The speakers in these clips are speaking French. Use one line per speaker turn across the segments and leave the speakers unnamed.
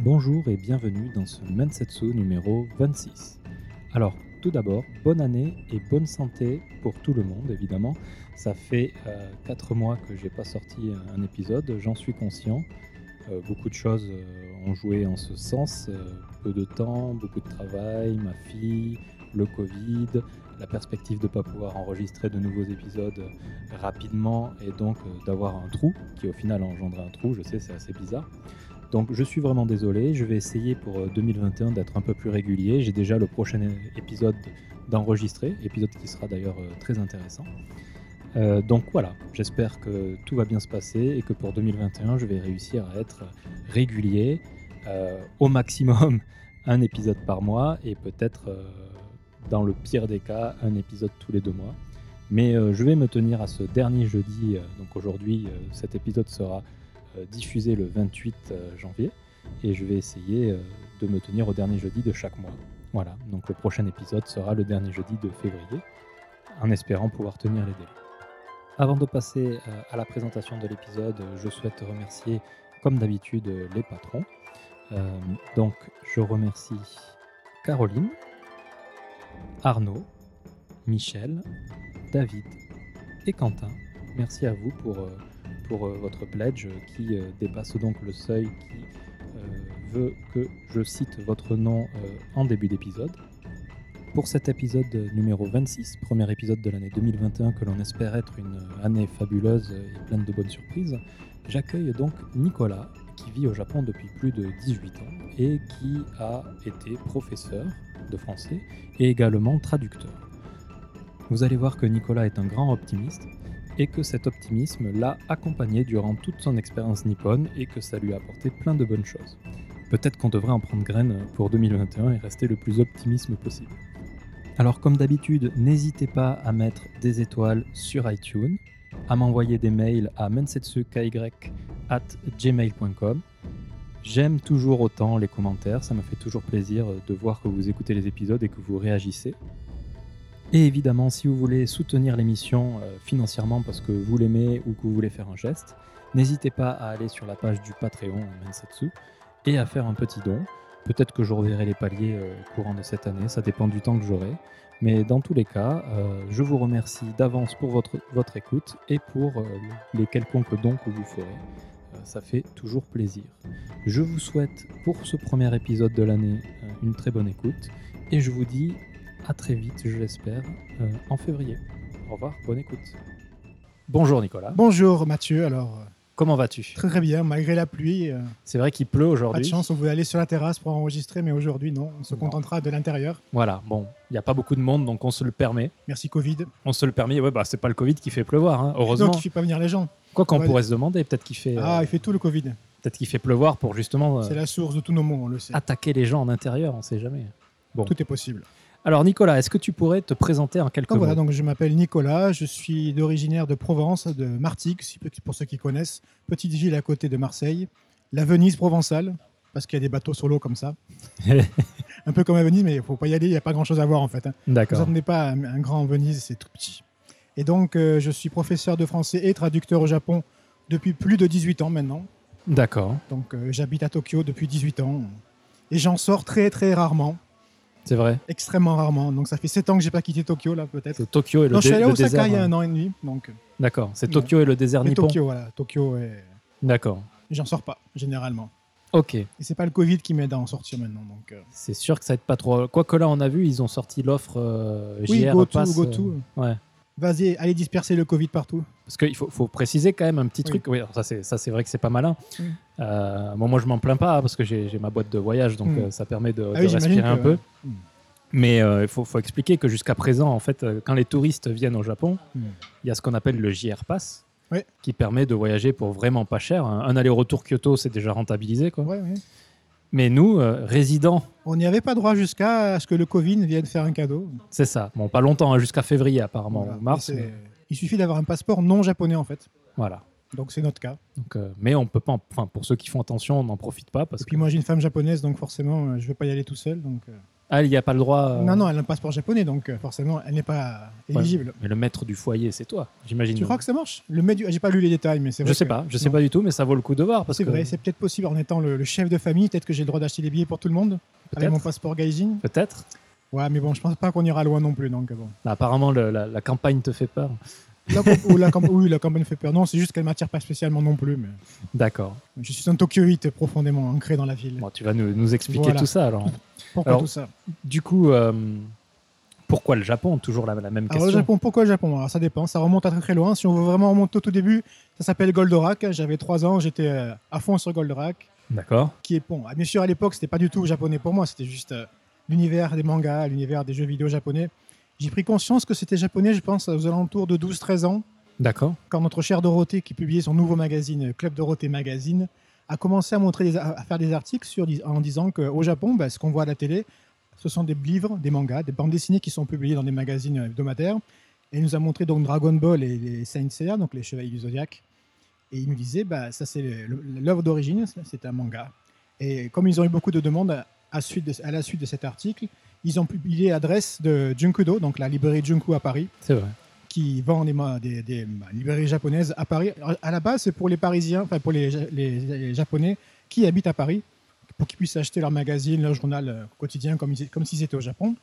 Bonjour et bienvenue dans ce Mansetsu numéro 26. Alors, tout d'abord, bonne année et bonne santé pour tout le monde, évidemment. Ça fait 4 mois que j'ai pas sorti un épisode, j'en suis conscient. Euh, beaucoup de choses euh, ont joué en ce sens. euh, peu de temps, beaucoup de travail, ma fille, le Covid, la perspective de ne pas pouvoir enregistrer de nouveaux épisodes rapidement et donc euh, d'avoir un trou, qui au final a engendré un trou, je sais, c'est assez bizarre. Donc je suis vraiment désolé, je vais essayer pour euh, 2021 d'être un peu plus régulier. J'ai déjà le prochain é- épisode d'enregistrer, épisode qui sera d'ailleurs euh, très intéressant. Euh, donc voilà, j'espère que tout va bien se passer et que pour 2021, je vais réussir à être régulier, euh, au maximum un épisode par mois et peut-être, euh, dans le pire des cas, un épisode tous les deux mois. Mais euh, je vais me tenir à ce dernier jeudi, euh, donc aujourd'hui, euh, cet épisode sera euh, diffusé le 28 euh, janvier et je vais essayer euh, de me tenir au dernier jeudi de chaque mois. Voilà, donc le prochain épisode sera le dernier jeudi de février, en espérant pouvoir tenir les délais. Avant de passer euh, à la présentation de l'épisode, euh, je souhaite remercier, comme d'habitude, euh, les patrons. Euh, donc, je remercie Caroline, Arnaud, Michel, David et Quentin. Merci à vous pour, euh, pour euh, votre pledge euh, qui euh, dépasse donc le seuil qui euh, veut que je cite votre nom euh, en début d'épisode. Pour cet épisode numéro 26, premier épisode de l'année 2021 que l'on espère être une euh, année fabuleuse et pleine de bonnes surprises, j'accueille donc Nicolas qui vit au Japon depuis plus de 18 ans et qui a été professeur de français et également traducteur. Vous allez voir que Nicolas est un grand optimiste et que cet optimisme l'a accompagné durant toute son expérience nippone et que ça lui a apporté plein de bonnes choses. Peut-être qu'on devrait en prendre graine pour 2021 et rester le plus optimisme possible. Alors comme d'habitude, n'hésitez pas à mettre des étoiles sur iTunes, à m'envoyer des mails à mensetsuky at gmail.com. J'aime toujours autant les commentaires, ça me fait toujours plaisir de voir que vous écoutez les épisodes et que vous réagissez. Et évidemment, si vous voulez soutenir l'émission euh, financièrement parce que vous l'aimez ou que vous voulez faire un geste, n'hésitez pas à aller sur la page du Patreon Mensetsu et à faire un petit don. Peut-être que je reverrai les paliers euh, au courant de cette année, ça dépend du temps que j'aurai. Mais dans tous les cas, euh, je vous remercie d'avance pour votre, votre écoute et pour euh, les quelconques dons que vous ferez. Euh, Ça fait toujours plaisir. Je vous souhaite pour ce premier épisode de l'année euh, une très bonne écoute et je vous dis à très vite, je l'espère, euh, en février. Au revoir, bonne écoute. Bonjour Nicolas,
Bonjour Mathieu, alors euh,
comment vas-tu
très très bien, malgré la pluie, euh,
C'est vrai qu'il pleut
pas de
aujourd'hui.
chance, on voulait aller sur la terrasse pour enregistrer, mais aujourd'hui non, on se
Non.
contentera de l'intérieur.
Voilà, bon, il n'y a pas beaucoup de monde donc on se le permet.
Merci Covid.
On se le permet, ouais, bah c'est pas le Covid qui fait pleuvoir, hein, heureusement.
Donc il fait pas venir les gens.
Quoi qu'on
Ouais.
pourrait se demander, peut-être qu'il fait, euh,
Ah, il fait tout le Covid.
peut-être qu'il fait pleuvoir pour justement euh,
C'est la source de tous nos maux, on le sait.
attaquer les gens en intérieur, on sait jamais. bon.
Tout est possible.
Alors Nicolas, est-ce que tu pourrais te présenter en quelques
Donc voilà,
mots
donc je m'appelle Nicolas, je suis d'originaire de Provence, de Martigues, si- pour ceux qui connaissent, petite ville à côté de Marseille, la Venise provençale, parce qu'il y a des bateaux sur l'eau comme ça. Un peu comme à Venise, mais il faut pas y aller, il n'y a pas grand chose à voir en fait. hein. Vous
D'accord.
n'attendez pas à un, un grand Venise, c'est tout petit. Et donc, euh, je suis professeur de français et traducteur au Japon depuis plus de 18 ans maintenant.
D'accord.
Donc, euh, j'habite à Tokyo depuis 18 ans. Et j'en sors très, très rarement,
C'est vrai.
extrêmement rarement. Donc, ça fait 7 ans que j'ai pas quitté Tokyo, là, peut-être.
C'est Tokyo et le,
Non, je suis
dé-
allé à
le
Osaka
désert.
il y a
hein.
un an et demi. Donc, euh,
D'accord. C'est Tokyo et le désert
mais
nippon.
Tokyo, voilà. Tokyo, et...
D'accord.
j'en sors pas, généralement.
Ok.
Et c'est pas le Covid qui m'aide à en sortir maintenant. Donc, euh,
C'est sûr que ça va être pas trop. Quoique là, on a vu, ils ont sorti l'offre euh,
Oui,
JR
go to,
pass,
go
euh,
to.
ouais.
Vas-y, allez disperser le Covid partout.
Parce qu'il faut, faut préciser quand même un petit
Oui. Mm.
truc. Oui, alors ça c'est ça c'est vrai que c'est pas malin.
Oui.
Euh, bon, moi je m'en plains pas hein, parce que j'ai j'ai ma boîte de voyage donc
Mm.
euh, ça permet de, de
oui, j'imagine
respirer un
que-
peu.
Mm.
Mais euh, il faut, faut expliquer que jusqu'à présent en fait euh, quand les touristes viennent au Japon, il
Mm.
y a ce qu'on appelle le JR Pass
Oui.
qui permet de voyager pour vraiment pas cher. Un, un aller-retour Kyoto c'est déjà rentabilisé quoi.
Ouais, ouais.
Mais nous euh, résidents,
On n'y avait pas droit jusqu'à ce que le Covid vienne faire un cadeau.
c'est ça. Bon pas longtemps hein, jusqu'à février apparemment
Voilà.
ou mars.
Et c'est-
mais
Il suffit d'avoir un passeport non japonais en fait.
voilà.
Donc c'est notre cas.
Donc, euh, mais on peut pas. en- Enfin pour ceux qui font attention, on n'en profite pas parce
Et puis moi j'ai une femme japonaise donc forcément euh, je vais pas y aller tout seul donc euh,
Ah, il n'y a pas le droit. euh,
Non, non, elle a un passeport japonais, donc euh, forcément, elle n'est pas
ouais.
éligible.
Mais le maître du foyer, c'est toi, j'imagine.
Tu crois que ça marche Le maître du- Ah, J'ai pas lu les détails, mais c'est vrai.
Je sais
que-
pas, je sais
Non.
pas du tout, mais ça vaut le coup de voir parce
C'est
que
vrai, c'est peut-être possible en étant le, le chef de famille, peut-être que j'ai le droit d'acheter des billets pour tout le monde avec
Peut-être.
mon passeport gaijin.
peut-être.
Ouais, mais bon, je pense pas qu'on ira loin non plus, donc bon.
Bah, apparemment, le- la, la campagne te fait peur.
La com- ou la com- oui, la campagne fait peur. Non, c'est juste qu'elle m'attire pas spécialement non plus. Mais
D'accord.
je suis un Tokyoïte profondément ancré dans la ville.
Bon, tu vas nous, nous expliquer
Voilà.
tout ça alors.
Pourquoi
Alors,
tout ça
Du coup, euh, pourquoi le Japon Toujours la, la même
Alors le
question.
Japon, pourquoi le Japon Alors ça dépend, ça remonte à très très loin. Si on veut vraiment remonter au tout début, ça s'appelle Goldorak. J'avais 3 ans, j'étais euh, à fond sur Goldorak.
D'accord.
qui est bon. Ah, bien sûr, à l'époque, c'était pas du tout japonais pour moi, c'était juste euh, l'univers des mangas, l'univers des jeux vidéo japonais. J'ai pris conscience que c'était japonais, je pense, aux alentours de 12-13 ans,
D'accord.
quand notre chère Dorothée, qui publiait son nouveau magazine, euh, Club Dorothée Magazine, a commencé à, montrer des- à faire des articles sur, en disant qu'au Japon, bah, ce qu'on voit à la télé, ce sont des livres, des mangas, des bandes dessinées qui sont publiées dans des magazines hebdomadaires. Et il nous a montré donc Dragon Ball et les Saint Seiya, donc les Chevaliers du Zodiaque. Et il nous disait, bah, ça c'est le- le- l'œuvre d'origine, c'est un manga. Et comme ils ont eu beaucoup de demandes à, à suite de- à la suite de cet article, ils ont publié l'adresse de Junkudo, donc la librairie Junku à Paris,
C'est vrai.
qui vend des, ma- des, des ma- librairies japonaises à Paris. Alors, À la base, c'est pour les Parisiens, enfin pour les, Ja- les- les Japonais qui habitent à Paris, pour qu'ils puissent acheter leur magazine, leur journal euh, quotidien, comme, ils- comme s'ils étaient au Japon.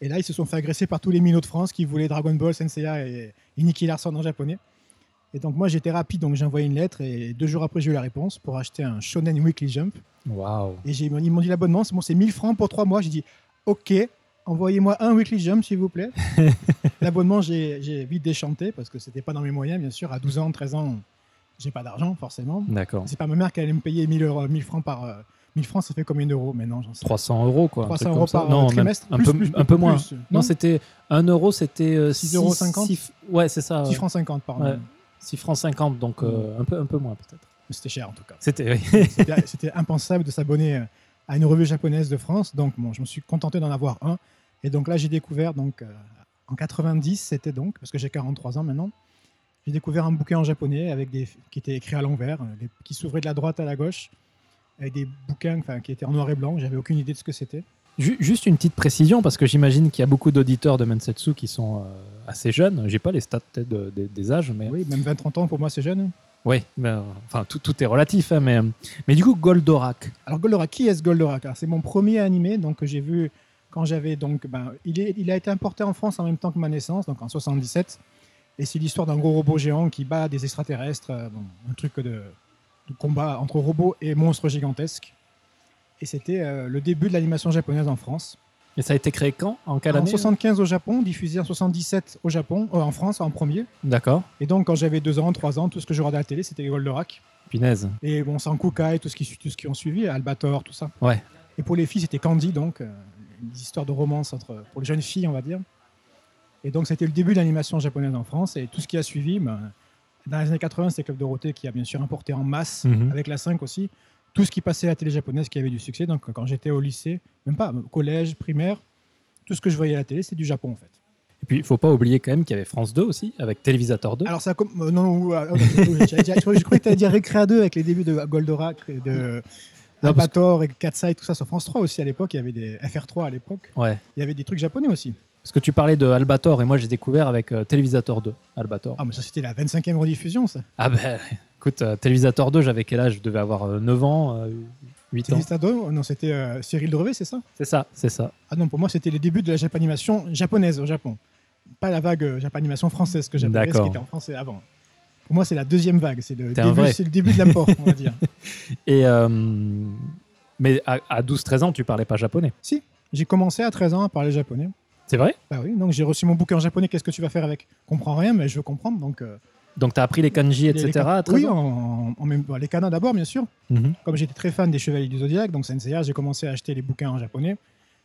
Et là, ils se sont fait agresser par tous les minots de France qui voulaient Dragon Ball, Senseiya et, et Nicky Larson en japonais. Et donc, moi, j'étais rapide, donc j'ai envoyé une lettre et deux jours après, j'ai eu la réponse pour acheter un Shonen Weekly Jump.
Waouh.
Et j'ai- ils m'ont dit l'abonnement, c'est bon, c'est 1000 francs pour 3 mois. J'ai dit, ok, envoyez-moi un weekly jump, s'il vous plaît. l'abonnement, j'ai j'ai vite déchanté parce que c'était pas dans mes moyens, bien sûr. À 12 ans, 13 ans, j'ai pas d'argent, forcément.
D'accord.
C'est pas ma mère qui allait me payer 1000, euros, 1000 francs par. euh, 1000 francs, ça fait combien d'euros maintenant j'en sais
300 euros, quoi. un
300
truc
euros
comme ça.
par
Non,
euh,
même
trimestre
un,
plus,
peu,
plus,
un peu
plus,
moins.
plus.
Non,
Non,
c'était 1 euro, c'était euh,
6
six-
euros cinquante.
six- Ouais, c'est ça.
6 francs Mmh. 50, pardon.
Ouais. 6 francs 50, donc euh, un, peu, un peu moins peut-être.
Mais C'était cher en tout cas.
C'était.
C'était- C'était impensable de s'abonner euh, à une revue japonaise de France. Donc, bon, je me suis contenté d'en avoir un. Et donc là, j'ai découvert, donc, euh, en 90, c'était donc, parce que j'ai 43 ans maintenant, j'ai découvert un bouquin en japonais avec des, qui était écrit à l'envers, euh, les- qui s'ouvrait de la droite à la gauche, avec des bouquins enfin, qui étaient en noir et blanc. J'avais aucune idée de ce que c'était.
Ju- Juste une petite précision, parce que j'imagine qu'il y a beaucoup d'auditeurs de Mensetsu qui sont euh, assez jeunes. J'ai pas les stats peut-être, de- des- des âges, mais.
Oui, même 20-30 ans, pour moi, c'est jeune.
Oui, ben, enfin tout, tout est relatif, hein, mais, mais du coup, Goldorak.
Alors Goldorak, qui est ce Goldorak Alors, C'est mon premier animé, donc que j'ai vu quand j'avais donc, ben, il, est- il a été importé en France en même temps que ma naissance, donc en 77. Et c'est l'histoire d'un gros robot géant qui bat des extraterrestres, euh, bon, un truc de, de combat entre robots et monstres gigantesques. Et c'était euh, le début de l'animation japonaise en France.
Et ça a été créé quand En quelle
en
année hein
75 au Japon, diffusé en 77 au Japon, euh, en France en premier.
D'accord.
Et donc quand j'avais 2 ans, 3 ans, tout ce que je regardais à la télé, c'était Goldorak.
Punaise.
Et bon, sans Kukai, tout ce qui, tout ce qui ont suivi, Albator, tout ça.
Ouais.
Et pour les filles, c'était Candy, donc, euh, des histoires de romance entre, pour les jeunes filles, on va dire. Et donc, c'était le début de l'animation japonaise en France. Et tout ce qui a suivi, ben, dans les années 80, c'était Club Dorothée qui a bien sûr importé en masse,
Mhm.
avec la 5 aussi, tout ce qui passait à la télé japonaise qui avait du succès. Donc, quand j'étais au lycée, même pas, au collège, primaire, tout ce que je voyais à la télé, c'est du Japon, en fait.
Et puis, il faut pas oublier quand même qu'il y avait France 2 aussi, avec Télévisateur 2.
Alors ça comme euh, non ou- ah, ok, oui, j'allais dire- je croyais je croyais que tu allais dire Récréa 2 avec les débuts de Goldorak et de
Non, parce
Albator et Katsai et tout ça sur France 3 aussi à l'époque il y avait des FR3 à l'époque
Ouais.
il y avait des trucs japonais aussi
Parce que tu parlais de Albator, et moi j'ai découvert avec euh, Télévisateur 2, Albator.
ah mais ça c'était la 25e rediffusion ça
Ah ben, écoute, euh, Télévisateur 2, j'avais quel âge Je devais avoir euh, 9 ans, euh, 8
c'était
ans.
Listado non c'était euh, Cyril Drevet c'est ça
C'est ça, c'est ça.
ah non pour moi c'était les débuts de la japanimation japonaise au Japon pas la vague euh, japanimation française que j'appelais ce
D'accord.
qui était en français avant pour moi c'est la deuxième vague c'est le
T'es un
début
vrai.
c'est le début de l'apport on va dire
Et, euh, mais à, à 12-13 ans, tu parlais pas japonais.
si j'ai commencé à 13 ans à parler japonais
C'est vrai
Bah oui, donc j'ai reçu mon bouquin en japonais, qu'est-ce que tu vas faire avec Je comprends rien, mais je veux comprendre. Donc, euh,
Donc tu as appris les kanji,
les-
etc.
les hein.
à
kan-
13
oui,
ans
en, en même, bon, bah, les kanas d'abord, bien sûr.
Mhm.
Comme j'étais très fan des Chevaliers du Zodiaque, donc Senseiya, j'ai commencé à acheter les bouquins en japonais.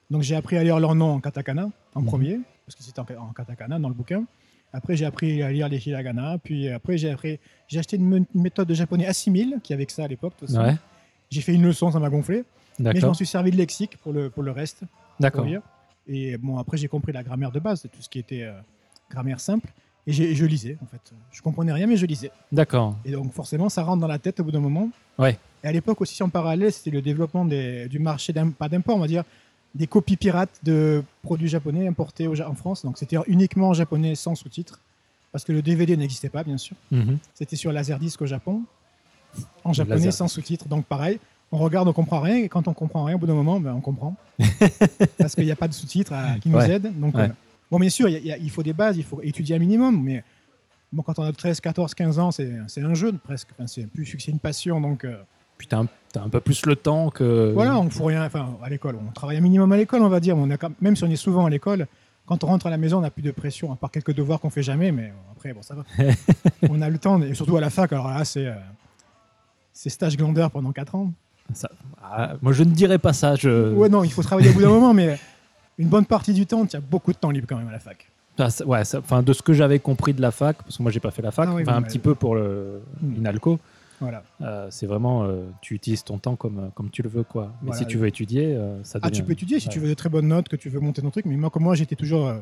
Donc j'ai appris à lire leur nom en katakana, en
Mhm.
premier, parce que c'était en, en katakana dans le bouquin. Après, j'ai appris à lire les hiragana. Puis après, j'ai appris, j'ai acheté une, me- une méthode de japonais assimile, qui avait que ça à l'époque. tout ça.
Ouais,
J'ai fait une leçon, ça m'a gonflé. Mais je m'en
d'accord.
suis servi de lexique pour le, pour le reste. pour
D'accord.
lire. Et bon, après, j'ai compris la grammaire de base, tout ce qui était euh, grammaire simple. Et, j'ai- et je lisais, en fait. Je comprenais rien, mais je lisais.
D'accord.
Et donc, forcément, ça rentre dans la tête au bout d'un moment.
Ouais.
Et à l'époque aussi, en parallèle, c'était le développement des- du marché, d'im- pas d'import, on va dire, des copies pirates de produits japonais importés au Ja- en France. Donc c'était uniquement en japonais sans sous-titres, parce que le DVD n'existait pas, bien sûr.
Mhm.
C'était sur Laserdisc au Japon, en japonais
Laserdisc.
sans sous-titres. Donc pareil, on regarde, on comprend rien, et quand on comprend rien, au bout d'un moment, ben, on comprend. Parce qu'il n'y a pas de sous-titres à- qui nous
Ouais.
aident. Donc,
Ouais.
euh, bon, bien sûr, il y a- il faut des bases, il faut étudier un minimum, mais bon, quand on a 13, 14, 15 ans, c'est c'est un jeu presque. Enfin, c'est plus c'est une passion, donc... euh,
Puis t'as un, t'as un peu plus le temps que.
voilà, on ne fout rien. Enfin, à l'école, on travaille un minimum à l'école, on va dire. mais On a quand- même si on est souvent à l'école, quand on rentre à la maison, on n'a plus de pression, à part quelques devoirs qu'on fait jamais, mais euh, après, bon, ça va. on a le temps, et surtout à la fac. Alors là, c'est euh, c'est stage glandeur pendant 4 ans.
Ah, moi, je ne dirais pas ça. Je...
Ouais, non, il faut travailler au bout d'un moment, mais une bonne partie du temps, tu as beaucoup de temps libre quand même à la fac.
Ah, ça- ouais, ça- enfin, de ce que j'avais compris de la fac, parce que moi, j'ai pas fait la fac,
Ah oui,
enfin,
oui,
un
mais-
petit peu pour le
Hmm.
Inalco.
Voilà.
euh, c'est vraiment, euh, tu utilises ton temps comme, euh, comme tu le veux, quoi. Mais
Voilà.
si tu veux étudier, euh, ça
Ah,
devient...
tu peux étudier si
ouais.
tu veux de très bonnes notes, que tu veux monter ton truc, mais moi, comme moi, j'étais toujours euh,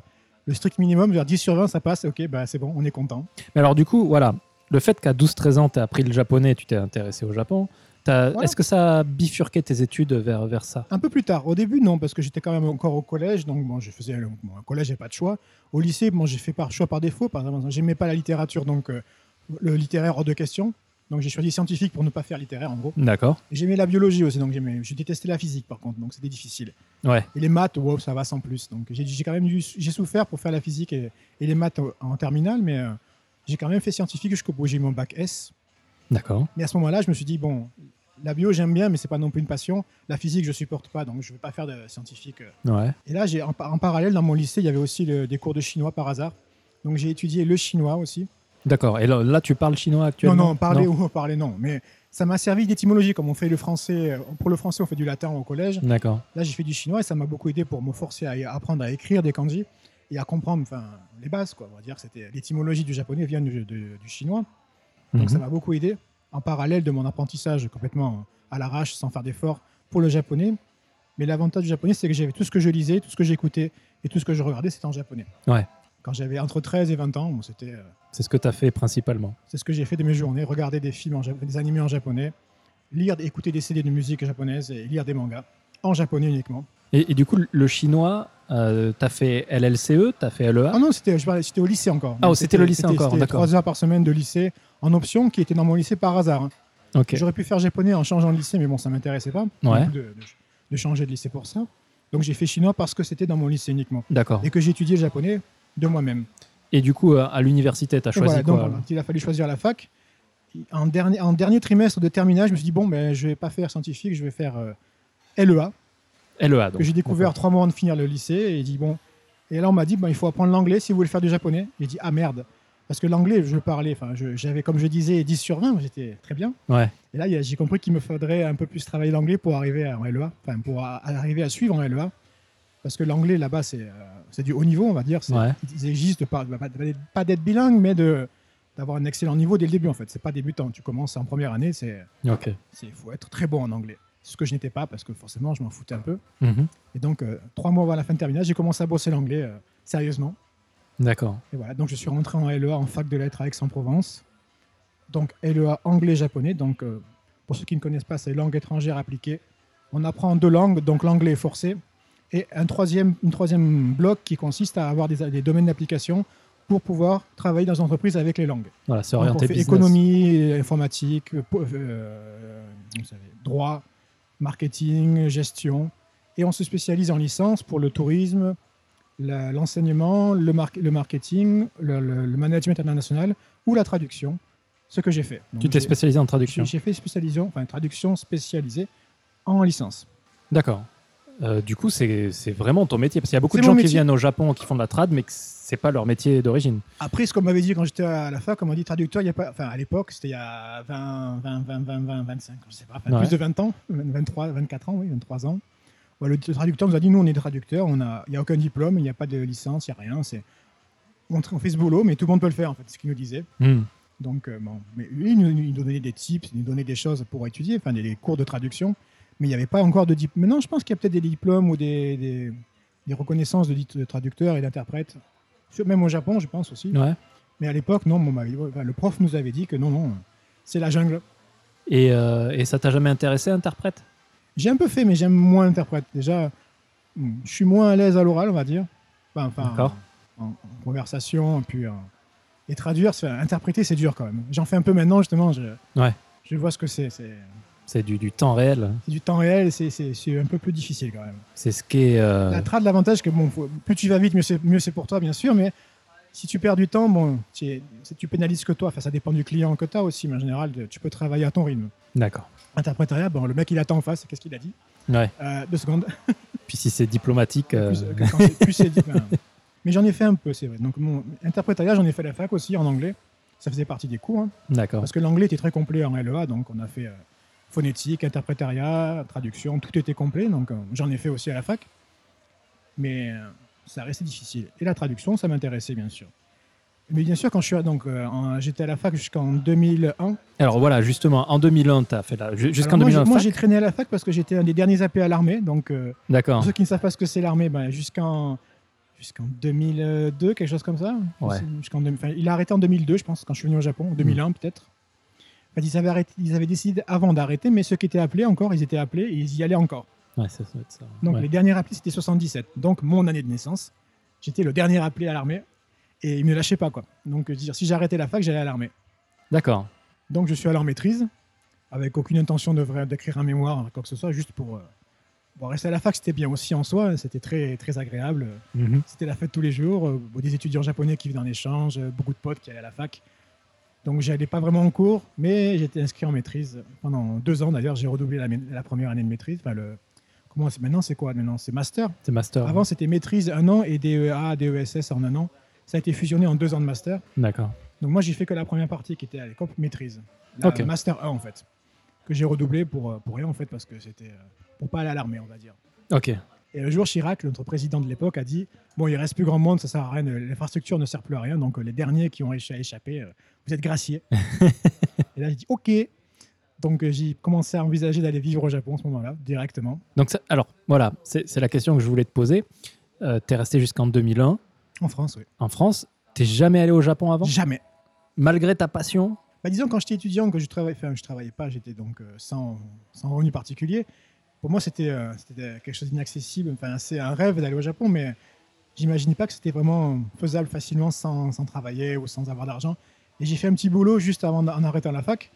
le strict minimum, vers 10 sur 20, ça passe, ok, bah c'est bon, on est content.
Mais alors, du coup, voilà, le fait qu'à 12-13 ans, tu as appris le japonais et tu t'es intéressé au Japon, t'as-
Voilà.
est-ce que ça a bifurqué tes études vers, vers ça
Un peu plus tard. Au début, non, parce que j'étais quand même encore au collège, donc bon, je faisais le bon, au collège, j'ai pas de choix. Au lycée, bon, j'ai fait par choix par défaut. Par exemple, j'aimais pas la littérature, donc euh, le littéraire hors de question. Donc j'ai choisi scientifique pour ne pas faire littéraire, en gros.
D'accord.
Et J'aimais la biologie aussi, donc j'aimais. Je détestais la physique, par contre, donc c'était difficile.
Ouais.
Et les maths, wow, ça va sans plus. Donc j'ai j'ai quand même dû- j'ai souffert pour faire la physique et, et les maths en, en terminale, mais euh, j'ai quand même fait scientifique jusqu'au bout. J'ai eu mon bac S.
D'accord.
Mais à ce moment-là, je me suis dit, bon, la bio, j'aime bien, mais c'est pas non plus une passion. La physique, je supporte pas, donc je vais pas faire de scientifique. euh.
Ouais.
Et là, j'ai en, par- en parallèle, dans mon lycée, il y avait aussi le- des cours de chinois par hasard. Donc j'ai étudié le chinois aussi.
D'accord. Et là, là, tu parles chinois
Non,
actuellement
non, parler ou parler, non. Mais ça m'a servi d'étymologie, comme on fait le français. euh, Pour le français, on fait du latin au collège.
D'accord.
Là, j'ai fait du chinois et ça m'a beaucoup aidé pour me forcer à apprendre à écrire des kanji et à comprendre enfin, les bases. Quoi. On va dire que c'était l'étymologie du japonais vient du- de- du chinois. Donc
Mhm.
ça m'a beaucoup aidé en parallèle de mon apprentissage complètement à l'arrache, sans faire d'effort pour le japonais. Mais l'avantage du japonais, c'est que j'avais tout ce que je lisais, tout ce que j'écoutais et tout ce que je regardais, c'était en japonais.
Ouais.
Quand j'avais entre 13 et 20 ans, bon, c'était, euh,
C'est ce que tu as fait principalement.
c'est ce que j'ai fait de mes journées, regarder des films, en ja- des animés en japonais, lire, écouter des CD de musique japonaise et lire des mangas en japonais uniquement.
Et, et du coup, le chinois, euh, tu as fait LLCE, tu as E, fait LEA
Ah non, c'était, je parlais, c'était au lycée encore.
Ah,
Donc,
c'était le lycée encore,
C'était
d'accord.
3 heures par semaine de lycée en option qui était dans mon lycée par hasard. hein.
Ok.
J'aurais pu faire japonais en changeant de lycée, mais bon, ça m'intéressait pas
Ouais.
de, de- de changer de lycée pour ça. Donc j'ai fait chinois parce que c'était dans mon lycée uniquement
D'accord.
et que j'ai étudié le japonais de moi-même.
Et du coup, euh, à l'université, tu as
Et
choisi
voilà, donc
quoi
voilà, il a fallu choisir la fac. En dernier, en dernier trimestre de terminale, je me suis dit bon, ben je vais pas faire scientifique, je vais faire euh, LEA
LEA, E donc.
que j'ai découvert
D'accord.
trois mois avant de finir le lycée et il dit bon. Et là on m'a dit ben, il faut apprendre l'anglais si vous voulez faire du japonais. J'ai dit ah merde parce que l'anglais je le parlais, enfin je- j'avais comme je disais 10 sur 20, j'étais très bien.
Ouais.
Et là, il y a- j'ai compris qu'il me faudrait un peu plus travailler l'anglais pour arriver à- en LEA, enfin pour a- arriver à suivre en LEA. Parce que l'anglais là-bas, c'est euh, c'est du haut niveau, on va dire. C'est-
Ouais.
Ils exigent de pas, bah, pas- pas d'être bilingue, mais de d'avoir un excellent niveau dès le début en fait. C'est pas débutant. Tu commences en première année, c'est
Ok.
c'est faut être très bon en anglais. Ce que je n'étais pas parce que forcément, je m'en foutais un peu.
Mhm.
Et donc euh, trois mois avant la fin de terminale, j'ai commencé à bosser l'anglais euh, sérieusement.
D'accord.
Et voilà, donc je suis rentré en LEA en fac de lettres à Aix-en-Provence. Donc LEA anglais-japonais. Donc euh, pour ceux qui ne connaissent pas, c'est langue étrangère appliquée. On apprend deux langues, donc l'anglais est forcé. Et un troisième, une troisième bloc qui consiste à avoir des, des domaines d'application pour pouvoir travailler dans une entreprise avec les langues.
Voilà, c'est
Donc, on
orienté
fait
business.
économie, informatique, euh, po- euh, vous savez, droit, marketing, gestion. Et on se spécialise en licence pour le tourisme, la- l'enseignement, le, mar- le marketing, le, le- le management international ou la traduction, ce que j'ai fait. Donc,
Tu t'es
j'ai-
spécialisé en traduction.
J'ai fait spécialisation, enfin traduction spécialisée en licence.
D'accord. Euh, du coup, c'est c'est vraiment ton métier. Parce qu'il y a beaucoup
C'est
de gens
mon
qui
métier.
viennent au Japon qui font de la trad, mais que c'est pas leur métier d'origine.
Après, ce qu'on m'avait dit quand j'étais à la fac, on m'a dit traducteur, il y a pas. Enfin, à l'époque, c'était il y a 20, 20, 20, 20, 20, 25, je sais pas, enfin,
Ouais.
plus de 20 ans, 23, 24 ans, oui, 23 ans. Ouais, le traducteur nous a dit nous, on est traducteur, on a, il n'y a aucun diplôme, il n'y a pas de licence, il n'y a rien. C'est, on, tra- on fait ce boulot, mais tout le monde peut le faire, en fait, c'est ce qu'il nous disait.
Hmm.
Donc, euh, bon. mais lui, il nous, il nous donnait des tips, il nous donnait des choses pour étudier, enfin, des, des cours de traduction, mais il n'y avait pas encore de diplôme. Maintenant, je pense qu'il y a peut-être des diplômes ou des, des, des reconnaissances de, dit- de traducteurs et d'interprètes, Sur- même au Japon, je pense aussi.
Ouais.
Mais à l'époque, non, on m'avait- enfin, le prof nous avait dit que non, non, euh, c'est la jungle.
Et, euh, et ça t'a jamais intéressé, interprète
J'ai un peu fait, mais j'aime moins interprète. Déjà, Hmm. Je suis moins à l'aise à l'oral, on va dire. Enfin, enfin,
D'accord.
En, en conversation, puis en- et traduire, c'est- interpréter, c'est dur quand même. J'en fais un peu maintenant, justement. Je,
Ouais.
je vois ce que c'est. C'est
C'est du, du temps réel.
c'est du temps réel, c'est- c'est c'est un peu plus difficile quand même.
C'est ce qui est. euh,
La trad, l'avantage, que bon, faut- plus tu vas vite, mieux c'est mieux c'est pour toi, bien sûr, mais si tu perds du temps, bon, tu, es- si tu pénalises que toi. Enfin, ça dépend du client que tu as aussi, mais en général, tu peux travailler à ton rythme.
D'accord.
Interprétariat, bon, le mec, il attend en face, qu'est-ce qu'il a dit
Ouais.
Euh, Deux secondes.
Puis si c'est diplomatique. euh,
Plus- que quand c'est- plus c'est dit, ben, mais j'en ai fait un peu, c'est vrai. Donc, mon interprétariat, j'en ai fait à la fac aussi, en anglais. Ça faisait partie des cours, hein,
D'accord.
parce que l'anglais était très complet en LEA, donc on a fait euh, phonétique, interprétariat, traduction, tout était complet, donc euh, j'en ai fait aussi à la fac. Mais euh, ça restait difficile. Et la traduction, ça m'intéressait, bien sûr. Mais bien sûr, quand je suis à- donc euh, en- j'étais à la fac jusqu'en 2001.
Alors voilà, justement, en 2001, tu as fait la. ju- Jusqu'en
Alors, moi, j'ai-
2001.
Moi,
fac
j'ai traîné à la fac parce que j'étais un des derniers appelés à l'armée, donc. euh,
D'accord.
pour ceux qui ne savent pas ce que c'est l'armée, ben, jusqu'en jusqu'en 2002, quelque chose comme ça.
Ouais. Mm.
Jusqu'en deux- enfin, il a arrêté en 2002, je pense, quand je suis venu au Japon, en 2001 peut-être. En fait, ils, avaient arrêté- ils avaient décidé avant d'arrêter, mais ceux qui étaient appelés encore, ils étaient appelés et ils y allaient encore.
Ouais, ça, ça doit être ça.
Donc
Ouais.
les derniers appelés, c'était 77. Donc mon année de naissance, j'étais le dernier appelé à l'armée et ils ne me lâchaient pas. quoi. Donc je veux dire, si j'arrêtais la fac, j'allais à l'armée.
D'accord.
Donc je suis alors en maîtrise, avec aucune intention de vra- d'écrire un mémoire, quoi que ce soit, juste pour... euh, bon, rester à la fac, c'était bien aussi en soi, hein, c'était très, très agréable.
Mhm.
C'était la fête tous les jours, euh, bon, des étudiants japonais qui venaient en échange, euh, beaucoup de potes qui allaient à la fac. Donc j'allais pas vraiment en cours, mais j'étais inscrit en maîtrise pendant deux ans d'ailleurs. J'ai redoublé la, ma- la première année de maîtrise. Enfin, le, comment c'est maintenant C'est quoi maintenant C'est master.
C'est master.
Avant c'était maîtrise un an et E DEA, DESS en un an. Ça a été fusionné en deux ans de master.
D'accord.
Donc moi j'ai fait que la première partie qui était à l'école maîtrise, la
Ok.
master 1 en fait, que j'ai redoublé pour euh, pour rien en fait parce que c'était euh, pour pas aller à l'armée on va dire.
Ok.
Et un jour, Chirac, notre président de l'époque, a dit Bon, il reste plus grand monde, ça sert à rien, euh, l'infrastructure ne sert plus à rien, donc euh, les derniers qui ont écha- échappé, euh, vous êtes graciés. et là, j'ai dit Ok. Donc euh, j'ai commencé à envisager d'aller vivre au Japon à ce moment-là, directement.
Donc, ça- alors, voilà, c'est c'est la question que je voulais te poser. tu es resté jusqu'en 2001
En France, oui.
en France. T'es jamais allé au Japon avant
Jamais.
Malgré ta passion
Bah, disons, quand j'étais étudiant, que je travaillais, enfin, je travaillais pas, j'étais donc euh, sans, sans revenu particulier. Pour moi, c'était euh, c'était quelque chose d'inaccessible. Enfin, c'est un rêve d'aller au Japon, mais j'imaginais pas que c'était vraiment faisable facilement sans, sans travailler ou sans avoir d'argent. Et j'ai fait un petit boulot juste avant d- en arrêtant la fac.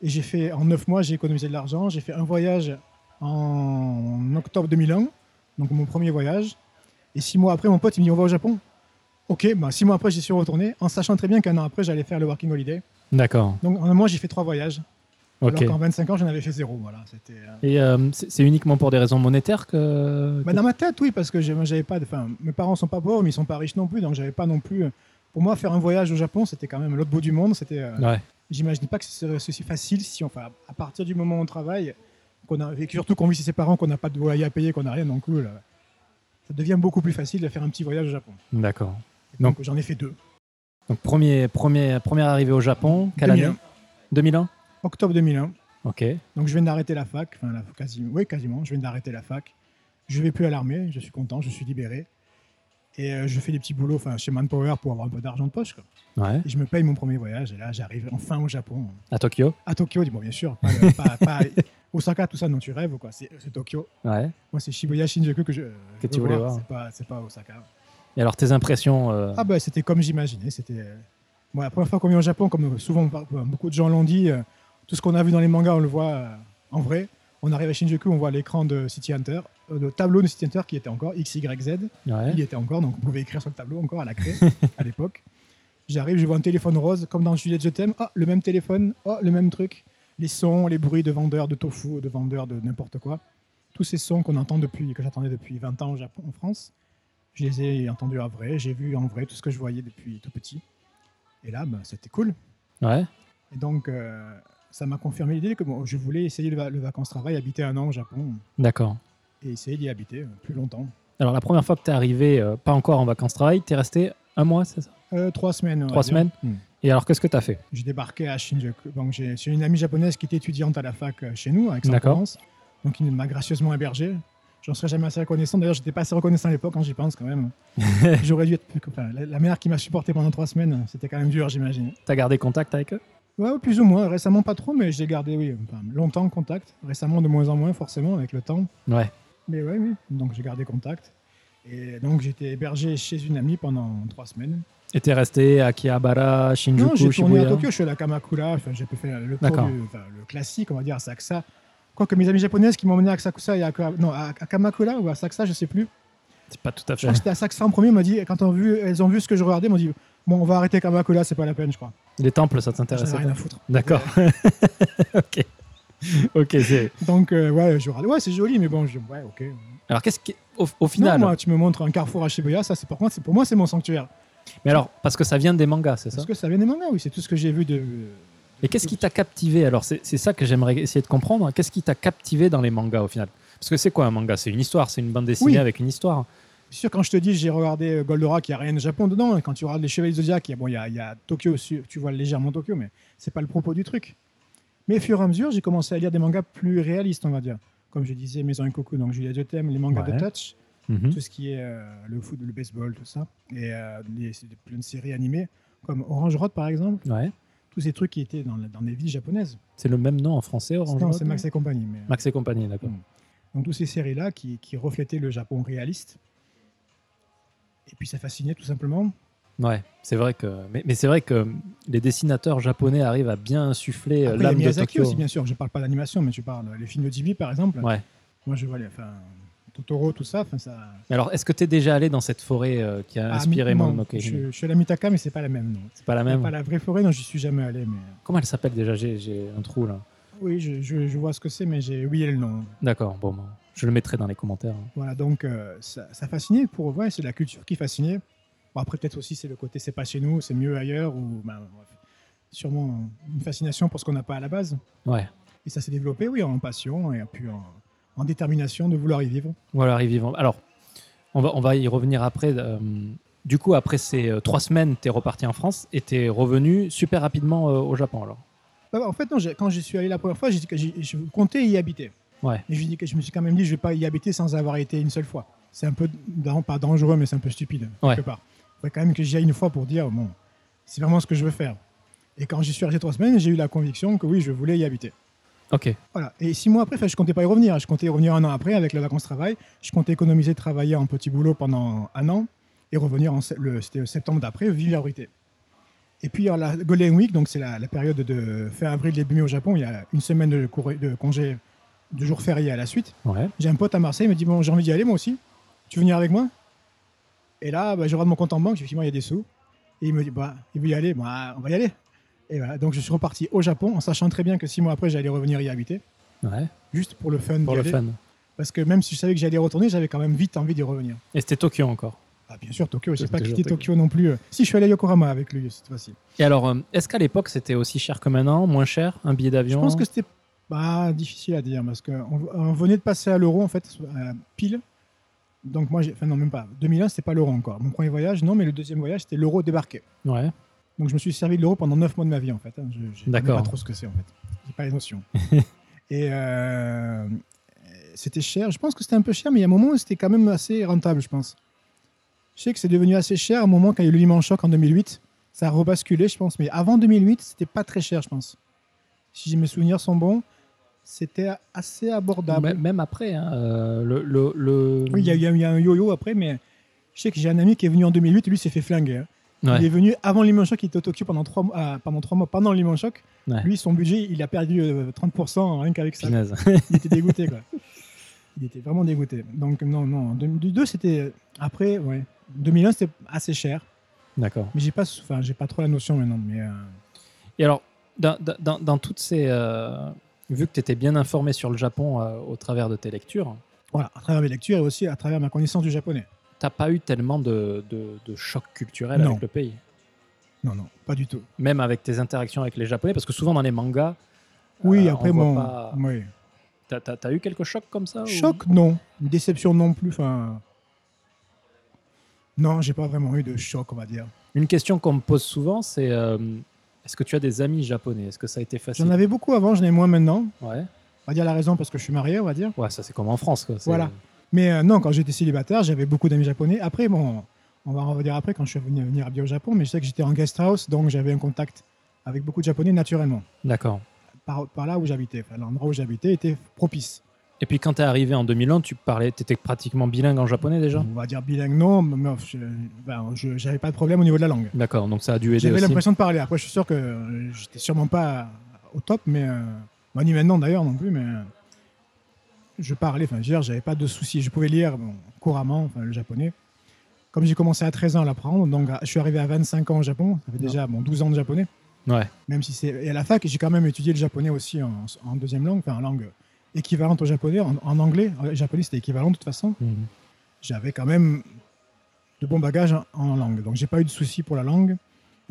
Et j'ai fait, en neuf mois, j'ai économisé de l'argent. J'ai fait un voyage en octobre 2001, donc mon premier voyage. Et six mois après, mon pote, il me dit On va au Japon. Ok, bah, six mois après, j'y suis retourné, en sachant très bien qu'un an après, j'allais faire le Working Holiday.
D'accord.
Donc en un mois, j'ai fait trois voyages.
Ok.
Alors qu'en 25 ans, j'en avais fait zéro. Voilà, c'était. euh,
Et euh, c'est c'est uniquement pour des raisons monétaires que.
bah, dans ma tête, oui, parce que j'ai- moi, j'avais pas. de- Enfin, mes parents sont pas pauvres, mais ils sont pas riches non plus, donc j'avais pas non plus. euh, Pour moi, faire un voyage au Japon, c'était quand même l'autre bout du monde. C'était. euh,
Ouais.
J'imaginais pas que ce serait aussi facile si, on- enfin, à partir du moment où on travaille, qu'on a vécu, surtout qu'on vit chez ses parents, qu'on n'a pas de loyer à payer, qu'on n'a rien non plus. là, ça devient beaucoup plus facile de faire un petit voyage au Japon.
D'accord.
Donc, j'en ai fait deux.
Donc, premier, premier, première arrivée au Japon, quelle
2001.
année 2001
Octobre 2001.
Ok.
Donc je viens d'arrêter la fac, enfin la, quasiment, oui quasiment, je viens d'arrêter la fac. Je vais plus à l'armée, je suis content, je suis libéré. Et euh, je fais des petits boulots enfin, chez Manpower pour avoir un peu d'argent de poche. quoi.
Ouais.
Et je me paye mon premier voyage et là j'arrive enfin au Japon.
À Tokyo
À Tokyo, dis bon bien sûr, pas, le- pas- pas- Osaka, tout ça, non tu rêves ou quoi, c'est c'est Tokyo.
Ouais.
Moi c'est Shibuya Shinjuku que je... euh,
Que
veux
tu voulais voir.
C'est pas, c'est pas Osaka.
Et alors, tes impressions euh,
Ah bah c'était comme j'imaginais, c'était... euh, moi, la première fois qu'on vient au Japon, comme souvent par- beaucoup de gens l'ont dit, euh, tout ce qu'on a vu dans les mangas, on le voit euh, en vrai. On arrive à Shinjuku, on voit l'écran de City Hunter, euh, le tableau de City Hunter qui était encore XYZ,
ouais.
il était encore, donc on pouvait écrire sur le tableau encore à la craie à l'époque. J'arrive, je vois un téléphone rose, comme dans Juliette Je t'aime, Ah, le même téléphone, Ah, le même truc. Les sons, les bruits de vendeurs de tofu, de vendeurs de n'importe quoi. Tous ces sons qu'on entend depuis, que j'attendais depuis 20 ans au Japon, en France, je les ai entendus en vrai, j'ai vu en vrai tout ce que je voyais depuis tout petit. Et là, ben, c'était cool.
Ouais.
Et donc, euh, ça m'a confirmé l'idée que bon, je voulais essayer le, va- le vacances-travail, habiter un an au Japon
D'accord.
et essayer d'y habiter euh, plus longtemps.
Alors, la première fois que t'es arrivé, euh, pas encore en vacances-travail, t'es resté un mois, c'est ça
Euh, trois semaines. on va
Trois
dire.
semaines
Hmm.
Et alors, qu'est-ce que t'as fait
J'ai débarqué à Shinjuku. Donc, j'ai j'ai une amie japonaise qui était étudiante à la fac euh, chez nous, à
D'accord.
Aix-en-Provence. Donc, il m'a gracieusement hébergé. J'en serais jamais assez reconnaissant. D'ailleurs, j'étais pas assez reconnaissant à l'époque, quand j'y pense quand même. J'aurais dû être plus. enfin, la, la mère qui m'a supporté pendant trois semaines, c'était quand même dur, j'imagine.
T'as gardé contact avec eux
Ouais, plus ou moins. Récemment, pas trop, mais j'ai gardé, oui, enfin, longtemps contact. Récemment, de moins en moins, forcément, avec le temps.
Ouais.
Mais oui, oui. Donc j'ai gardé contact. Et donc j'étais hébergé chez une amie pendant trois semaines.
Et t'es resté à Akihabara, Shinjuku,
Non, j'ai tourné à
Shibuya
Tokyo, je suis allé à Kamakura, enfin, j'ai fait le, tour
D'accord.
du- enfin, le classique, on va dire, à Sakusa. Quoique mes amis japonaises qui m'ont emmené à Sakusa et à, non, à, à Kamakura ou à Sakusa, je sais plus.
C'est pas tout à
Je
fait.
crois que c'était à Sakusa en premier, on m'a dit, quand on a vu, elles ont vu ce que je regardais, elles m'ont dit, bon, on va arrêter Kamakura, c'est pas la peine, je crois.
Les temples, ça
J'en ai
t'intéressait
rien
pas
à foutre.
D'accord. ok. Ok, c'est.
Donc, euh, ouais, je regardais, ouais, c'est joli, mais bon, je dis, ouais, ok.
Alors, qu'est-ce qui. Au, au final.
Non, moi, tu me montres un carrefour à Shibuya, ça, c'est pour moi, c'est pour moi, c'est mon sanctuaire.
Mais alors, parce que ça vient des mangas, c'est ça
Parce que ça vient des mangas, oui, c'est tout ce que j'ai vu de.
Et qu'est-ce qui t'a captivé Alors, c'est c'est ça que j'aimerais essayer de comprendre. hein. Qu'est-ce qui t'a captivé dans les mangas au final Parce que c'est quoi un manga C'est une histoire, c'est une bande dessinée
Oui.
avec une histoire.
C'est sûr, quand je te dis j'ai regardé euh, Goldorak, il n'y a rien de Japon dedans. hein. Quand tu regardes les Chevaliers du Zodiac, il y a- bon, il y, a- il y a Tokyo, su- tu vois légèrement Tokyo, mais c'est pas le propos du truc. Mais au fur et à mesure, j'ai commencé à lire des mangas plus réalistes, on va dire. Comme je disais, Maison et Coucou, donc Julia Jotem, les mangas
Ouais.
de Touch,
Mhm.
tout ce qui est euh, le foot, le baseball, tout ça. Et euh, les- c'est des- plein de séries animées, comme Orange Road par exemple,
Ouais.
tous ces trucs qui étaient dans, la- dans les villes japonaises.
C'est le même nom en français, Orange
Non,
Road,
c'est Max et compagnie. Mais...
Max et compagnie, d'accord.
Donc toutes ces séries-là qui, qui reflétaient le Japon réaliste. Et puis ça fascinait tout simplement.
Ouais, c'est vrai que. Mais, mais c'est vrai que les dessinateurs japonais arrivent à bien insuffler euh,
Après, il y a
l'âme de
Miyazaki
Tokyo.
aussi, bien sûr. Je parle pas d'animation, mais tu parles les films de Ghibli, par exemple.
Ouais.
Moi, je vois les, enfin, Totoro, tout ça. Enfin, ça.
Mais alors, est-ce que t'es déjà allé dans cette forêt euh, qui a
Ah,
inspiré
mais-
mon
non, je, je suis à la Mitaka, mais c'est pas la même. Non.
C'est pas la
C'est
même.
Pas la vraie forêt, non, j'y suis jamais allé. Mais euh,
Comment elle s'appelle déjà J'ai- J'ai un trou là.
oui, je, je- je vois ce que c'est, mais j'ai oublié le nom.
D'accord, bon, bon, je le mettrai dans les commentaires. hein.
Voilà, donc euh, ça, ça fascinait. Pour ouais, c'est la culture qui fascinait. Bon, après, peut-être aussi c'est le côté, c'est pas chez nous, c'est mieux ailleurs, ou ben, bref. sûrement une fascination pour ce qu'on n'a pas à la base.
Ouais.
Et ça s'est développé, oui, en passion et puis en, en détermination de vouloir y vivre.
Voilà, arrive vivant. Alors, on va, on va y revenir après. euh, du coup, après ces euh, trois semaines, t'es reparti en France et t'es revenu super rapidement euh, au Japon alors.
Bah, en fait, non, j'ai- quand je suis allé la première fois, j'ai dit que j'y- je comptais y habiter.
Ouais.
Et je, dis que je me suis quand même dit, je vais pas y habiter sans avoir été une seule fois. C'est un peu, dan- pas dangereux, mais c'est un peu stupide,
Ouais.
quelque part. Il faudrait quand même que j'y aille une fois pour dire, bon, c'est vraiment ce que je veux faire. Et quand j'y suis resté trois semaines, j'ai eu la conviction que oui, je voulais y habiter.
Ok.
Voilà. Et six mois après, enfin, je comptais pas y revenir. Je comptais y revenir un an après avec la vacances travail. Je comptais économiser, travailler en petit boulot pendant un an et revenir en se- le, c'était le septembre d'après, vivre la vérité. Et puis, alors, la Golden Week, donc c'est la, la période de fin avril, début mai au Japon, il y a une semaine de, couré- de congé, de jours fériés à la suite.
Ouais.
J'ai un pote à Marseille, il me dit Bon, j'ai envie d'y aller moi aussi. Tu veux venir avec moi Et là, bah, je regarde mon compte en banque, effectivement, il y a des sous. Et il me dit Bah, il veut y aller, bah, on va y aller. Et voilà, donc je suis reparti au Japon en sachant très bien que six mois après, j'allais revenir y habiter
Ouais.
juste pour le fun.
Pour le
d'y aller.
fun.
Parce que même si je savais que j'allais y retourner, j'avais quand même vite envie d'y revenir.
Et c'était Tokyo encore.
Ah, bien sûr, Tokyo, j'ai
C'est
pas
toujours
quitté Tokyo non plus. euh. Si, je suis allé à Yokohama avec lui cette fois-ci.
Et alors, euh, est-ce qu'à l'époque c'était aussi cher que maintenant Moins cher Un billet
Je
d'avion
pense que c'était bah, difficile à dire parce qu'on on venait de passer à l'euro en fait, euh, pile. Donc moi, j'ai- enfin non, même pas. 2001, c'était pas l'euro encore. Mon premier voyage, non, mais le deuxième voyage, c'était l'euro débarqué.
Ouais.
Donc je me suis servi de l'euro pendant 9 mois de ma vie en fait. hein. Je- Je ne
D'accord.
pas trop ce que c'est en fait. J'ai pas les notions. et euh, c'était cher. Je pense que c'était un peu cher, mais il y a un moment où c'était quand même assez rentable, je pense. Je sais que c'est devenu assez cher à un moment quand il y a eu le Lehman Shock en 2008. Ça a rebasculé, je pense. Mais avant 2008, c'était pas très cher, je pense. Si mes souvenirs sont bons, c'était assez abordable.
Mais- Même après, hein, euh, le, le, le-
Oui, il y, a eu- il y a eu un yo-yo après, mais je sais que j'ai un ami qui est venu en 2008 et lui s'est fait flinguer. hein.
Ouais.
Il est venu avant le Lehman Shock, il était au Tokyo pendant trois, mois- ah, pendant trois mois pendant le Lehman Shock.
Ouais.
Lui, son budget, il a perdu euh, 30% rien qu'avec ça.
Punaise.
Il était dégoûté, quoi. Il était vraiment dégoûté. Donc, non, non. 2002, c'était. euh, Après, ouais. 2001, c'était assez cher.
D'accord.
Mais j'ai pas, sou- enfin, j'ai pas trop la notion maintenant. Mais, euh,
Et alors, dans, dans- dans, dans toutes ces. euh, vu que tu étais bien informé sur le Japon euh, au travers de tes lectures,
voilà, à travers mes lectures et aussi à travers ma connaissance du japonais.
t'as pas eu tellement de, de, de choc culturel
Non.
avec le pays
Non, non, pas du tout.
même avec tes interactions avec les Japonais, parce que souvent dans les mangas,
Oui,
euh,
après,
on voit
bon.
pas-
oui.
t'as, t'as- t'as eu quelques chocs comme ça ou-
Choc, non. Une déception, non plus. Enfin. Non, j'ai pas vraiment eu de choc, on va dire.
Une question qu'on me pose souvent, c'est euh, est-ce que tu as des amis japonais Est-ce que ça a été facile
J'en avais beaucoup avant, j'en ai moins maintenant.
ouais.
On va dire la raison parce que je suis marié, on va dire.
ouais, ça c'est comme en France. quoi, c'est-
Voilà. Mais euh, non, quand j'étais célibataire, j'avais beaucoup d'amis japonais. Après, bon, on va en revenir après quand je suis venu venir habiller au Japon, mais je sais que j'étais en guest house, donc j'avais un contact avec beaucoup de japonais naturellement.
D'accord.
Par, par là où j'habitais, enfin, l'endroit où j'habitais était propice.
Et puis quand tu es arrivé en 2001, tu parlais, étais pratiquement bilingue en japonais déjà
On va dire bilingue, non, mais je- ben, je- j'avais pas de problème au niveau de la langue.
D'accord, donc ça a dû aider
J'avais
aussi.
l'impression de parler. Après, je suis sûr que euh, j'étais sûrement pas au top, mais euh, bah, ni maintenant d'ailleurs non plus, mais euh, je parlais. Enfin, je veux dire, j'avais pas de soucis. Je pouvais lire bon, couramment, enfin, le japonais. Comme j'ai commencé à 13 ans à l'apprendre, donc à- je suis arrivé à 25 ans au Japon. Ça fait
Non.
déjà bon, 12 ans de japonais.
Ouais,
Même si c'est et à la fac, j'ai quand même étudié le japonais aussi en, en deuxième langue, enfin en langue équivalente au japonais, en, en anglais. En japonais, c'était équivalent de toute façon
Mhm.
j'avais quand même de bons bagages en, en langue. Donc j'ai pas eu de soucis pour la langue.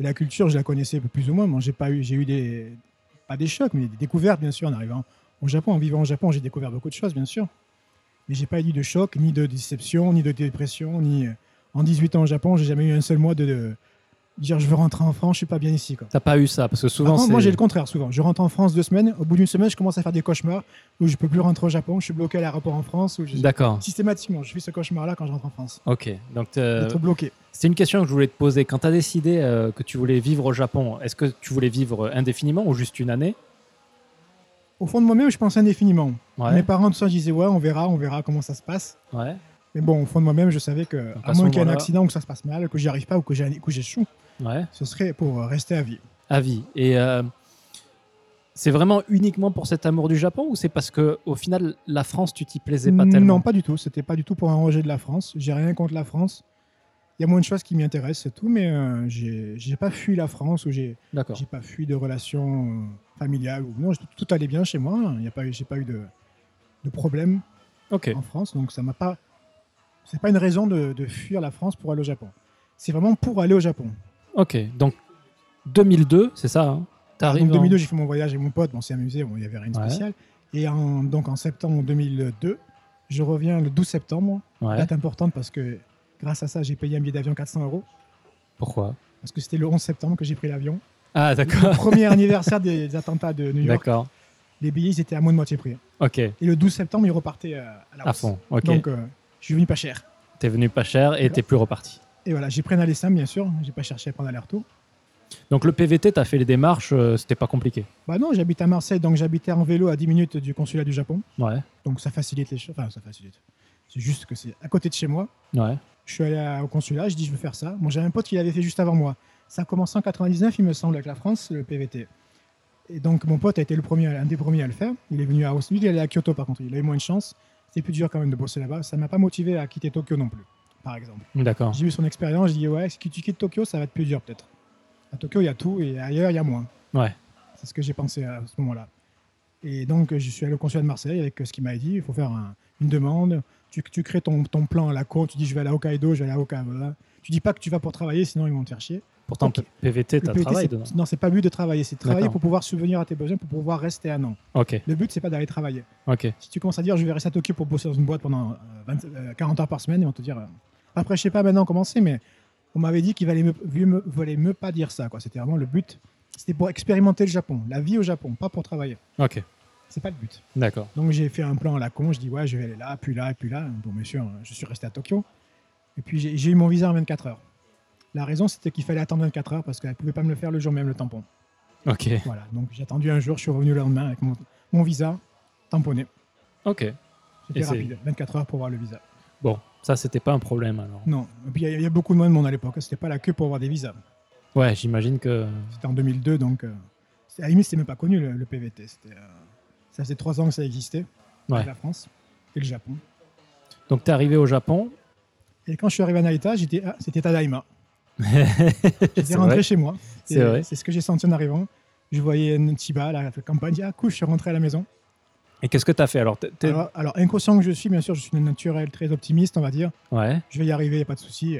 Et la culture, je la connaissais plus ou moins. mais j'ai pas eu, j'ai eu des pas des chocs, mais des découvertes bien sûr en arrivant au Japon, en vivant au Japon, j'ai découvert beaucoup de choses bien sûr. Mais j'ai pas eu de choc, ni de déception, ni de dépression, ni en 18 ans au Japon, j'ai jamais eu un seul mois de, de dire je veux rentrer en France, je suis pas bien ici quoi.
t'as pas eu ça parce que
Par
souvent
contre,
c'est.
moi, j'ai le contraire souvent. Je rentre en France deux semaines. Au bout d'une semaine, je commence à faire des cauchemars où je peux plus rentrer au Japon. Je suis bloqué à l'aéroport en France. Ou je-
D'accord.
Systématiquement, je fais ce cauchemar-là quand je rentre en France.
Ok. Donc euh,
D'être bloqué.
c'est une question que je voulais te poser. Quand t'as décidé euh, que tu voulais vivre au Japon, est-ce que tu voulais vivre euh, indéfiniment ou juste une année
Au fond de moi-même, je pensais indéfiniment.
Ouais.
Mes parents, tout ça, je disais, ouais, on verra, on verra comment ça se passe.
Ouais.
Mais bon, au fond de moi-même, je savais que,
Donc, à
à
ce
moins qu'il y ait un
moment-là-
accident ou que ça se passe mal, que j'y arrive pas ou que j'ai- que j'échoue,
Ouais.
ce serait pour euh, rester à vie.
à vie. Et euh, c'est vraiment uniquement pour cet amour du Japon ou c'est parce que au final la France tu t'y plaisais pas tellement
Non, pas du tout. C'était pas du tout pour un rejet de la France. J'ai rien contre la France. Il y a moins de choses qui m'y intéressent, c'est tout. Mais euh, j'ai j'ai pas fui la France ou j'ai
D'accord.
j'ai pas fui de relations euh, familiales. Ou... Non, tout tout allait bien chez moi. Il y a pas eu- J'ai pas eu de, de problème.
Ok.
en France. Donc ça m'a pas. C'est pas une raison de, de fuir la France pour aller au Japon. C'est vraiment pour aller au Japon.
Ok. Donc 2002, c'est ça. Hein
En
T'arrives
2002,
en-
j'ai fait mon voyage avec mon pote. On s'est amusé. Bon, il n'y avait rien de
Ouais.
spécial. Et en, donc en septembre 2002, je reviens le 12 septembre.
Ouais.
Date importante parce que grâce à ça, j'ai payé un billet d'avion 400 euros.
Pourquoi
Parce que c'était le 11 septembre que j'ai pris l'avion.
Ah d'accord.
Premier anniversaire des, des attentats de New York.
D'accord.
Les billets, ils étaient à moins de moitié prix.
Ok.
Et le 12 septembre, ils repartaient euh, à la
À
hausse.
fond. Ok.
Donc, euh, je suis venu pas cher.
T'es venu pas cher et t'es plus reparti.
Et voilà, j'ai pris un aller simple, bien sûr. J'ai pas cherché à prendre aller-retour.
Donc le PVT, t'as fait les démarches, euh, c'était pas compliqué.
Bah non, j'habite à Marseille, donc j'habitais en vélo à 10 minutes du consulat du Japon.
Ouais.
Donc ça facilite les choses. Enfin, ça facilite. C'est juste que c'est à côté de chez moi.
Ouais.
Je suis allé à- au consulat, je dis je veux faire ça. Moi, j'avais un pote qui l'avait fait juste avant moi. Ça a commencé en 99, il me semble, avec la France, le PVT. Et donc mon pote a été le premier, un des premiers à le faire. Il est venu à Oslo, il est allé à Kyoto par contre. Il a eu moins de chance. C'était plus dur quand même de bosser là-bas. Ça m'a pas motivé à quitter Tokyo non plus, par exemple.
D'accord.
J'ai vu son expérience, j'ai dit ouais, si tu quittes Tokyo, ça va être plus dur peut-être. À Tokyo, il y a tout et ailleurs, il y a moins.
Ouais.
C'est ce que j'ai pensé à ce moment-là. Et donc, je suis allé au consulat de Marseille avec euh, ce qu'il m'a dit. Il faut faire un- une demande. Tu, tu crées ton, ton plan à la con. Tu dis, je vais aller à Hokkaido, je vais aller à Hokkaido. voilà. Tu dis pas que tu vas pour travailler, sinon ils vont te faire chier.
Pourtant
Ok.
PVT, t'as
Le PET,
travaillé
c'est-
dedans.
Non, c'est pas le but de travailler. C'est de travailler
D'accord.
pour pouvoir subvenir à tes besoins, pour pouvoir rester un an.
Ok.
Le but, c'est pas d'aller travailler.
Ok.
Si tu commences à dire, je vais rester à Tokyo pour bosser dans une boîte pendant euh, 20 euh, 40 heures par semaine, ils vont te dire. euh, Après, je sais pas maintenant comment c'est, mais on m'avait dit qu'il valait mieux, mieux, me- valait mieux pas dire ça. quoi. C'était vraiment le but. C'était pour expérimenter le Japon, la vie au Japon, pas pour travailler.
Ok.
C'est pas le but.
D'accord.
Donc j'ai fait un plan à la con, je dis ouais, je vais aller là, puis là, puis là. Bon, bien sûr, je suis resté à Tokyo. Et puis j'ai j'ai eu mon visa en 24 heures. La raison, c'était qu'il fallait attendre 24 heures parce qu'elle ne pouvait pas me le faire le jour même, le tampon.
Ok.
Voilà, donc j'ai attendu un jour, je suis revenu le lendemain avec mon, mon visa tamponné.
Ok. Et
C'était
c'est-
rapide, 24 heures pour avoir le visa.
Bon, ça c'était pas un problème alors.
Non, et puis il y a- il y, a beaucoup de moins de monde à l'époque, c'était pas la queue pour avoir des visas.
Ouais, j'imagine que.
C'était en 2002, donc euh, c'est- à la limite, c'était même pas connu le, le PVT. C'était, euh, ça faisait trois ans que ça existait,
Ouais.
la France et le Japon.
Donc t'es arrivé au Japon.
Et quand je suis arrivé à Narita, j'étais, ah, c'était Tadaima.
C'est
J'étais rentré
vrai.
chez moi.
C'est
Et
vrai.
C'est ce que j'ai senti en arrivant. Je voyais une Chiba, la campagne. Ah, cool, je suis rentré à la maison.
Et qu'est-ce que t'as fait alors, t'es- t'es-
Alors, alors, inconscient que je suis, bien sûr, je suis naturel, très optimiste, on va dire.
Ouais.
Je vais y arriver, y a pas de souci.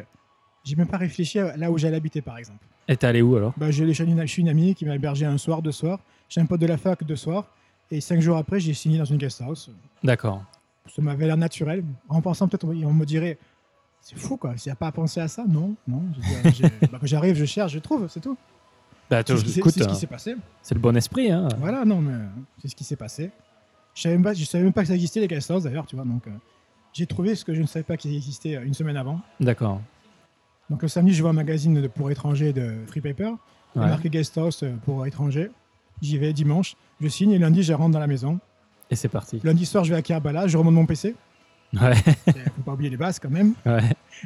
J'ai même pas réfléchi à là où j'allais habiter, par exemple.
Et t'es allé où alors
Bah, j'ai j'ai une, je suis une amie qui m'a hébergé un soir, deux soirs. J'ai un pote de la fac, deux soirs. Et cinq jours après, j'ai signé dans une guest house.
D'accord.
Ça m'avait l'air naturel. En pensant peut-être, on me dirait, c'est fou quoi, s'il n'y a pas à penser à ça, non, non. Je dis, ah, j'ai- bah, quand j'arrive, je cherche, je trouve, c'est tout.
Bah
C'est
tu-
ce qui s'est-
écoute,
c'est ce qui
hein,
s'est passé.
c'est le bon esprit. Hein.
Voilà, non, mais euh, c'est ce qui s'est passé. Je savais même pas, je savais même pas que ça existait les guest house d'ailleurs, tu vois. Donc, euh, j'ai trouvé ce que je ne savais pas qu'il existait euh, une semaine avant.
D'accord.
Donc, le samedi, je vois un magazine de, pour étrangers de Free Paper,
Ouais.
marqué guest house euh, pour étrangers. J'y vais dimanche, je signe et lundi, je rentre dans la maison.
Et c'est parti.
Lundi soir, je vais à Kerbala, je remonte mon PC.
Ouais,
Il faut pas oublier les bases quand même.
ouais.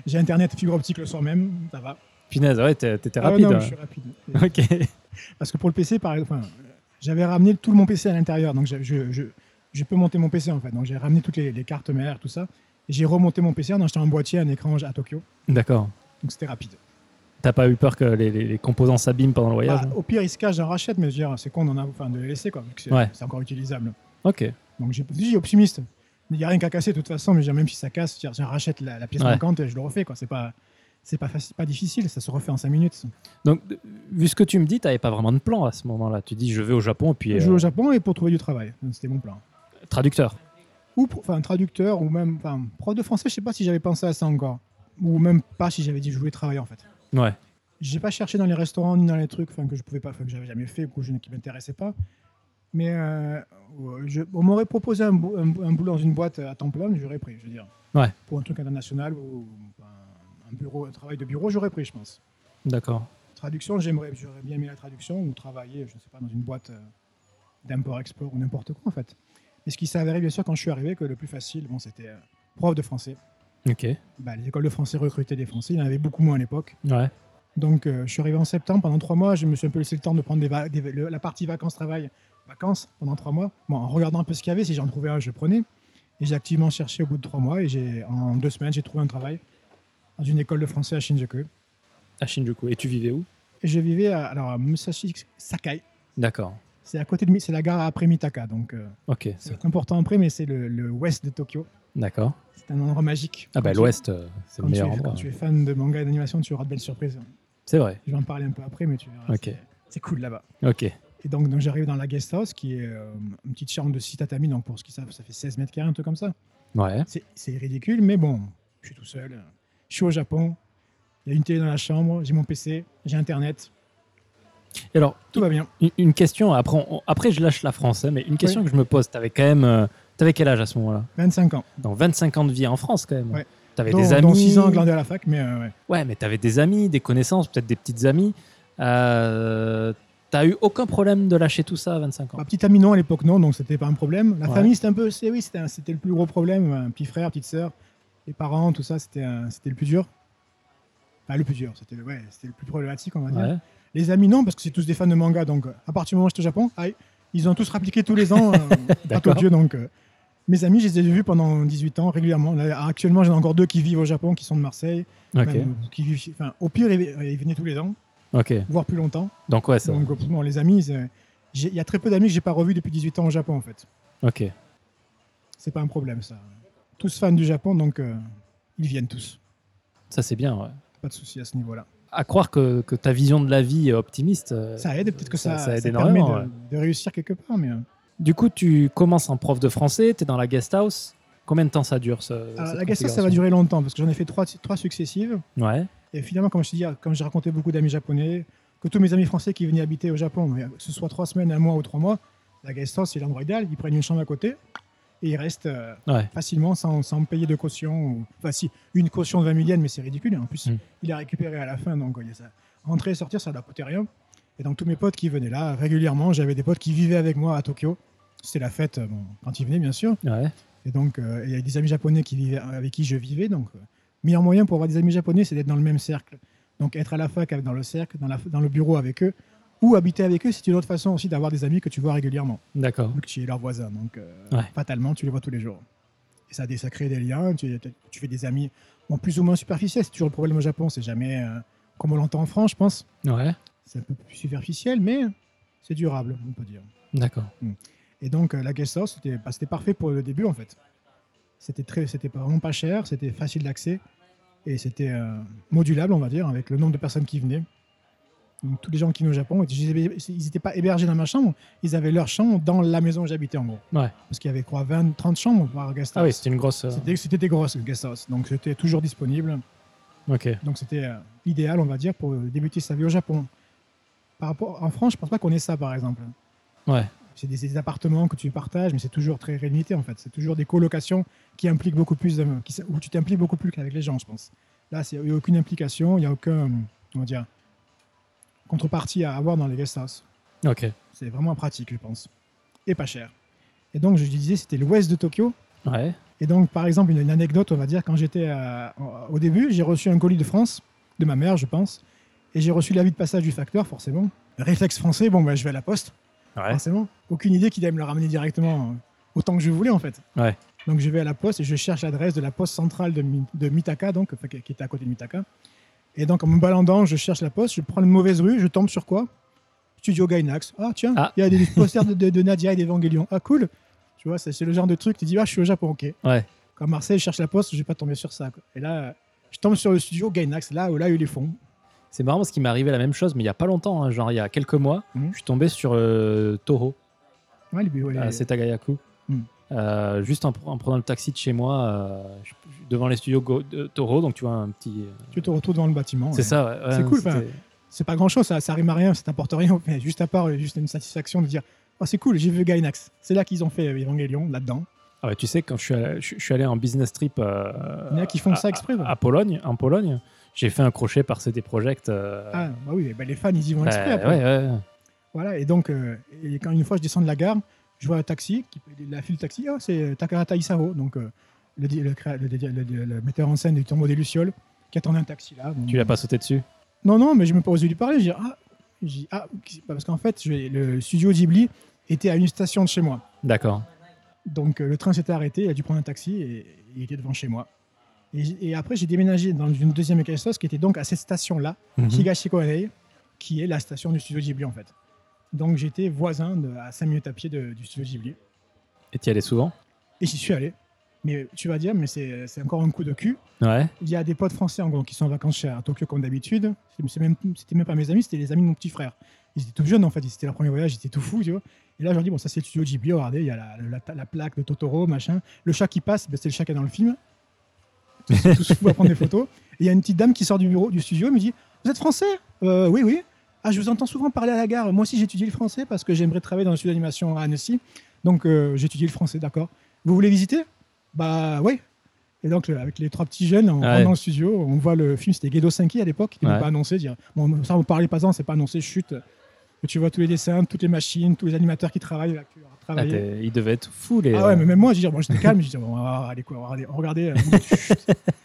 J'ai internet fibre optique le soir même, ça va.
Punaise, ouais, t'es- t'étais
Ah
rapide.
non,
hein.
je suis rapide.
Ok.
Parce que pour le PC, par exemple, enfin, j'avais ramené tout mon PC à l'intérieur, donc j'ai- je, je, je peux monter mon PC en fait. Donc j'ai ramené toutes les, les cartes mères, tout ça. Et j'ai remonté mon PC en achetant un boîtier, un écran à Tokyo.
D'accord.
Donc c'était rapide.
T'as pas eu peur que les, les- les composants s'abîment pendant le voyage
Bah,
hein
au pire, il se cache, j'en rachète, mais je veux dire, c'est con d'en avoir- enfin, de les laisser, quoi, vu que c'est
Ouais.
c'est encore utilisable.
Ok.
Donc j'ai- je suis optimiste. Il n'y a rien qu'à casser de toute façon, mais je veux dire, même si ça casse, je veux dire, j'en rachète la, la pièce
Ouais.
manquante et je le refais. quoi. C'est pas, c'est pas, faci- pas difficile, ça se refait en 5 minutes.
Donc, de- vu ce que tu me dis, t'avais pas vraiment de plan à ce moment-là. Tu dis, je vais au Japon et puis
Je joue
euh,
au Japon et pour trouver du travail, Donc, c'était mon plan.
traducteur.
Ou pro- enfin traducteur ou même enfin, prof de français, je sais pas si j'avais pensé à ça encore. Ou même pas si j'avais dit je voulais travailler en fait.
Ouais.
J'ai pas cherché dans les restaurants ni dans les trucs enfin, que je pouvais pas, enfin, que j'avais jamais fait ou que je, qui m'intéressait pas. Mais euh, je- on m'aurait proposé un, bou- un bou- un boulot dans une boîte à temps plein, j'aurais pris, je veux dire.
Ouais.
Pour un truc international ou un- un bureau, un travail de bureau, j'aurais pris, je pense.
D'accord.
Traduction, j'aimerais, j'aurais bien aimé la traduction ou travailler, je ne sais pas, dans une boîte euh, d'import-export ou n'importe quoi en fait. Et ce qui s'est avéré bien sûr quand je suis arrivé que le plus facile, bon, c'était euh, prof de français.
Ok.
Bah, les écoles de français recrutaient des Français, il y en avait beaucoup moins à l'époque.
Ouais.
Donc euh, je suis arrivé en septembre, pendant trois mois, je me suis un peu laissé le temps de prendre des va- des- le- la partie vacances-travail, vacances pendant trois mois. Bon, en regardant un peu ce qu'il y avait, si j'en trouvais un, je prenais. Et j'ai activement cherché au bout de trois mois et j'ai, en deux semaines, j'ai trouvé un travail dans une école de français à Shinjuku.
À Shinjuku. Et tu vivais où
Et je vivais à, alors, à Musashi Sakai.
D'accord.
C'est à côté de Mi- c'est la gare après Mitaka, donc euh,
Ok. c'est-
c'est important après, mais c'est le, le ouest de Tokyo.
D'accord.
C'est un endroit magique.
Ah bah
Quand tu-
l'Ouest, euh, c'est
quand
le
tu, es-
meilleur endroit.
quand tu es fan de manga et d'animation, tu auras de belles surprises.
C'est vrai.
Je vais en parler un peu après, mais tu verras.
Ok.
c'est- C'est cool là-bas.
Ok.
Et donc, donc, j'arrive dans la guest house, qui est euh, une petite chambre de 6 tatamis, donc pour ce qui savent, ça fait 16 mètres carrés, un truc comme ça.
Ouais.
C'est- C'est ridicule, mais bon, je suis tout seul. euh, Je suis au Japon, il y a une télé dans la chambre, j'ai mon PC, j'ai Internet,
Et alors,
tout va bien.
une, une question. Après, on- après, je lâche la France, hein, mais une question que je me pose. T'avais quand même. euh, T'avais quel âge à ce moment-là
25 ans.
Dans 25 ans de vie en France, quand même.
Ouais.
T'avais
dont,
des amis.
6 ans, glandé à la fac, mais euh, ouais.
Ouais, mais t'avais des amis, des connaissances, peut-être des petites amies. Euh, T'as eu aucun problème de lâcher tout ça à 25 ans
Ma petite amie, non, à l'époque, non, donc c'était pas un problème. La
Ouais.
famille, c'était un peu, c'est, oui, c'était, un- c'était le plus gros problème. Un petit frère, petite sœur, les parents, tout ça, c'était, un- c'était le plus dur. Enfin, le plus dur, c'était, le- ouais, c'était le plus problématique, on va dire.
Ouais.
Les amis, non, parce que c'est tous des fans de manga, donc euh, à partir du moment où j'étais au Japon, ah, ils ont tous rappliqué tous les ans euh, à
D'accord.
Tokyo, donc. euh, mes amis, je les ai vus pendant 18 ans régulièrement. Là, actuellement, j'en ai encore deux qui vivent au Japon, qui sont de Marseille.
Ok.
Enfin, qui vivent, enfin, au pire, ils- ils venaient tous les ans,
Ok.
voire plus longtemps.
Donc ouais, ça.
Donc, euh, bon, les amis, c'est- j'ai- il y a très peu d'amis que j'ai pas revus depuis 18 ans au Japon, en fait.
Ok.
C'est pas un problème, ça. Tous fans du Japon, donc euh, ils viennent tous.
Ça c'est bien. ouais.
Pas de souci à ce niveau-là.
À croire que, que ta vision de la vie est optimiste. euh,
Ça aide, peut-être que ça,
ça aide
ça permet
énormément,
de, de réussir quelque part. Mais, euh,
Du coup, tu commences en prof de français, tu es dans la guest house. Combien de temps ça dure ce,
alors,
cette
la Gassa, ça va
configuration
durer longtemps, parce que j'en ai fait trois, trois successives.
Ouais,
Et finalement, comme je te dis, comme j'ai raconté beaucoup d'amis japonais, que tous mes amis français qui venaient habiter au Japon, mais que ce soit trois semaines, un mois ou trois mois, la guest house, c'est l'endroit idéal. Ils prennent une chambre à côté et ils restent euh,
Ouais.
facilement sans, sans payer de caution. Ou... Enfin, si, une caution de 20 000 yens, mais c'est ridicule. En plus,
Mm.
il a récupéré à la fin. Donc, euh, il y a ça. rentrer et sortir, ça ne leur coûtait rien. Et donc, tous mes potes qui venaient là régulièrement, j'avais des potes qui vivaient avec moi à Tokyo. C'était la fête euh, bon, quand ils venaient, bien sûr.
ouais.
Et donc, euh, il y a des amis japonais qui vivaient, avec qui je vivais. Donc, euh, meilleur moyen pour avoir des amis japonais, c'est d'être dans le même cercle. Donc, être à la fac avec- dans le cercle, dans, la- dans le bureau avec eux, ou habiter avec eux, c'est une autre façon aussi d'avoir des amis que tu vois régulièrement,
D'accord.
vu que tu es leur voisin. Donc, euh,
Ouais.
fatalement, tu les vois tous les jours. Et ça, a des- ça crée des liens, tu, tu fais des amis, bon, plus ou moins superficiels. C'est toujours le problème au Japon, c'est jamais euh, comme on l'entend en France, je pense.
Ouais,
C'est un peu plus superficiel, mais c'est durable, on peut dire.
d'accord.
Et donc, euh, la guest house, c'était bah, c'était parfait pour le début, en fait. C'était très- c'était pas- vraiment pas cher, c'était facile d'accès et c'était euh, modulable, on va dire, avec le nombre de personnes qui venaient. Donc, tous les gens qui venaient au Japon, ils n'étaient pas hébergés dans ma chambre, ils avaient leur chambre dans la maison où j'habitais, en gros.
Ouais.
Parce qu'il y avait quoi, 20, 30 chambres par guest
Ah oui,
house.
c'est une grosse. euh,
C'était- C'était des grosses guest house, donc c'était toujours disponible.
Ok.
Donc c'était euh, idéal, on va dire, pour euh, débuter sa vie au Japon. Par rapport en France, je pense pas qu'on ait ça, par exemple.
Ouais.
C'est des, des appartements que tu partages, mais c'est toujours très limité en fait. C'est toujours des colocations qui impliquent beaucoup plus, de- qui s- où tu t'impliques beaucoup plus qu'avec les gens, je pense. Là, c'est- il n'y a aucune implication, il n'y a aucun, comment dire, contrepartie à avoir dans les guest house.
Ok.
C'est vraiment pratique, je pense. Et pas cher. Et donc, je disais, c'était l'ouest de Tokyo.
Ouais.
Et donc, par exemple, une, une anecdote, on va dire, quand j'étais à- en- au début, j'ai reçu un colis de France, de ma mère, je pense, et j'ai reçu l'avis de passage du facteur, forcément. Réflexe français, bon, bah, je vais à la poste,
Ouais.
forcément. Aucune idée qu'il allait me le ramener directement, euh, autant que je voulais, en fait.
Ouais.
Donc, je vais à la poste et je cherche l'adresse de la poste centrale de, Mi- de Mitaka, donc, enfin, qui qui était à côté de Mitaka. Et donc, en me baladant, je cherche la poste, je prends une mauvaise rue, je tombe sur quoi Studio Gainax. Ah, tiens, il
Ah.
y a des posters de, de- de Nadia et d'Evangelion. Ah, cool Tu vois, c'est c'est le genre de truc, tu dis, ah, je suis au Japon, ok
Ouais.
quand Marseille cherche la poste, je vais pas tomber sur ça. quoi. Et là, euh, je tombe sur le studio Gainax, là où là où ils les font.
C'est marrant parce qu'il m'est arrivé la même chose, mais il y a pas longtemps, hein, genre il y a quelques mois,
Mhm.
je suis tombé sur euh, Toho
Ouais, les- ouais,
à
les-
Setagayaku.
Mhm.
Euh, juste en, pr- en prenant le taxi de chez moi, euh, je- je- devant les studios Go- de Toho, donc tu vois un petit. euh,
tu te retrouves dans le bâtiment.
C'est
ouais.
ça, ouais, ouais,
C'est cool,
c'était-
enfin, C'est pas grand chose, ça, ça rime à rien, ça t'apporte rien, mais juste à part euh, juste une satisfaction de dire Oh, c'est cool, j'ai vu Gainax. C'est là qu'ils ont fait euh, Evangelion, là-dedans.
Ah ouais, tu sais, quand je suis, allé, je- je suis allé en business trip euh,
Il y en a qui font
à-
ça exprès, ouais.
à, à Pologne, en Pologne, j'ai fait un crochet par CD Projekt. euh,
Ah, bah oui, bah, les fans, ils y vont
bah,
exprès. après.
ouais, ouais, ouais.
Voilà, et donc, euh, et quand une fois je descends de la gare, je vois un taxi, qui, la file taxi, ah, c'est Takahata Isao, donc euh, le, di- le créa- le- le- le- le metteur en scène du tombeau des Lucioles, qui attendait un taxi là. Donc,
Tu l'as pas sauté dessus
Non, non, mais je me pas osé lui parler. J'ai dit, ah, j'ai dit, ah, qui- parce qu'en fait, je- le studio Ghibli était à une station de chez moi.
D'accord.
Donc euh, le train s'était arrêté, il a dû prendre un taxi et il était devant chez moi. Et, j- et après, j'ai déménagé dans une deuxième école qui était donc à cette station-là,
Mhm.
Higashikohanei, qui est la station du studio Ghibli en fait. Donc j'étais voisin de- à 5 minutes à pied de- du studio Ghibli.
Et tu y allais souvent
Et j'y suis allé. Mais tu vas dire, mais c'est c'est encore un coup de cul.
Ouais.
Il y a des potes français en gros qui sont en vacances chez- à Tokyo comme d'habitude. C'est- c'est même- C'était même pas mes amis, c'était les amis de mon petit frère. Ils étaient tout jeunes en fait, c'était leur premier voyage, ils étaient tout fous, tu vois. Et là, je leur dis, bon, ça c'est le studio Ghibli, regardez, il y a la, la- la plaque de Totoro, machin. Le chat qui passe, ben, c'est le chat qui est dans le film. Tous, tous fous à prendre des photos. Et il y a une petite dame qui sort du bureau, du studio, elle me dit, vous êtes français Euh, Oui, oui. Ah, je vous entends souvent parler à la gare. Moi aussi, j'étudie le français parce que j'aimerais travailler dans le studio d'animation à Annecy. Donc, euh, j'étudie le français, d'accord. Vous voulez visiter Bah, oui. Et donc, le- avec les trois petits jeunes, on
Ah Ouais.
rentre dans le studio, on voit le film, c'était Guedo Senki à l'époque, qui n'ont
Ouais.
pas annoncé, dire, bon, ça, vous parlez pas en, c'est pas annoncé, chute. Et tu vois tous les dessins, toutes les machines, tous les animateurs qui travaillent, là, qui ont
Ah,
travaillé.
t'es- il devait être fou les.
Ah ouais, mais même moi, je dis, bon, j'étais calme, je dis, bon, ah, allez quoi, regardez, regardez, euh,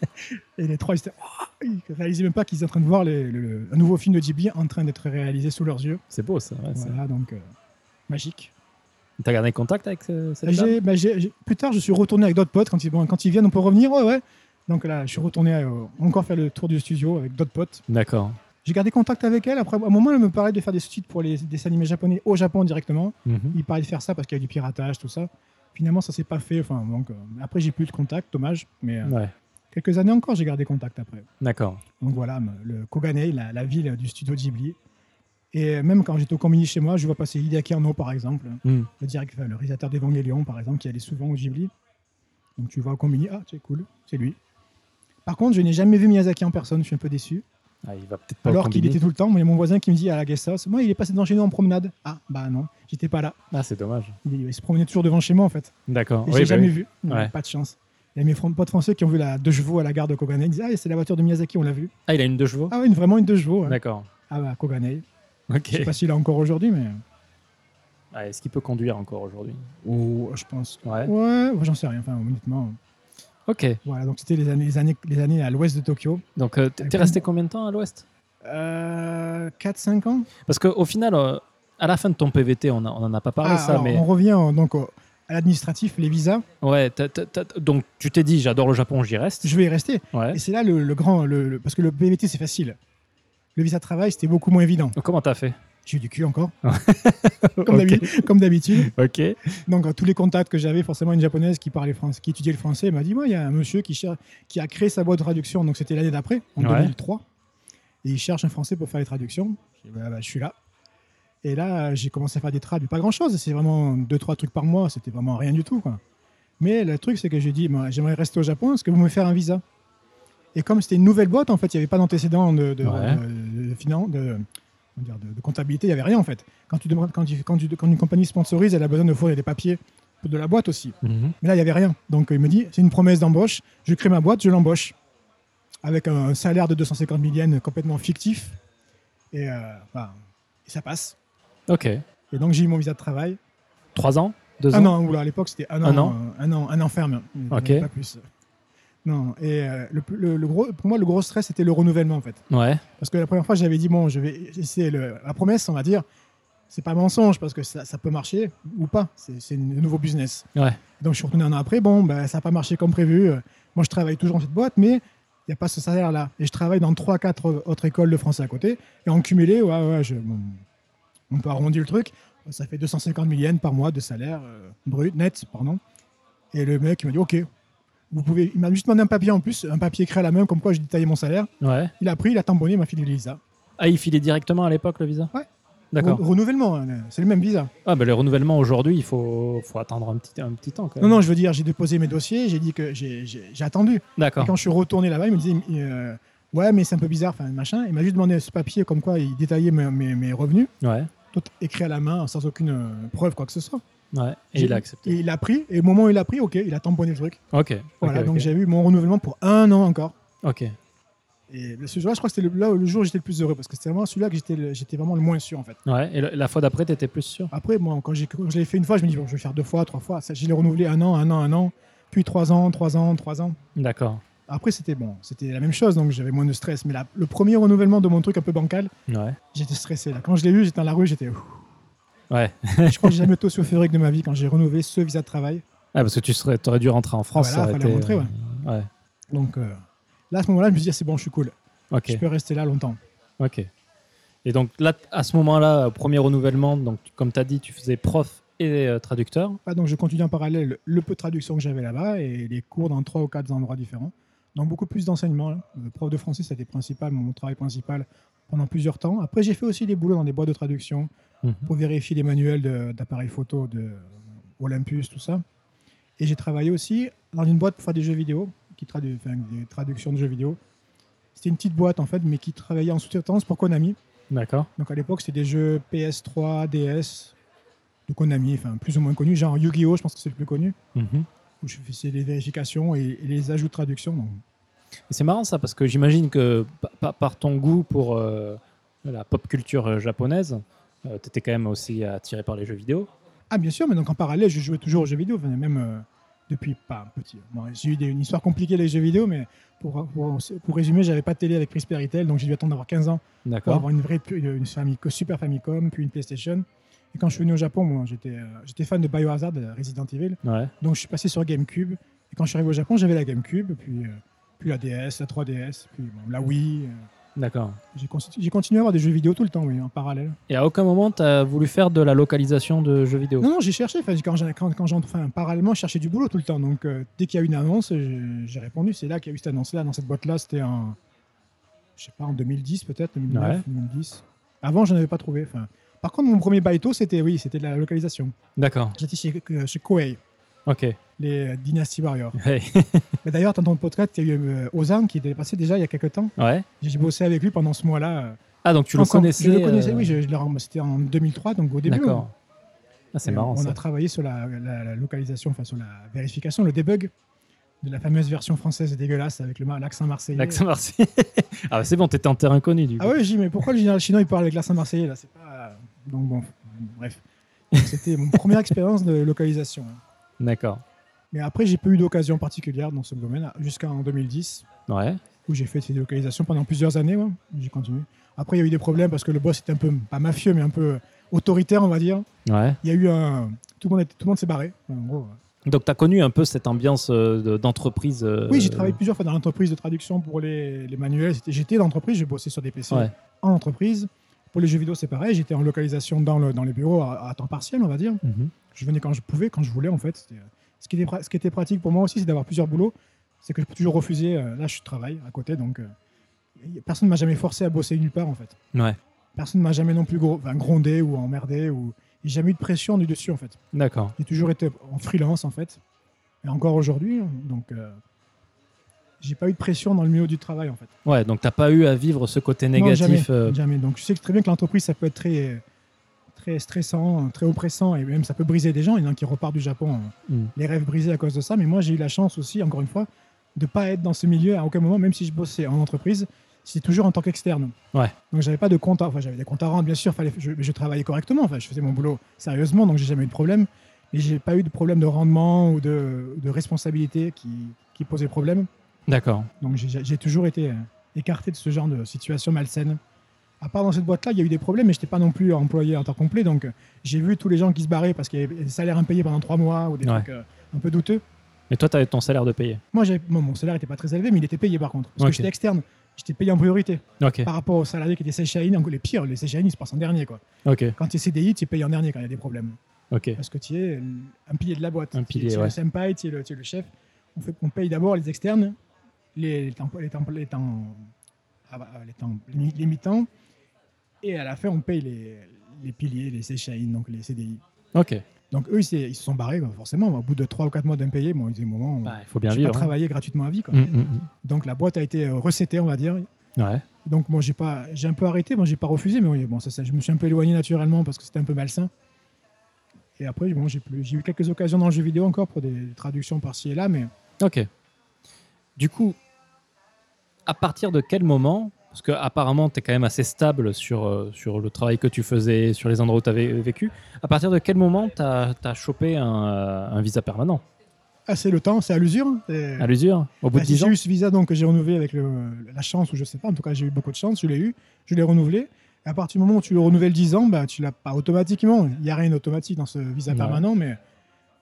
chut. Et les trois, ils, étaient, ah, ils réalisaient même pas qu'ils étaient en train de voir les- le- le- un nouveau film de Ghibli en train d'être réalisé sous leurs yeux.
C'est beau ça. ouais, c'est-
Voilà, donc euh, magique.
T'as gardé contact avec ce- cette dame
J'ai- bah, j'ai- j'ai- plus tard, je suis retourné avec d'autres potes. Quand ils, bon, quand ils viennent, on peut revenir. Ouais, ouais. Donc là, je suis retourné euh, encore faire le tour du studio avec d'autres potes.
D'accord.
J'ai gardé contact avec elle. Après, à un moment, elle me parlait de faire des sous-titres pour les dessins animés japonais au Japon directement.
Mhm.
Il parlait de faire ça parce qu'il y a du piratage, tout ça. Finalement, ça s'est pas fait. Enfin, donc, euh, après, j'ai plus de contact, dommage. Mais euh,
Ouais.
quelques années encore, j'ai gardé contact après.
D'accord.
Donc voilà, me- le Koganei, la, la ville du studio Ghibli. Et même quand j'étais au Combini chez moi, je vois passer Hideaki Anno, par exemple,
Hmm.
le, direct, enfin, le réalisateur d'Evangelion, par exemple, qui allait souvent au Ghibli. Donc tu vois au Combini, ah, c'est cool, c'est lui. Par contre, je n'ai jamais vu Miyazaki en personne, je suis un peu déçu.
Ah, il va peut-être pas au
Alors qu'il
Combini.
était tout le temps, mais mon voisin qui me dit à la guest house, moi, il est passé devant chez nous en promenade. Ah, bah non, j'étais pas là.
Ah, c'est dommage.
Il, il se promenait toujours devant chez moi, en fait.
D'accord.
Et
Oui,
j'ai
bah
jamais
oui.
vu. Non,
Ouais.
Pas de chance. Et mes fran- potes français qui ont vu la deux chevaux à la gare de Koganei ils disaient Ah, c'est la voiture de Miyazaki, on l'a vu.
Ah, il a une deux chevaux
Ah, oui, une- vraiment une deux chevaux. ouais.
D'accord.
Ah, bah, Koganei.
Ok.
Je sais pas s'il a encore aujourd'hui, mais.
Ah, Est-ce qu'il peut conduire encore aujourd'hui
Ou oh, je pense.
Ouais.
Ouais, ouais, j'en sais rien, enfin, honnêtement.
Ok.
Voilà, donc c'était les années, les, années, les années à l'ouest de Tokyo.
Donc, euh, t'es t'es resté combien de temps à l'ouest
Euh, 4-5 ans
Parce qu'au final, euh, à la fin de ton PVT, on a- on en a pas parlé
Ah,
ça,
alors,
mais
On revient euh, donc au- à l'administratif, les visas.
ouais. t'as- t'as- t'as- donc, tu t'es dit, j'adore le Japon, j'y reste.
Je vais y rester.
Ouais.
Et c'est là le, le grand. le- le- parce que le BVT, c'est facile. Le visa de travail, c'était beaucoup moins évident.
Donc, comment t'as fait
J'ai eu du cul encore,
Ok.
comme d'habi- comme d'habitude.
Ok.
Donc, euh, tous les contacts que j'avais, forcément, une japonaise qui parlait français, qui étudiait le français, m'a dit Moi, il y a un monsieur qui, cher- qui a créé sa boîte de traduction. Donc, c'était l'année d'après, en
Ouais.
2003. Et il cherche un français pour faire les traductions. J'ai dit, Bah, bah, je suis là. Et là, euh, j'ai commencé à faire des traduits, pas grand chose. C'est vraiment deux, trois trucs par mois. C'était vraiment rien du tout. quoi. Mais le truc, c'est que j'ai dit Moi, J'aimerais rester au Japon. Est-ce que vous me faire un visa Et comme c'était une nouvelle boîte, en fait, il n'y avait pas d'antécédent de, de,
Ouais.
de- de finan- de- comment dire, de- de comptabilité, il n'y avait rien en fait. Quand, tu demandes, quand, tu- quand tu- quand une compagnie sponsorise, elle a besoin de fournir des papiers de la boîte aussi.
Mhm.
Mais là, il n'y avait rien. Donc, euh, il me dit, c'est une promesse d'embauche. Je crée ma boîte, je l'embauche. Avec un salaire de 250 000 yens complètement fictif. Et, euh, bah, et ça passe.
Ok.
Et donc, j'ai eu mon visa de travail.
Trois ans Deux
un
ans
an, oula, à l'époque c'était un an,
Un
un
an
an, un an, un an ferme, mais
Ok.
pas plus. Non, et euh, le, plus- le- le gros, pour moi, le gros stress c'était le renouvellement en fait,
Ouais.
parce que la première fois j'avais dit bon, je vais essayer le- la promesse, on va dire, c'est pas mensonge parce que ça, ça peut marcher ou pas, c'est c'est un nouveau business.
Ouais.
Donc je suis retourné un an après, bon, ben, ça n'a pas marché comme prévu. Euh, Moi je travaille toujours dans cette boîte, mais il n'y a pas ce salaire là, et je travaille dans trois, quatre autres écoles de français à côté, et en cumulé, ouais, ouais, je, bon, on peut arrondir le truc, ça fait 250 000 yens par mois de salaire euh, brut, net, pardon. Et le mec, il m'a dit, OK, vous pouvez. Il m'a juste demandé un papier en plus, un papier écrit à la main, comme quoi j'ai détaillé mon salaire.
Ouais.
Il a pris, il a tamponné, il m'a filé le visa.
Ah, il filait directement à l'époque le visa
Ouais.
D'accord.
Re- Renouvellement, hein, c'est le même visa.
Ah, bah, le renouvellement aujourd'hui, il faut, faut attendre un petit, un petit temps quand
Non,
même.
non, je veux dire, j'ai déposé mes dossiers, j'ai dit que j'ai- j'ai j'ai attendu. Et
D'accord.
quand je suis retourné là-bas, il me disait, euh, ouais, mais c'est un peu bizarre, enfin, machin. Il m'a juste demandé ce papier, comme quoi il détaillait mes, mes- mes revenus,
Ouais.
tout écrit à la main, sans aucune euh, preuve, quoi que ce soit.
Ouais. Et
J'ai-
il a accepté.
Et il a pris, et au moment où il a pris, OK, il a tamponné le truc.
Ok.
Voilà,
ok,
donc
ok.
j'ai eu mon renouvellement pour un an encore.
Ok.
Et le- ce jour-là, je crois que c'était le, là où- le jour où j'étais le plus heureux parce que c'était vraiment celui-là que j'étais le- j'étais vraiment le moins sûr en fait.
Ouais. Et le- la fois d'après, t'étais plus sûr
Après, moi, quand, j'ai- quand je l'ai fait une fois, je me dis, bon, je vais faire deux fois, trois fois. Ça, Je l'ai renouvelé un an, un an, un an, puis trois ans, trois ans, trois ans.
D'accord.
Après, c'était bon, c'était la même chose, donc j'avais moins de stress. Mais la- le premier renouvellement de mon truc un peu bancal,
Ouais.
j'étais stressé. Là. Quand je l'ai eu, j'étais dans la rue, j'étais. ouf.
Ouais.
je crois que j'ai jamais autant souffert de ma vie quand j'ai renouvelé ce visa de travail.
Ah, parce que tu serais, aurais dû rentrer en France.
Voilà,
ça aurait
fallait
été,
rentrer, ouais.
euh, ouais.
Donc euh, là, à ce moment-là, je me suis dit, ah, c'est bon, je suis cool.
euh, Ok.
Je peux rester là longtemps.
Ok. Et donc là, t- à ce moment-là, au premier renouvellement, donc tu- comme tu as dit, tu faisais prof et euh, traducteur.
Ah, donc je continue en parallèle le peu de traduction que j'avais là-bas et les cours dans trois ou quatre endroits différents. Donc beaucoup plus d'enseignement. là. Le prof de français, c'était principal, mon travail principal pendant plusieurs temps. Après, j'ai fait aussi des boulots dans des boîtes de traduction
Mhm.
pour vérifier les manuels de- d'appareils photo de Olympus, tout ça. Et j'ai travaillé aussi dans une boîte pour faire des jeux vidéo, qui tradu- enfin, des traductions de jeux vidéo. C'était une petite boîte en fait, mais qui travaillait en sous-traitance pour Konami.
D'accord.
Donc à l'époque, c'était des jeux PS3, DS, de Konami, enfin plus ou moins connus, genre Yu-Gi-Oh, je pense que c'est le plus connu, où je faisais les vérifications et, et les ajouts de traduction. donc.
Et c'est marrant ça, parce que j'imagine que pa- pa- par ton goût pour euh, la pop culture euh, japonaise, tu étais quand même aussi attiré par les jeux vidéo.
Ah bien sûr, mais donc en parallèle, je jouais toujours aux jeux vidéo, enfin, même euh, depuis pas petit. Bon, j'ai eu des- une histoire compliquée avec les jeux vidéo, mais pour, pour, pour résumer, j'avais pas de télé avec prise Péritel, donc j'ai dû attendre d'avoir 15 ans pour
D'accord.
avoir une vraie pu- une Famicom- Super Famicom, puis une PlayStation. Et quand je suis venu au Japon, moi, j'étais euh, j'étais fan de Biohazard, de Resident Evil.
Ouais.
Donc je suis passé sur GameCube. Et quand je suis arrivé au Japon, j'avais la GameCube, puis, euh, puis la DS, la 3DS, puis bon, la Wii. euh.
D'accord.
J'ai consti- j'ai continué à avoir des jeux vidéo tout le temps, oui, en parallèle.
Et à aucun moment, tu as voulu faire de la localisation de jeux vidéo.
Non, non, j'ai cherché. Enfin, quand j'ai- quand, quand j'en- enfin, parallèlement, je cherchais du boulot tout le temps. Donc euh, dès qu'il y a eu une annonce, j'ai j'ai répondu. C'est là qu'il y a eu cette annonce-là. Dans cette boîte-là, c'était en, je sais pas, en 2010 peut-être, 2009,
Ouais.
2010. Avant, je n'avais pas trouvé. Enfin, par contre, mon premier baito, c'était oui, c'était de la localisation.
D'accord.
J'étais chez, euh, chez Koei,
Ok.
les euh, Dynasty Warriors.
Ouais.
Mais d'ailleurs, dans ton podcast, il y a eu euh, Ozan qui était passé déjà il y a quelques temps.
Ouais.
J'ai bossé avec lui pendant ce mois-là. euh,
Ah, donc tu le
ensemble.
connaissais
Je le connaissais,
euh,
oui. je- je l'ai rem- C'était en 2003, donc au début.
D'accord.
on-
Ah, c'est
on-
marrant
On
ça.
a travaillé sur la, la- la localisation, enfin sur la vérification, le debug de la fameuse version française dégueulasse avec le mar- l'accent marseillais.
L'accent marseillais. ah, bah, c'est bon, t'étais en terrain inconnu du coup.
Ah ouais, j'ai dit, mais pourquoi le général chinois il parle avec l'accent marseillais là C'est pas. Donc bon, bref. Donc, C'était mon première expérience de localisation. hein.
D'accord.
Mais après, j'ai pas eu d'occasion particulière dans ce domaine jusqu'en 2010.
Ouais.
où j'ai fait ces localisations pendant plusieurs années. ouais. J'ai continué. Après, il y a eu des problèmes parce que le boss était un peu, pas mafieux, mais un peu euh, autoritaire, on va dire.
Ouais.
Il y a eu un. Tout le monde, était- tout le monde s'est barré. en gros.
Donc, tu as connu un peu cette ambiance euh, de- d'entreprise. euh,
Oui, j'ai travaillé plusieurs fois dans l'entreprise de traduction pour les, les manuels. C'était- J'étais dans l'entreprise, j'ai bossé sur des PC
Ouais.
en entreprise. Pour les jeux vidéo, c'est pareil. J'étais en localisation dans, le, dans les bureaux à, à temps partiel, on va dire.
Mhm.
Je venais quand je pouvais, quand je voulais, en fait. C'était- euh, Ce qui, était, pra- ce qui était pratique pour moi aussi, c'est d'avoir plusieurs boulots. C'est que je peux toujours refuser. euh, Là, je travaille à côté, donc euh, personne ne m'a jamais forcé à bosser nulle part, en fait.
Ouais.
Personne ne m'a jamais non plus gro- enfin, grondé ou emmerdé ou j'ai jamais eu de pression du dessus en fait.
D'accord.
J'ai toujours été en freelance en fait et encore aujourd'hui donc euh, j'ai pas eu de pression dans le milieu du travail en fait.
Ouais, donc t'as pas eu à vivre ce côté
Non,
négatif.
jamais,
euh,
jamais. Donc je sais que très bien que l'entreprise ça peut être très très stressant, très oppressant et même ça peut briser des gens, il y en a qui repartent du Japon euh,
Mm.
les rêves brisés à cause de ça mais moi j'ai eu la chance aussi encore une fois de pas être dans ce milieu à aucun moment même si je bossais en entreprise, c'était toujours en tant qu'externe.
Ouais.
Donc j'avais pas de compte, à- enfin j'avais des comptes à rendre bien sûr, fallait, je, mais je travaillais correctement, enfin je faisais mon boulot sérieusement, donc j'ai jamais eu de problème. mais j'ai pas eu de problème de rendement ou de, de responsabilité qui, qui posait problème.
D'accord.
Donc j'ai j'ai toujours été euh, écarté de ce genre de situation malsaine. À part dans cette boîte-là, il y a eu des problèmes, mais je n'étais pas non plus employé en temps complet. Donc euh, j'ai vu tous les gens qui se barraient parce qu'il y avait des salaires impayés pendant trois mois ou des
Ouais.
trucs euh, un peu douteux.
Mais toi, tu avais ton salaire de payer.
Moi, j'avais- bon, mon salaire n'était pas très élevé, mais il était payé par contre. Parce
Ok.
que j'étais externe, j'étais payé en priorité
Ok.
par rapport aux salariés qui étaient CHAIN. En gros, les pires, les CHAIN, ils se passent en dernier. Quoi.
Ok.
Quand tu es CDI, tu es payé en dernier quand il y a des problèmes.
Ok.
Parce que tu es euh, un pilier de la boîte.
Un
Tu es-
pilier,
tu es
ouais.
le senpai, tu es le, tu es le chef. On, fait, on paye d'abord les externes, les, les, temps, les, temps, les, temps, ah bah, les, temps- les mi- les mi-temps, et à la fin, on paye les, les piliers, les CHAIN, donc les CDI.
Ok.
Donc eux, ils, s'est- ils se sont barrés, quoi, forcément. Au bout de 3 ou 4 mois d'impayés, bon, ils disaient, moment, on
Bah, il faut bien
je vais
vivre.
pas
hein.
travailler gratuitement à vie. Quoi.
Mm, mm,
Donc la boîte a été euh, recétée, on va dire.
mm. Ouais.
Donc moi j'ai pas, j'ai un peu arrêté, moi j'ai pas refusé, mais oui, bon ça, ça, je me suis un peu éloigné naturellement parce que c'était un peu malsain. Et après bon j'ai plus, j'ai eu quelques occasions dans le jeu vidéo encore pour des traductions par-ci et là, mais
Ok. Du coup, à partir de quel moment Parce que apparemment, tu es quand même assez stable sur, euh, sur le travail que tu faisais, sur les endroits où tu avais vécu. À partir de quel moment tu as, chopé un, euh, un visa permanent
ah, c'est le temps, c'est à l'usure. Et-
À l'usure Au bout
bah,
de 10
j'ai
ans
eu ce visa donc que j'ai renouvelé avec le- la chance ou je sais pas, en tout cas j'ai eu beaucoup de chance, je l'ai eu, je l'ai renouvelé. Et à partir du moment où tu le renouvelles 10 ans, bah tu l'as pas automatiquement. Il y a rien d'automatique dans ce visa
Ouais.
permanent, mais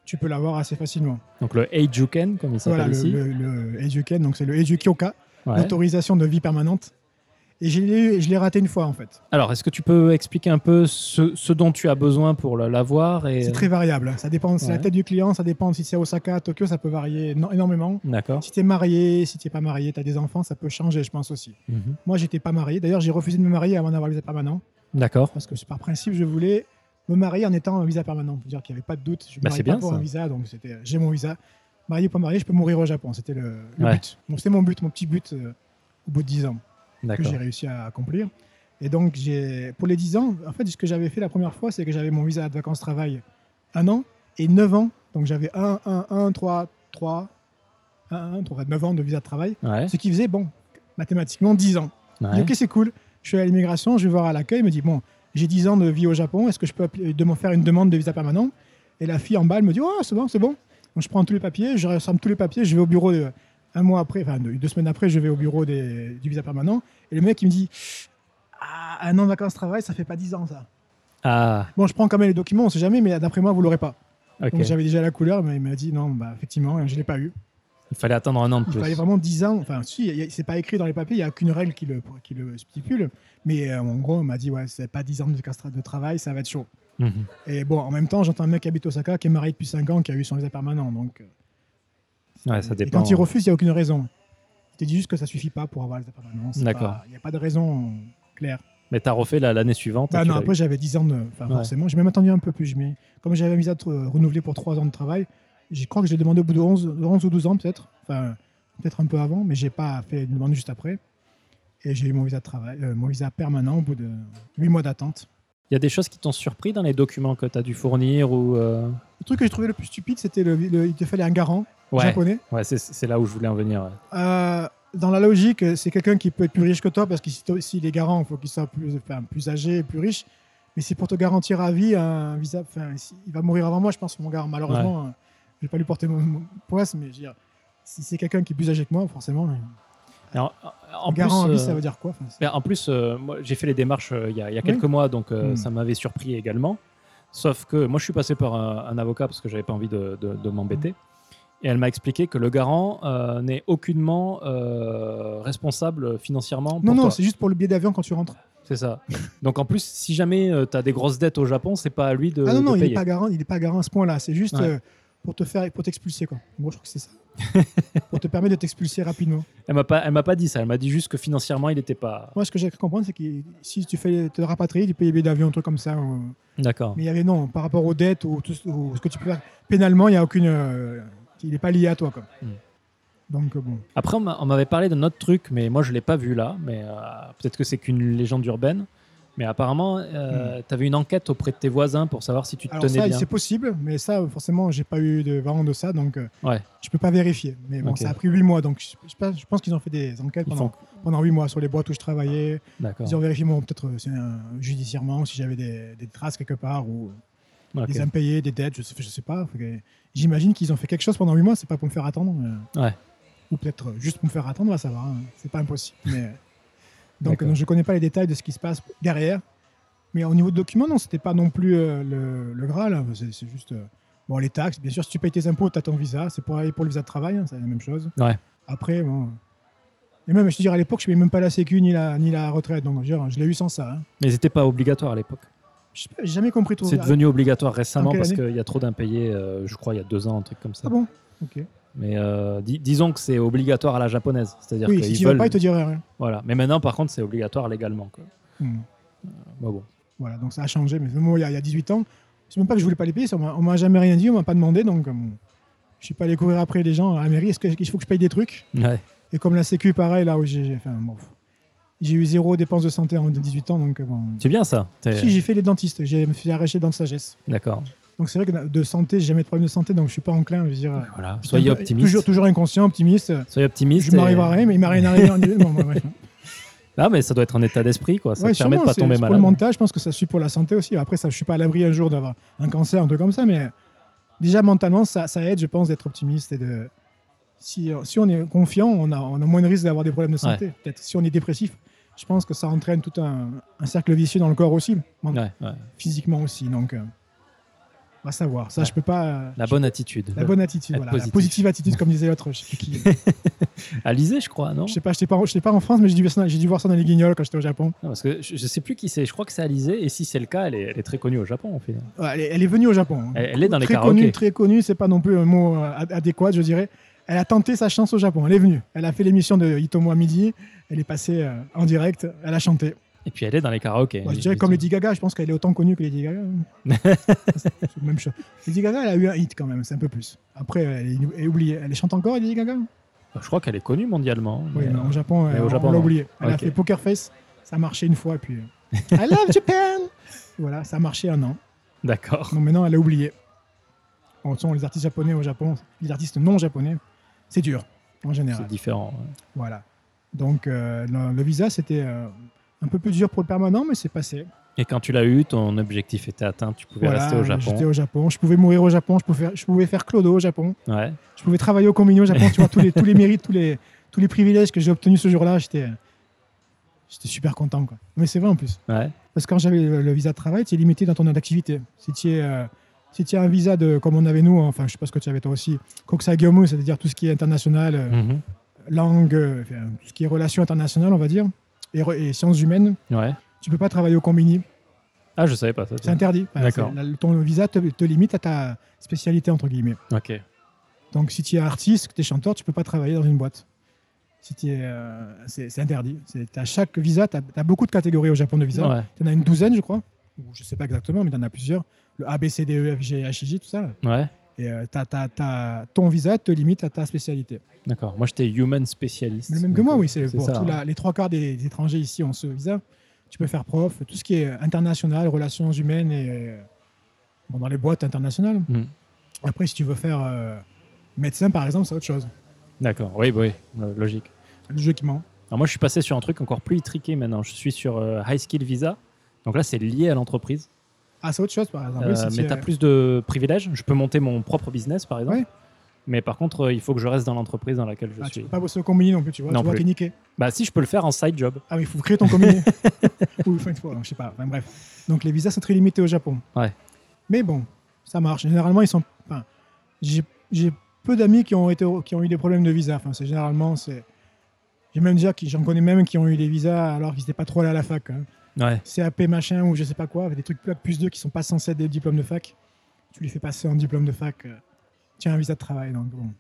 tu peux l'avoir assez facilement.
Donc le Heijuken, comme il s'appelle
Voilà le,
ici.
le, le Eduken, donc c'est le Edukyoka.
Ouais.
l'autorisation de vie permanente. Et je l'ai je l'ai raté une fois en fait.
Alors, est-ce que tu peux expliquer un peu ce, ce dont tu as besoin pour la- l'avoir et... euh,
C'est très variable. Ça dépend, c'est
Ouais.
la tête du client, ça dépend si c'est à Osaka, à Tokyo, ça peut varier éno- énormément.
D'accord.
Si t'es marié, si t'es pas marié, t'as des enfants, ça peut changer, je pense aussi.
Mhm.
Moi, j'étais pas marié. D'ailleurs, j'ai refusé de me marier avant d'avoir le visa permanent
D'accord.
parce que c'est par principe, je voulais me marier en étant un visa permanent. Faut dire qu'il n'y avait pas de doute. Je me
Bah,
mariais
c'est
pas
bien,
pour
ça.
un visa, donc c'était j'ai mon visa. Marié ou pas marié, je peux mourir au Japon. C'était le, le
Ouais.
but. Bon, c'était mon but, mon petit but euh, au bout de 10 ans. que
D'accord.
j'ai réussi à accomplir. Et donc, j'ai pour les 10 ans, en fait, ce que j'avais fait la première fois, c'est que j'avais mon visa de vacances-travail un an et 9 ans. Donc, j'avais 1, 1, 1, 3, 3, 1, 1, 3, 9 ans de visa de travail.
Ouais.
Ce qui faisait, bon, mathématiquement, 10 ans.
ouais.
Et ok, c'est cool. Je suis à l'immigration, je vais voir à l'accueil, elle me dit, bon, j'ai 10 ans de vie au Japon, est-ce que je peux appli- demain faire une demande de visa permanent Et la fille en bas, elle me dit, oh, c'est bon, c'est bon. Donc je prends tous les papiers, je rassemble tous les papiers, je vais au bureau de- un mois après, enfin deux, deux semaines après, je vais au bureau des- du visa permanent. Et le mec, il me dit, ah, un an de vacances-travail, ça fait pas 10 ans, ça.
Ah,
Bon, je prends quand même les documents, on sait jamais, mais d'après moi, vous l'aurez pas.
ok.
Donc j'avais déjà la couleur, mais il m'a dit, non, bah, effectivement, je l'ai pas eu.
Il fallait attendre un an de
Il
plus.
fallait vraiment 10 ans. Enfin, si, il y a- c'est pas écrit dans les papiers, il n'y a aucune règle qui le, qui le stipule. Mais euh, en gros, on m'a dit, ouais, c'est pas 10 ans de, castra- de travail, ça va être chaud.
Mhm.
Et bon, en même temps, j'entends un mec qui habite Osaka, qui est marié depuis 5 ans, qui a eu son visa permanent. Donc, euh,
Ouais, ça
et
dépend. euh,
quand il refuse, il n'y a aucune raison. Il te dit juste que ça suffit pas pour avoir le visa permanent. C'est
D'accord.
pas- Il n'y a pas de raison euh, claire.
Mais t'as refait la- l'année suivante.
Bah
tu
non,
l'as
après,
eu.
j'avais 10 ans de. Enfin,
Ouais.
forcément, j'ai même attendu un peu plus. Mais comme j'avais un visa de- euh, renouvelé pour 3 ans de travail, je crois que j'ai demandé au bout de 11, de 11 ou 12 ans, peut-être. Enfin, peut-être un peu avant, mais j'ai pas fait une demande juste après. Et j'ai eu mon visa de travail, euh, mon visa permanent au bout de 8 mois d'attente.
Il y a des choses qui t'ont surpris dans les documents que t'as dû fournir ou. euh,
Le truc que j'ai trouvé le plus stupide, c'était le, le- il te fallait un garant
Ouais,
japonais.
ouais c'est- c'est là où je voulais en venir. ouais.
Euh, dans la logique, euh, c'est quelqu'un qui peut être plus riche que toi parce que si, t'as- si les garants, il faut qu'ils soient plus, enfin, plus âgés et plus riches. Mais c'est pour te garantir à vie un visa. Enfin, si- il va mourir avant moi, je pense, mon gars. Malheureusement, euh, je vais pas lui porter mon, mon poisse, mais je veux dire, si c'est quelqu'un qui est plus âgé que moi, forcément, euh,
Alors, en, plus,
garant à vie,
euh,
ça veut dire quoi Enfin, c'est-
ben, en plus, euh, moi, j'ai fait les démarches euh, il y a, il y a
Oui.
quelques mois, donc euh,
Hmm.
ça m'avait surpris également. Sauf que moi, je suis passé par un, un avocat parce que j'avais pas envie de, de- de m'embêter. Et elle m'a expliqué que le garant euh, n'est aucunement euh, responsable financièrement. Pour
Non, non,
toi.
c'est juste pour le billet d'avion quand tu rentres.
c'est ça. donc en plus, si jamais tu as des grosses dettes au Japon, c'est pas à lui de,
ah non,
de
non, il
payer.
n'est pas garant, il est pas garant à ce point-là. C'est juste
Ouais.
euh, pour te faire, pour t'expulser, quoi. Moi, je crois que c'est ça. pour te permettre de t'expulser rapidement.
Elle m'a pas, elle m'a pas dit ça. Elle m'a dit juste que financièrement, il n'était pas.
Moi, ce que j'ai cru comprendre, c'est que si tu fais te rapatrier, tu payes les billets d'avion, un truc comme ça. ou-
D'accord.
Mais il y avait non, par rapport aux dettes ou, tout, ce- ou ce que tu peux faire pénalement, il n'y a aucune. euh, il n'est pas lié à toi. Quoi.
Mm.
Donc, euh, bon.
Après, on m'a- on m'avait parlé d'un autre truc, mais moi, je ne l'ai pas vu là. Mais euh, peut-être que c'est qu'une légende urbaine. Mais apparemment, tu avais une enquête auprès de tes voisins pour savoir si tu te
Alors,
tenais
ça,
bien.
c'est possible, mais ça, forcément, j'ai pas eu de vraiment de ça, donc euh,
Ouais.
je peux pas vérifier. Mais bon,
Ok.
ça a pris huit mois, donc je, je sais pas- je pense qu'ils ont fait des enquêtes
Ils
pendant,
font-
pendant huit mois sur les boîtes où je travaillais.
D'accord.
euh, Ils ont vérifié, bon, peut-être euh, c'est un- judiciairement, si j'avais des, des traces quelque part ou
Ok.
Des impayés, des dettes, je sais, je sais pas. Faut que- J'imagine qu'ils ont fait quelque chose pendant 8 mois, c'est pas pour me faire attendre. mais-
Ouais.
Ou peut-être juste pour me faire attendre, on va savoir. hein. C'est pas impossible. mais- Donc,
D'accord.
non, je connais pas les détails de ce qui se passe derrière. Mais au niveau de documents, non, c'était pas non plus euh, le, le Graal. hein. C'est c'est juste. euh, Bon, les taxes, bien sûr, si tu payes tes impôts, tu as ton visa. C'est pour, pour le visa de travail, hein, c'est la même chose.
Ouais.
Après, bon. euh, Et même, je te dirais, à l'époque, je ne payais même pas la Sécu ni la, ni la retraite. Donc, je, veux dire, je l'ai eu sans ça. hein.
Mais c'était pas obligatoire à l'époque.
Je sais pas, J'ai jamais compris trop
C'est devenu obligatoire récemment
En quelle
parce
année
qu'il y a trop d'impayés, euh, je crois, il y a deux ans, un truc comme ça.
Ah bon Ok.
Mais euh, dis- disons que c'est obligatoire à la japonaise. C'est-à-dire
Oui, si
qu'ils
tu ne
veulent.
veux pas, ils te diraient rien.
Voilà. Mais maintenant, par contre, c'est obligatoire légalement. Quoi.
Hmm.
Bah bon.
Voilà, donc ça a changé. Mais moi, il y, a- il y a 18 ans, c'est même pas que je voulais pas les payer. ça, On m'a- on m'a jamais rien dit, on m'a pas demandé. Donc, euh, bon, je suis pas allé courir après les gens à la mairie. Est-ce que- qu'il faut que je paye des trucs
Ouais.
Et comme la Sécu, pareil, là où j'ai j'ai- enfin, bon, pff. j'ai eu zéro dépense de santé en 18 ans. Donc, euh, bon.
C'est bien ça. T'es-
Si, j'ai fait les dentistes. J'ai me fait arracher dans de sagesse.
D'accord.
Donc, c'est vrai que de santé, j'ai jamais de problème de santé. Donc, je suis pas enclin. Je veux dire, euh,
Voilà. Soyez optimiste.
Toujours, toujours inconscient, optimiste.
Soyez optimiste.
Je m'arrive à
et-
rien, mais il m'a rien arrivé. en- bon, bon, bref.
Ah, mais ça doit être un état d'esprit, quoi. Ça
Ouais,
te permet de
sûrement,
pas
c'est-
tomber
c'est Pour le
malade.
mental, je pense que ça suit pour la santé aussi. Après, ça, je suis pas à l'abri un jour d'avoir un cancer, un truc comme ça, mais déjà mentalement, ça, ça aide, je pense, d'être optimiste et de. Si, si on est confiant, on a, on a moins de risques d'avoir des problèmes de santé. Peut-être si on est dépressif, je pense que ça entraîne tout un, un cercle vicieux dans le corps aussi, men-
Ouais, ouais.
physiquement aussi. Donc, euh, on va savoir. Ça,
Ouais.
je peux pas. euh,
La bonne attitude.
la bonne attitude,
Être
voilà, la
positif.
positive attitude, comme disait l'autre. Je sais plus qui.
Alizé, je crois, non
Je sais pas, j'étais pas, j'étais pas en France, mais j'ai dû, voir ça- j'ai dû voir ça dans les guignols quand j'étais au Japon.
Non, parce que je, je sais plus qui c'est. Je crois que c'est Alizé. Et si c'est le cas, elle est, elle est très connue au Japon, en fait.
Ouais, elle, est, elle est venue au Japon. hein.
Elle, elle est dans les
très connue,
karaokés.
très connue, c'est pas non plus un mot euh, ad- adéquat, je dirais. Elle a tenté sa chance au Japon, elle est venue. Elle a fait l'émission de Hitomo à midi, elle est passée euh, en direct, elle a chanté.
Et puis elle est dans les karaokés.
Moi, je dirais comme Lady Gaga, je pense qu'elle est autant connue que Lady Gaga. C'est la même chose. Lady Gaga, elle a eu un hit quand même, c'est un peu plus. Après, elle est, inou- elle est oubliée. Elle chante encore, Lady Gaga
Je crois qu'elle est connue mondialement.
Oui,
mais,
mais au Japon,
mais
euh,
au Japon,
on l'a
non.
oubliée. Elle a
Ok.
fait Poker Face, ça a marché une fois, et puis euh, I love Japan Voilà, ça a marché un an.
D'accord.
Non, maintenant, elle a oublié. En toute façon, les artistes japonais au Japon, les artistes non japonais, c'est dur, en
C'est
général.
différent.
Voilà. Donc, euh, le, le visa, c'était euh, un peu plus dur pour le permanent, mais c'est passé.
Et quand tu l'as eu, ton objectif était atteint. Tu pouvais
Voilà,
rester au
J'étais
Japon.
au Japon. Je pouvais mourir au Japon. Je pouvais faire, je pouvais faire clodo au Japon.
Ouais.
Je pouvais travailler au combini au Japon. tu vois, tous les, tous les mérites, tous les, tous les privilèges que j'ai obtenus ce jour-là, j'étais j'étais super content. Quoi. Mais c'est vrai en plus.
Ouais.
Parce que quand j'avais le, le visa de travail, tu es limité dans ton activité. Si tu es, euh, si tu as un visa de, comme on avait nous, hein, enfin, je sais pas ce que tu avais toi aussi, Kokusagyomu, c'est-à-dire tout ce qui est international, euh,
Mhm.
langue, euh, enfin, tout ce qui est relations internationales, on va dire, et, re- et sciences humaines,
Ouais.
tu peux pas travailler au combini.
Ah, je savais pas ça. tu
C'est interdit. Enfin,
D'accord.
c'est- la- Ton visa te, te limite à ta spécialité, entre guillemets.
vois. Ok.
Donc, si tu es artiste, que tu es chanteur, tu peux pas travailler dans une boîte. Si t'es, euh, c'est c'est interdit. C'est- À chaque visa, tu as, beaucoup de catégories au Japon de visas.
Ouais.
Il y en a une douzaine, je crois. Ou je sais pas exactement, mais il y en a plusieurs. Le A, B, C, D, E, F, G, H, I, J, tout ça. là.
Ouais.
Et euh, t'as- t'as- t'as- ton visa te limite à ta spécialité.
D'accord. Moi, j'étais human spécialiste.
Mais le même que moi,
Donc,
oui. C'est pour
ça,
tout la- les trois quarts des, des étrangers ici ont ce visa. Tu peux faire prof, tout ce qui est international, relations humaines et euh, bon, dans les boîtes internationales.
Mm.
Après, si tu veux faire euh, médecin, par exemple, c'est autre chose.
D'accord. Oui, oui. Euh, Logique.
Le jeu qui ment.
Alors moi, je suis passé sur un truc encore plus étriqué maintenant. Je suis sur euh, High Skill Visa. Donc là, c'est lié à l'entreprise.
Ah, c'est autre chose, par exemple.
Euh,
Oui, si tu
mais
es-
tu as plus de privilèges. Je peux monter mon propre business, par exemple.
Ouais.
Mais par contre, euh, il faut que je reste dans l'entreprise dans laquelle je
Ah, tu
suis.
peux pas bosser au combiné non plus, tu vois.
Non
tu vois,
plus.
t'es niqué.
Bah si, je peux le faire en side job.
Ah oui, il faut créer ton combiné. Ou enfin, il faut- je sais pas. Enfin, bref. Donc les visas sont très limités au Japon.
Ouais.
Mais bon, ça marche. Généralement, ils sont. Enfin, j'ai j'ai peu d'amis qui ont été qui ont eu des problèmes de visa. Enfin, c'est généralement c'est. J'ai même déjà qui j'en connais même qui ont eu des visas alors qu'ils n'étaient pas trop allés à la fac. hein.
Ouais.
CAP machin ou je sais pas quoi, avec des trucs plus plus 2 qui sont pas censés être des diplômes de fac. Tu les fais passer en diplôme de fac. euh, Tiens, un visa de travail. Donc bon.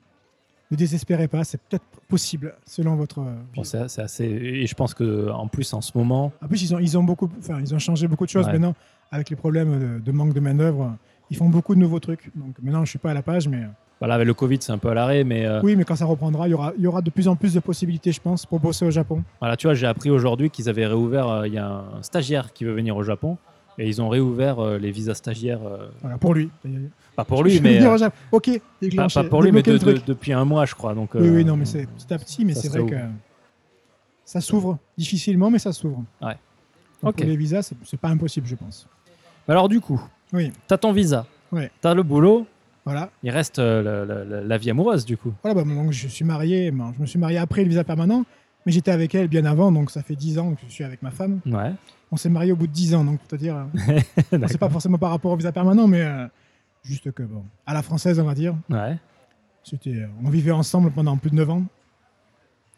Ne désespérez pas, c'est peut-être possible selon votre. euh,
Bon, c'est c'est assez. Et je pense que en plus en ce moment,
en plus, ils ont, ils ont beaucoup, enfin, ils ont changé beaucoup de choses
Ouais.
maintenant avec les problèmes de, de manque de main d'œuvre. Ils font beaucoup de nouveaux trucs. Donc maintenant, je suis pas à la page, mais
voilà, avec bah le Covid, c'est un peu à l'arrêt, mais euh,
oui, mais quand ça reprendra, il y aura, il y aura de plus en plus de possibilités, je pense, pour bosser au Japon.
voilà, tu vois, j'ai appris aujourd'hui qu'ils avaient réouvert. euh, Il y a un stagiaire qui veut venir au Japon et ils ont réouvert euh, les visas stagiaires. euh,
Voilà, pour lui.
pas pour lui,
Je vais
mais
dire
euh,
au Japon. Ok.
pas,
déclencher,
pas pour lui, mais
débloquer
de-
le
de-
truc.
depuis un mois, je crois. Donc
Oui,
euh,
oui, non, mais c'est petit à petit, mais
ça
c'est
se
vrai que ça s'ouvre difficilement, mais ça s'ouvre.
Ouais.
Donc,
Ok.
Pour les visas, c'est c'est pas impossible, je pense.
Alors du coup,
Oui,
T'as ton visa,
Ouais.
t'as le boulot,
voilà.
il reste euh, le- le- le- la vie amoureuse du coup.
Voilà, bah, donc je suis marié. ben, je me suis marié après le visa permanent, mais j'étais avec elle bien avant, donc ça fait 10 ans que je suis avec ma femme.
Ouais.
On s'est marié au bout de 10 ans, donc pour te dire, euh, bon, c'est pas forcément par rapport au visa permanent, mais euh, juste que, bon, à la française, on va dire.
Ouais.
C'était, euh, on vivait ensemble pendant plus de 9 ans.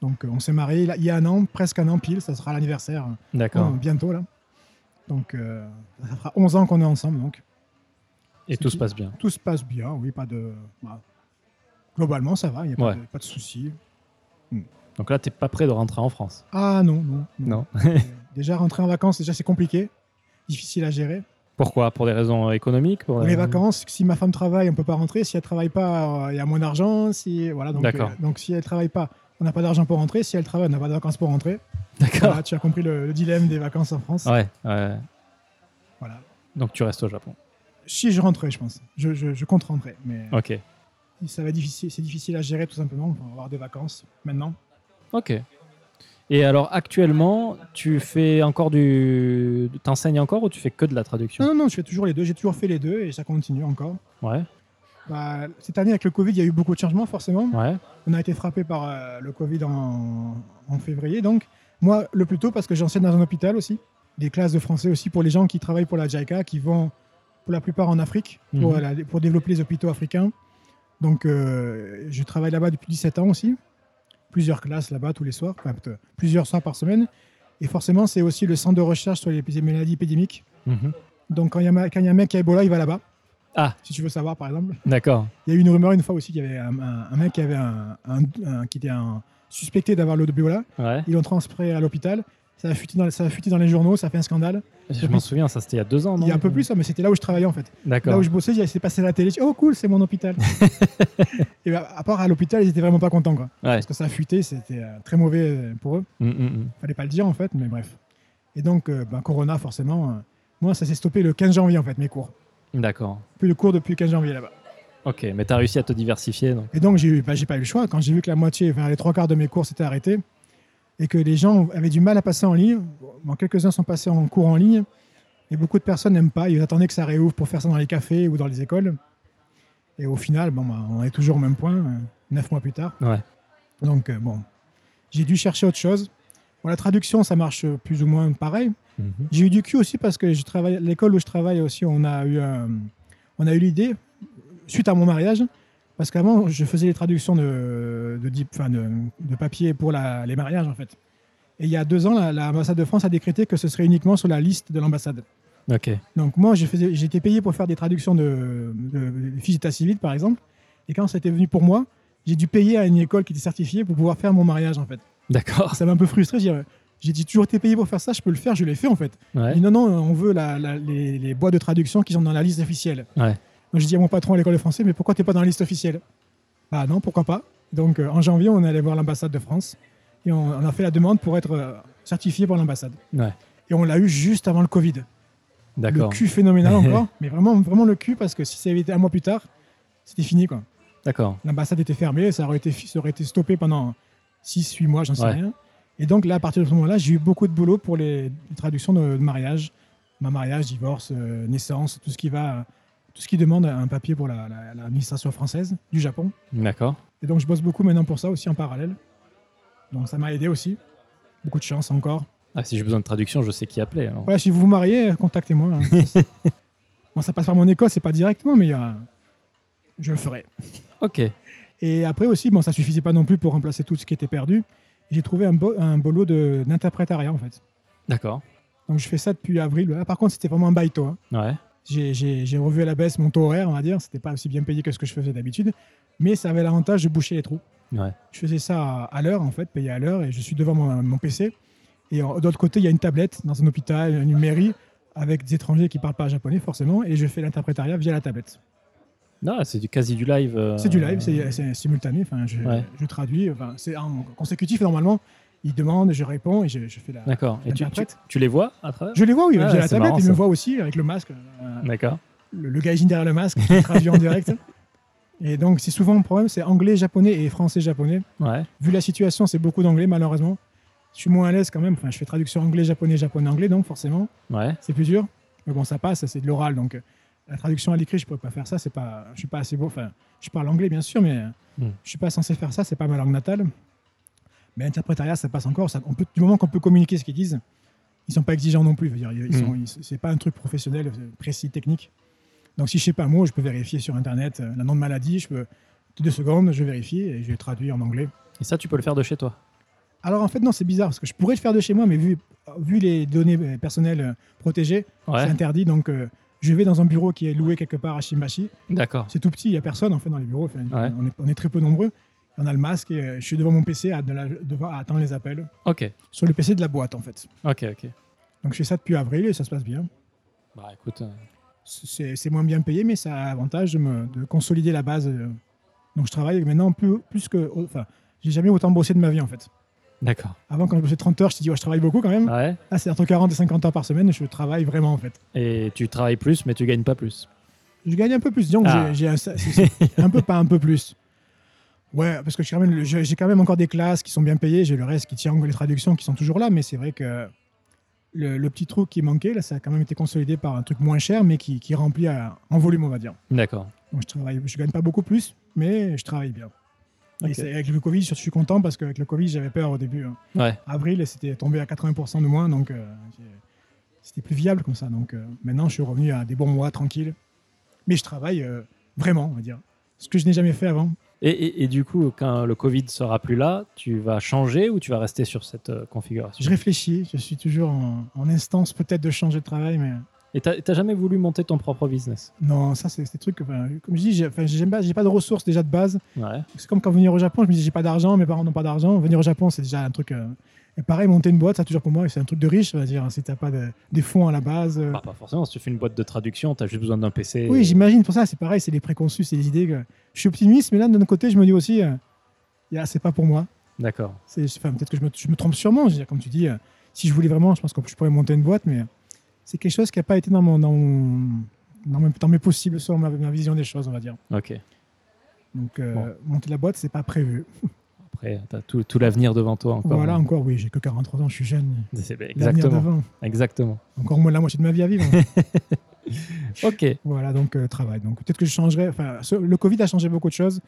Donc euh, on s'est marié il y a un an, presque un an pile, ça sera l'anniversaire euh,
D'accord.
bientôt là. Donc euh, ça fera 11 ans qu'on est ensemble. Donc
Et tout se passe bien.
tout se passe bien, oui, pas de. bah, globalement ça va, il n'y a pas,
Ouais.
de, pas de soucis.
Donc là, t'es pas prêt de rentrer en France.
Ah non, non.
Non.
Euh, déjà rentrer en vacances, déjà c'est compliqué, difficile à gérer.
Pourquoi Pour des raisons économiques pour
Les
euh,
vacances, si ma femme travaille, on peut pas rentrer. Si elle travaille pas, euh, il y a moins d'argent. Si voilà, donc,
D'accord.
euh, donc si elle travaille pas, on n'a pas d'argent pour rentrer. Si elle travaille, on n'a pas de vacances pour rentrer.
D'accord.
Voilà, tu as compris le, le dilemme des vacances en France.
Ouais, ouais.
Voilà.
Donc tu restes au Japon.
Si je rentrais, je pense. Je, je, je compte rentrer. Mais
Ok.
ça va difficile, c'est difficile à gérer tout simplement pour avoir des vacances maintenant.
Ok. Et alors actuellement, tu fais encore du. T'enseignes encore ou tu fais que de la traduction
Non, non, non, je fais toujours les deux. J'ai toujours fait les deux et ça continue encore.
Ouais,
Bah, cette année, avec le Covid, il y a eu beaucoup de changements forcément.
ouais,
On a été frappé par euh, le Covid en, en février. Donc, moi, le plus tôt, parce que j'enseigne dans un hôpital aussi. Des classes de français aussi pour les gens qui travaillent pour la JICA, qui vont pour la plupart en Afrique, pour, euh,
Mhm.
la- pour développer les hôpitaux africains. Donc, euh, je travaille là-bas depuis 17 ans aussi. Plusieurs classes là-bas tous les soirs, enfin, peut- plusieurs soirs par semaine. Et forcément, c'est aussi le centre de recherche sur les épidé- maladies épidémiques.
Mhm.
Donc, quand il y, a ma- quand il y a un mec qui a Ebola, il va là-bas.
Ah.
Si tu veux savoir, par exemple.
d'accord.
Il y a eu une rumeur une fois aussi qu'il y avait un, un- un mec qui, avait un, un- un- qui était un suspecté d'avoir le Ebola.
Ouais.
Ils l'ont transféré à l'hôpital. Ça a, fuité dans, ça a fuité dans les journaux, ça a fait un scandale.
Je m'en souviens, ça c'était il y a deux ans, non
Il y a un peu plus, ça, mais c'était là où je travaillais en fait. Là
D'accord.
où je bossais, il s'est passé à la télé. Je dis, oh cool, c'est mon hôpital. Et ben, à part à l'hôpital, ils étaient vraiment pas contents. Quoi.
Ouais.
Parce que ça a fuité, c'était euh, très mauvais euh, pour eux.
Mm, mm, mm.
Fallait pas le dire en fait, mais bref. Et donc, euh, ben, Corona, forcément, euh, moi, ça s'est stoppé le 15 janvier en fait, mes cours.
D'accord.
Plus de cours depuis le 15 janvier là-bas.
Ok, mais t'as réussi à te diversifier, donc.
Et donc, j'ai eu- bah, j'ai pas eu le choix. Quand j'ai vu que la moitié, enfin, les trois quarts de mes cours s'étaient arrêtés et que les gens avaient du mal à passer en ligne, bon, quelques-uns sont passés en cours en ligne, et beaucoup de personnes n'aiment pas. Ils attendaient que ça réouvre pour faire ça dans les cafés ou dans les écoles. Et au final, bon, bah, on est toujours au même point, euh, neuf mois plus tard.
Ouais.
Donc, euh, bon, j'ai dû chercher autre chose. Bon, la traduction, ça marche euh, plus ou moins pareil.
Mhm.
J'ai eu du cul aussi parce que je travaille, l'école où je travaille aussi, on a eu, un- on a eu l'idée suite à mon mariage. Parce qu'avant, je faisais les traductions de, de, dip- enfin, de- de papier pour la- les mariages, en fait. Et il y a deux ans, la- l'ambassade de France a décrété que ce serait uniquement sur la liste de l'ambassade.
Ok.
Donc moi, je faisais- j'étais payé pour faire des traductions de, de- de fiches d'état civil, par exemple. Et quand c'était venu pour moi, j'ai dû payer à une école qui était certifiée pour pouvoir faire mon mariage, en fait.
D'accord.
Ça m'a un peu frustré. j'ai- J'ai dit, toujours été payé pour faire ça, je peux le faire, je l'ai fait, en fait. Il
Ouais.
dit, non, non, on veut la- la- les, les boîtes de traduction qui sont dans la liste officielle.
Ouais.
Donc je dis à mon patron à l'école de français, mais pourquoi t'es pas dans la liste officielle Bah non, pourquoi pas Donc euh, en janvier, on est allé voir l'ambassade de France et on, on a fait la demande pour être euh, certifié par l'ambassade.
Ouais.
Et on l'a eu juste avant le Covid. Le
D'accord.
cul phénoménal encore, mais vraiment, vraiment le cul parce que si ça avait été un mois plus tard, c'était fini quoi.
D'accord.
L'ambassade était fermée, ça aurait été, ça aurait été stoppé pendant 6-8 mois, j'en sais
Ouais.
rien. Et donc là, à partir de ce moment-là, j'ai eu beaucoup de boulot pour les, les traductions de, de mariage. Ma mariage, divorce, euh, naissance, tout ce qui va, tout ce qui demande un papier pour la- la- l'administration française du Japon.
D'accord.
Et donc je bosse beaucoup maintenant pour ça aussi en parallèle. Donc ça m'a aidé aussi. Beaucoup de chance encore.
Ah, si j'ai besoin de traduction, je sais qui appeler. alors.
Voilà, si vous vous mariez, contactez-moi. hein. bon, ça passe par mon école, c'est pas directement, mais il y a- je le ferai.
Ok.
Et après aussi, bon, ça suffisait pas non plus pour remplacer tout ce qui était perdu. J'ai trouvé un, bo- un boulot de- d'interprétariat en fait.
D'accord.
Donc je fais ça depuis avril. Là, par contre, c'était vraiment un baito. hein.
Ouais.
J'ai- J'ai j'ai revu à la baisse mon taux horaire, on va dire. C'était pas aussi bien payé que ce que je faisais d'habitude, mais ça avait l'avantage de boucher les trous.
Ouais.
Je faisais ça à, à l'heure en fait, payé à l'heure, et je suis devant mon, mon PC. Et en- de l'autre côté, il y a une tablette dans un hôpital, une mairie, avec des étrangers qui parlent pas japonais forcément, et je fais l'interprétariat via la tablette.
Non, c'est du quasi du live. euh,
C'est du live, c'est c'est simultané. Enfin, je,
Ouais.
je traduis. Enfin, c'est en consécutif normalement. Ils demandent, je réponds et je, je fais la.
D'accord. Et tu, tu,
Interprète.
tu les vois à travers
Je les vois, oui.
Ah,
J'ai la
c'est
tablette,
marrant,
ils
ça.
me voient aussi avec le masque, euh,
D'accord.
le, le gaijin derrière le masque qui traduit en direct. Et donc, c'est souvent le problème, c'est anglais, japonais et français, japonais.
Ouais.
Vu la situation, c'est beaucoup d'anglais, malheureusement. Je suis moins à l'aise quand même. Enfin, je fais traduction anglais, japonais, japonais, anglais, donc forcément,
Ouais.
c'est plus dur. Mais bon, ça passe, c'est de l'oral, donc euh, La traduction à l'écrit, je ne peux pas faire ça. C'est pas, je suis pas assez beau. Enfin, je parle anglais bien sûr, mais je
Mm.
je suis pas censé faire ça. C'est pas ma langue natale. Mais l'interprétariat, ça passe encore. Ça- on peut, du moment qu'on peut communiquer ce qu'ils disent, ils sont pas exigeants non plus. Je veux dire, ils
Mm.
sont- ils- c'est pas un truc professionnel, euh, précis, technique. Donc si je sais pas un mot, je peux vérifier sur internet euh, le nom de maladie. Je peux deux secondes, je vérifie et je traduis en anglais.
Et ça, tu peux le faire de chez toi.
Alors en fait, non, c'est bizarre parce que je pourrais le faire de chez moi, mais vu, vu les données euh, personnelles euh, protégées, c'est
Ouais,
interdit. Donc euh, je vais dans un bureau qui est loué quelque part à Shimbashi.
d'accord.
C'est tout petit, il n'y a personne en fait dans les bureaux. Enfin,
Ouais.
on, est, on est très peu nombreux. On a le masque et euh, je suis devant mon PC à, de la- devant- à attendre les appels.
Ok,
Sur le PC de la boîte en fait.
ok, ok.
Donc je fais ça depuis avril et ça se passe bien.
Bah écoute, euh,
C'est c'est moins bien payé, mais ça a avantage de, me- de consolider la base. euh. Donc je travaille maintenant plus, plus que. Enfin, j'ai jamais autant bossé de ma vie en fait.
d'accord.
Avant, quand je bossais 30 heures, je te dis, ouais, je travaille beaucoup quand même.
Ouais.
Ah, c'est entre 40 et 50 heures par semaine, je travaille vraiment en fait.
Et tu travailles plus, mais tu gagnes pas plus.
Je gagne un peu plus, disons que
Ah.
j'ai- j'ai un, sa- c'est- c'est un peu pas un peu plus. Ouais, parce que j'ai quand, même le- j'ai- j'ai quand même encore des classes qui sont bien payées, j'ai le reste qui tient les traductions qui sont toujours là, mais c'est vrai que le, le petit trou qui manquait, là, ça a quand même été consolidé par un truc moins cher, mais qui, qui remplit à- en volume, on va dire.
D'accord.
Donc je travaille, je gagne pas beaucoup plus, mais je travaille bien.
Ok.
Et c'est- avec le Covid, je suis content parce qu'avec le Covid, j'avais peur au début. hein.
Ouais.
Avril, c'était tombé à 80% de moins, donc euh, j'ai- c'était plus viable comme ça. Donc euh, maintenant, je suis revenu à des bons mois tranquilles. Mais je travaille euh, vraiment, on va dire. Ce que je n'ai jamais fait avant.
Et, et- et du coup, quand le Covid sera plus là, tu vas changer ou tu vas rester sur cette euh, configuration
Je réfléchis, je suis toujours en, en instance peut-être de changer de travail, mais
Et t'as t'as jamais voulu monter ton propre business
non, ça, c'est des trucs. que, enfin, comme je dis, j'ai enfin, j'ai pas, j'ai pas de ressources déjà de base.
Ouais.
C'est comme quand venir au Japon, je me dis j'ai pas d'argent, mes parents n'ont pas d'argent. Venir au Japon, c'est déjà un truc. euh, Et pareil, monter une boîte, ça toujours pour moi, c'est un truc de riche, on va dire. hein, Si t'as pas de- des fonds à la base. euh.
Bah, pas forcément, si tu fais une boîte de traduction, t'as juste besoin d'un PC.
Oui, j'imagine. Pour ça, c'est pareil, c'est les préconçus, c'est les idées. Que... Je suis optimiste, mais là, d'un autre côté, je me dis aussi, euh, Yeah, c'est pas pour moi.
D'accord.
C'est, enfin, peut-être que je me, je me trompe sûrement. Je veux dire, comme tu dis, euh, si je voulais vraiment, je pense que je pourrais monter une boîte, mais c'est quelque chose qui n'a pas été dans, mon, dans, mon- dans mes, dans mes possibles, selon ma, ma vision des choses, on va dire.
Ok.
Donc, euh,
Bon.
monter la boîte, c'est pas prévu.
Après, t'as tout, tout l'avenir devant toi encore.
voilà, encore, oui, j'ai que 43 ans, je suis jeune.
C'est- ben,
L'avenir
Exactement.
devant.
Exactement.
Encore moins de la moitié de ma vie à vivre.
Ok. Ouais.
voilà, donc euh, travail. Donc peut-être que je changerai. Enfin, ce- le Covid a changé beaucoup de choses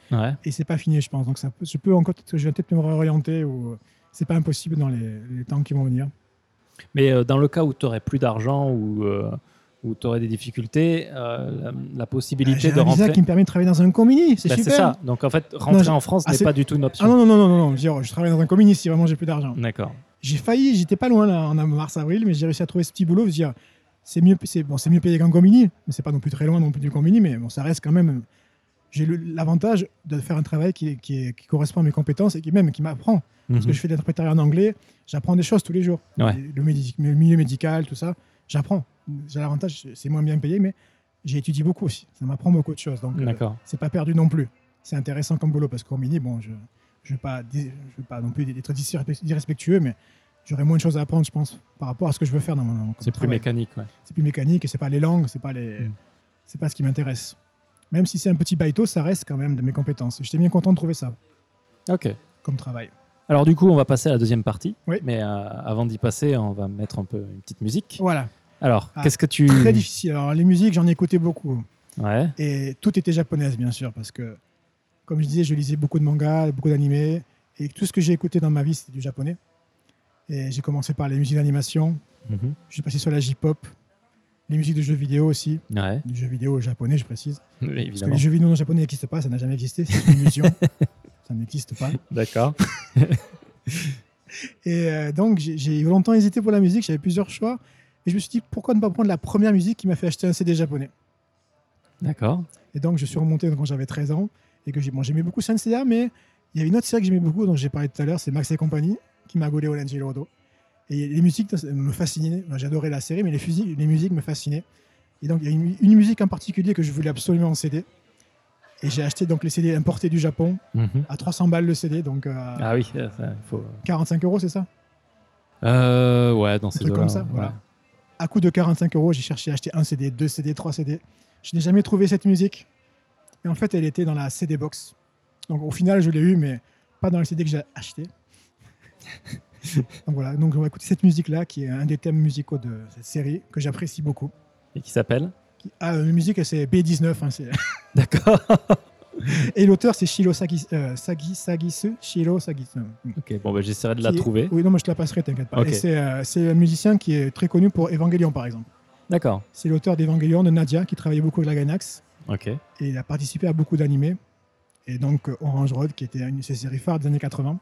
et c'est pas fini, je pense. Donc ça, peut- je peux encore, peut-être que je vais peut-être me réorienter ou euh, c'est pas impossible dans les, les temps qui vont venir.
Mais euh, dans le cas où tu aurais plus d'argent ou euh, où tu aurais des difficultés, euh, la, la possibilité
Bah, J'ai
de
un visa
rentrer.
qui me permet de travailler dans un communi, c'est
Bah,
super.
ça. Donc en fait, rentrer
je-
en France
Ah,
n'est
c'est-
pas du tout une
Ah
option.
non non non non non, non, je, veux dire, je travaille dans un communi si vraiment j'ai plus d'argent.
D'accord.
J'ai failli, j'étais pas loin là en mars avril, mais j'ai réussi à trouver ce petit boulot. Je veux dire, c'est mieux, c'est bon, c'est mieux payé qu'un communi, mais c'est pas non plus très loin non plus du communi, mais bon, ça reste quand même. J'ai le- l'avantage de faire un travail qui, qui est- qui correspond à mes compétences et qui même qui m'apprend. Parce que
Mhm.
je fais de l'interprétariat en anglais, j'apprends des choses tous les jours.
Ouais.
Le, médi- le milieu médical, tout ça, j'apprends. J'ai l'avantage, c'est moins bien payé, mais j'ai étudié beaucoup aussi. Ça m'apprend beaucoup de choses. Donc, euh,
D'accord.
c'est pas perdu non plus. C'est intéressant comme boulot parce qu'au mini, bon, je je veux pas, dé- je veux pas non plus être disrespect- irrespectueux, mais j'aurais moins de choses à apprendre, je pense, par rapport à ce que je veux faire dans mon comme
C'est plus
travail.
mécanique. ouais.
C'est plus mécanique et c'est pas les langues, c'est pas les,
Mm.
c'est pas ce qui m'intéresse. Même si c'est un petit baïto, ça reste quand même de mes compétences. Et J'étais bien content de trouver ça
Ok.
comme travail.
Alors du coup, on va passer à la deuxième partie.
Oui.
Mais euh, avant d'y passer, on va mettre un peu une petite musique.
Voilà.
Alors,
Ah,
qu'est-ce que tu
Hmm.
Très difficile. Alors, les musiques, j'en ai écouté beaucoup.
Ouais.
Et tout était japonaise, bien sûr, parce que, comme je disais, je lisais beaucoup de mangas, beaucoup d'animés. Et tout ce que j'ai écouté dans ma vie, c'était du japonais. Et j'ai commencé par les musiques d'animation.
Mhm.
Je suis passé sur la J-pop. Les musiques de jeux vidéo aussi.
Ouais.
Du jeu vidéo japonais, je précise.
Oui,
Parce que
évidemment.
les jeux vidéo non japonais n'existent pas, ça n'a jamais existé. C'est une illusion. ça n'existe pas.
D'accord.
Et euh, donc, j'ai- j'ai longtemps hésité pour la musique, j'avais plusieurs choix. Et je me suis dit, pourquoi ne pas prendre la première musique qui m'a fait acheter un CD japonais
D'accord.
Et donc, je suis remonté quand j'avais 13 ans et que j'ai, bon, j'aimais beaucoup CNCA, mais il y a une autre série que j'aimais beaucoup, dont j'ai parlé tout à l'heure, c'est Max et compagnie, qui m'a gaulé au Lange et le Rodo. Et les musiques ça me fascinaient. Enfin, J'adorais la série, mais les, fusi- les musiques me fascinaient. Et donc, il y a une, une musique en particulier que je voulais absolument en CD. Et j'ai acheté donc les CD importés du Japon
Mhm.
à 300 balles le CD, donc à
Ah oui, ça, ça, il faut.
45 euros, c'est ça
Euh, ouais, dans ces
truc
eaux-là,
comme ça,
ouais.
voilà. À coût de 45 euros, j'ai cherché à acheter un CD, deux CD, trois CD. Je n'ai jamais trouvé cette musique. Et en fait, elle était dans la CD box. Donc au final, je l'ai eu, mais pas dans le CD que j'ai acheté. Donc voilà, donc on va écouter cette musique-là, qui est un des thèmes musicaux de cette série, que j'apprécie beaucoup.
Et qui s'appelle
qui a une musique, c'est B19. hein, c'est-
D'accord.
et l'auteur, c'est Shiro Sagi, euh, Sagi- Sagisu. Shiro Sagisu.
ok, bon, bah, j'essaierai de la
Qui est-
trouver.
Oui, non, moi je te la passerai, t'inquiète pas.
Ok.
Et c'est euh, c'est un musicien qui est très connu pour Evangelion, par exemple.
D'accord.
C'est l'auteur d'Evangelion, de Nadia, qui travaillait beaucoup avec la Gainax.
Ok.
Et il a participé à beaucoup d'animés. Et donc euh, Orange Road, qui était une de ses séries phares des années 80,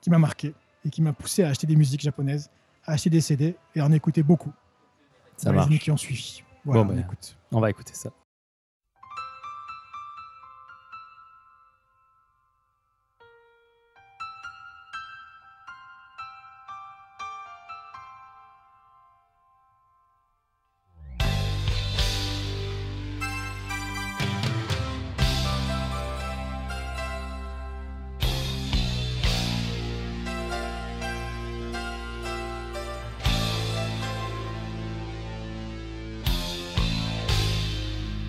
qui m'a marqué et qui m'a poussé à acheter des musiques japonaises, à acheter des CD et à en écouter beaucoup.
Ça
dans les années
marche.
qui ont suivi. Voilà,
Bon,
on
ben.
écoute.
On va écouter ça.
「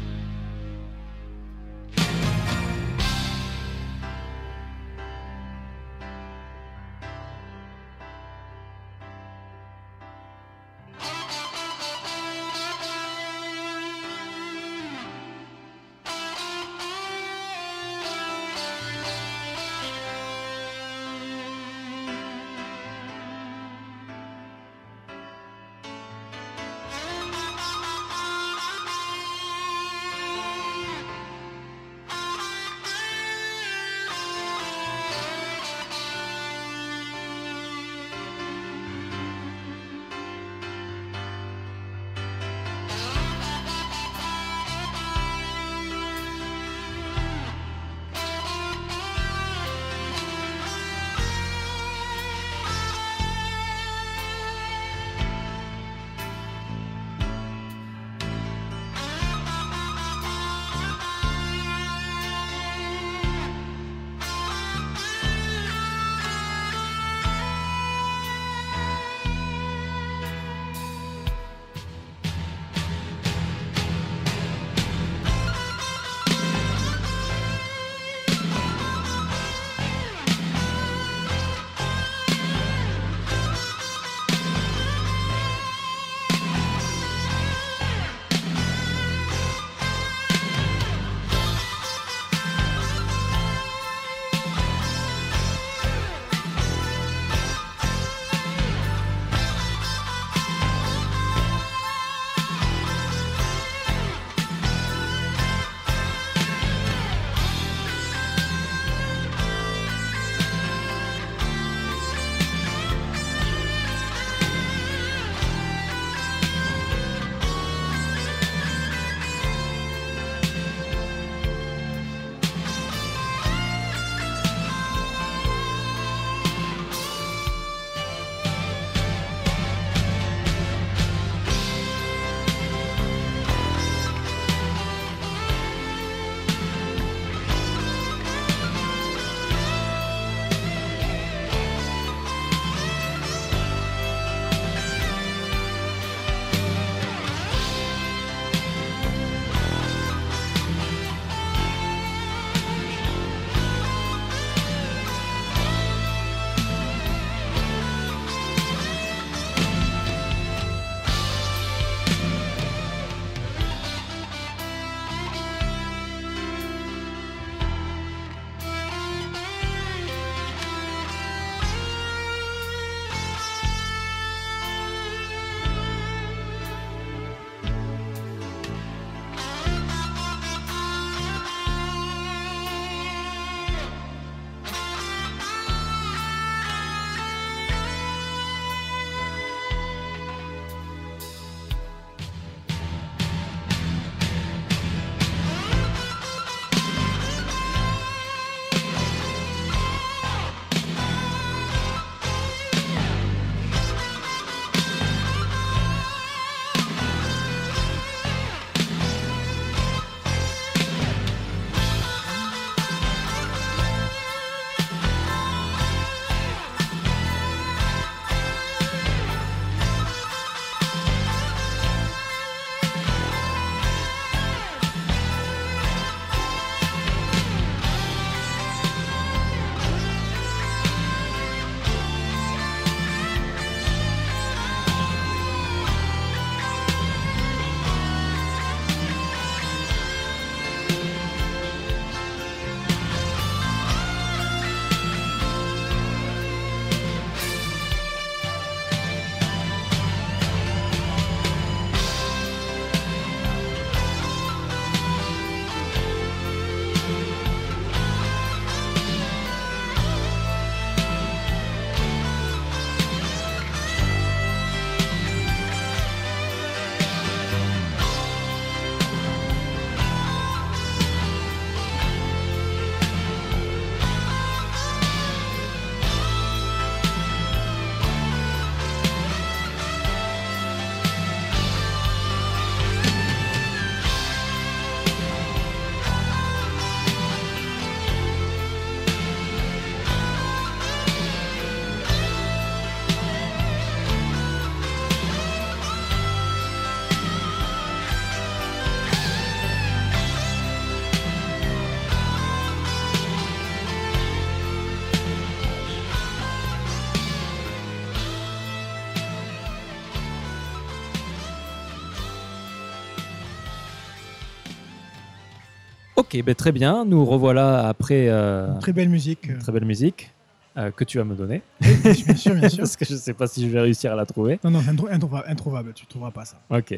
Ok, ben, très bien. Nous revoilà après euh,
Une Très belle musique. euh,
une très belle musique euh, que tu vas me donner.
bien sûr, bien sûr.
Parce que je ne sais pas si je vais réussir à la trouver.
Non, non, intro- introuvable, introuvable, tu trouveras pas ça.
Ok.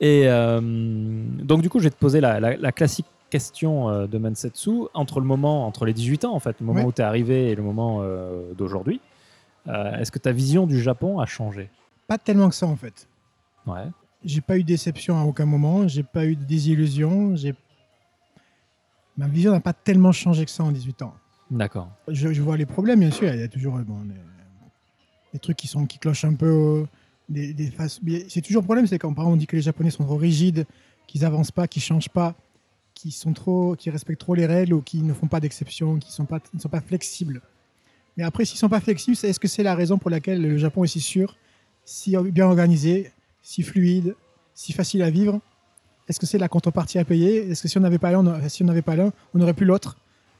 Et euh, donc, du coup, je vais te poser la, la- la classique question euh, de Mansetsu. Entre le moment, entre les 18 ans, en fait, le moment
Ouais.
où tu es arrivé et le moment euh, d'aujourd'hui, euh, est-ce que ta vision du Japon a changé
Pas tellement que ça en fait.
Ouais.
J'ai pas eu de déception à aucun moment, j'ai pas eu de désillusion, j'ai ma vision n'a pas tellement changé que ça en 18 ans.
D'accord.
Je, je vois les problèmes bien sûr, il y a toujours euh, bon, les, les trucs qui sont qui clochent un peu euh, des, des faces- mais c'est toujours le problème, c'est quand par exemple, on dit que les japonais sont trop rigides, qu'ils avancent pas, qu'ils changent pas, qu'ils sont trop qui respectent trop les règles ou qui ne font pas d'exception, qui sont pas ne sont pas flexibles. Mais après s'ils sont pas flexibles, c'est- est-ce que c'est la raison pour laquelle le Japon est si sûr, si bien organisé, si fluide, si facile à vivre Est-ce que c'est la contrepartie à payer Est-ce que si on n'avait pas l'un, on- si on n'avait pas l'un, on n'aurait plus l'autre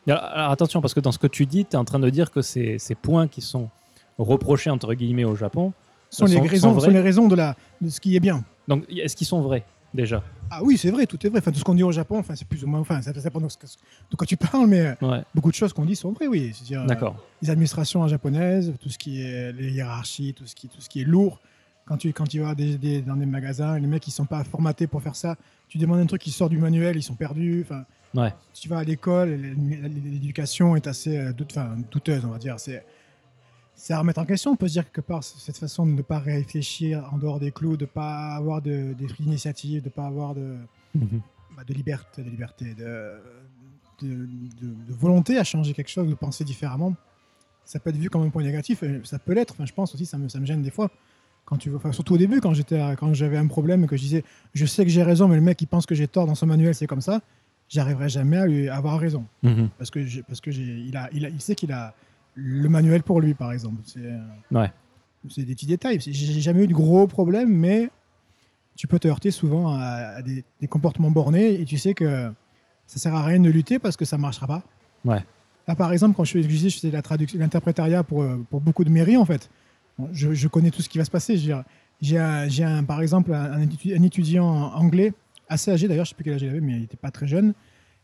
Et Alors, alors, attention, parce que dans ce que tu dis, tu es en train de dire que ces, ces points qui sont reprochés, entre guillemets, au Japon,
sont,
Sont-
les raisons,
sont
sont les raisons de, la, de ce qui est bien.
donc y- est-ce qu'ils sont vrais déjà
Ah oui, c'est vrai, tout est vrai. Enfin, tout ce qu'on dit au Japon, enfin, c'est plus ou moins. Enfin, ça, ça dépend de, ce que- de quoi tu parles, mais euh,
Ouais,
beaucoup de choses qu'on dit sont vraies, oui. C'est-à-dire, euh,
d'accord.
les administrations japonaises, tout ce qui est les hiérarchies, tout ce qui, tout ce qui est lourd. Quand tu, quand tu vas des- des- dans des magasins, les mecs, ils sont pas formatés pour faire ça. Tu demandes un truc qui sort du manuel, ils sont perdus. Enfin,
Ouais.
Tu vas à l'école, l'é- l'éducation est assez euh, doute- enfin, douteuse, on va dire. C'est c'est à remettre en question. On peut se dire quelque part c- cette façon de ne pas réfléchir en dehors des clous, de pas avoir de- d'esprit d'initiative, de pas avoir de, bah, de liberté, de liberté, de, de- de- de volonté à changer quelque chose, de penser différemment. Ça peut être vu comme un point négatif, euh, ça peut l'être. Enfin, je pense aussi, ça me, ça me gêne des fois. Quand tu, vois- enfin, surtout au début, quand j'étais, à- quand j'avais un problème et que je disais, je sais que j'ai raison, mais le mec il pense que j'ai tort dans son manuel, c'est comme ça. J'arriverai jamais à lui à avoir raison
Mhm.
parce que j'ai- parce que j'ai, il a, il a- il sait qu'il a le manuel pour lui, par exemple. C'est, euh,
Ouais.
c'est des petits détails. C'est- J'ai j'ai jamais eu de gros problèmes, mais tu peux te heurter souvent à, à des, des comportements bornés et tu sais que ça sert à rien de lutter parce que ça marchera pas.
Ouais.
Là, par exemple, quand je suis je disais, je faisais la traduction, l'interprétariat pour, euh, pour beaucoup de mairies, en fait. Bon, je, je connais tout ce qui va se passer. Je veux dire, J'ai, un- j'ai un- par exemple un, un étu- un étudiant anglais, assez âgé d'ailleurs, je sais plus quel âge il avait, mais il n'était pas très jeune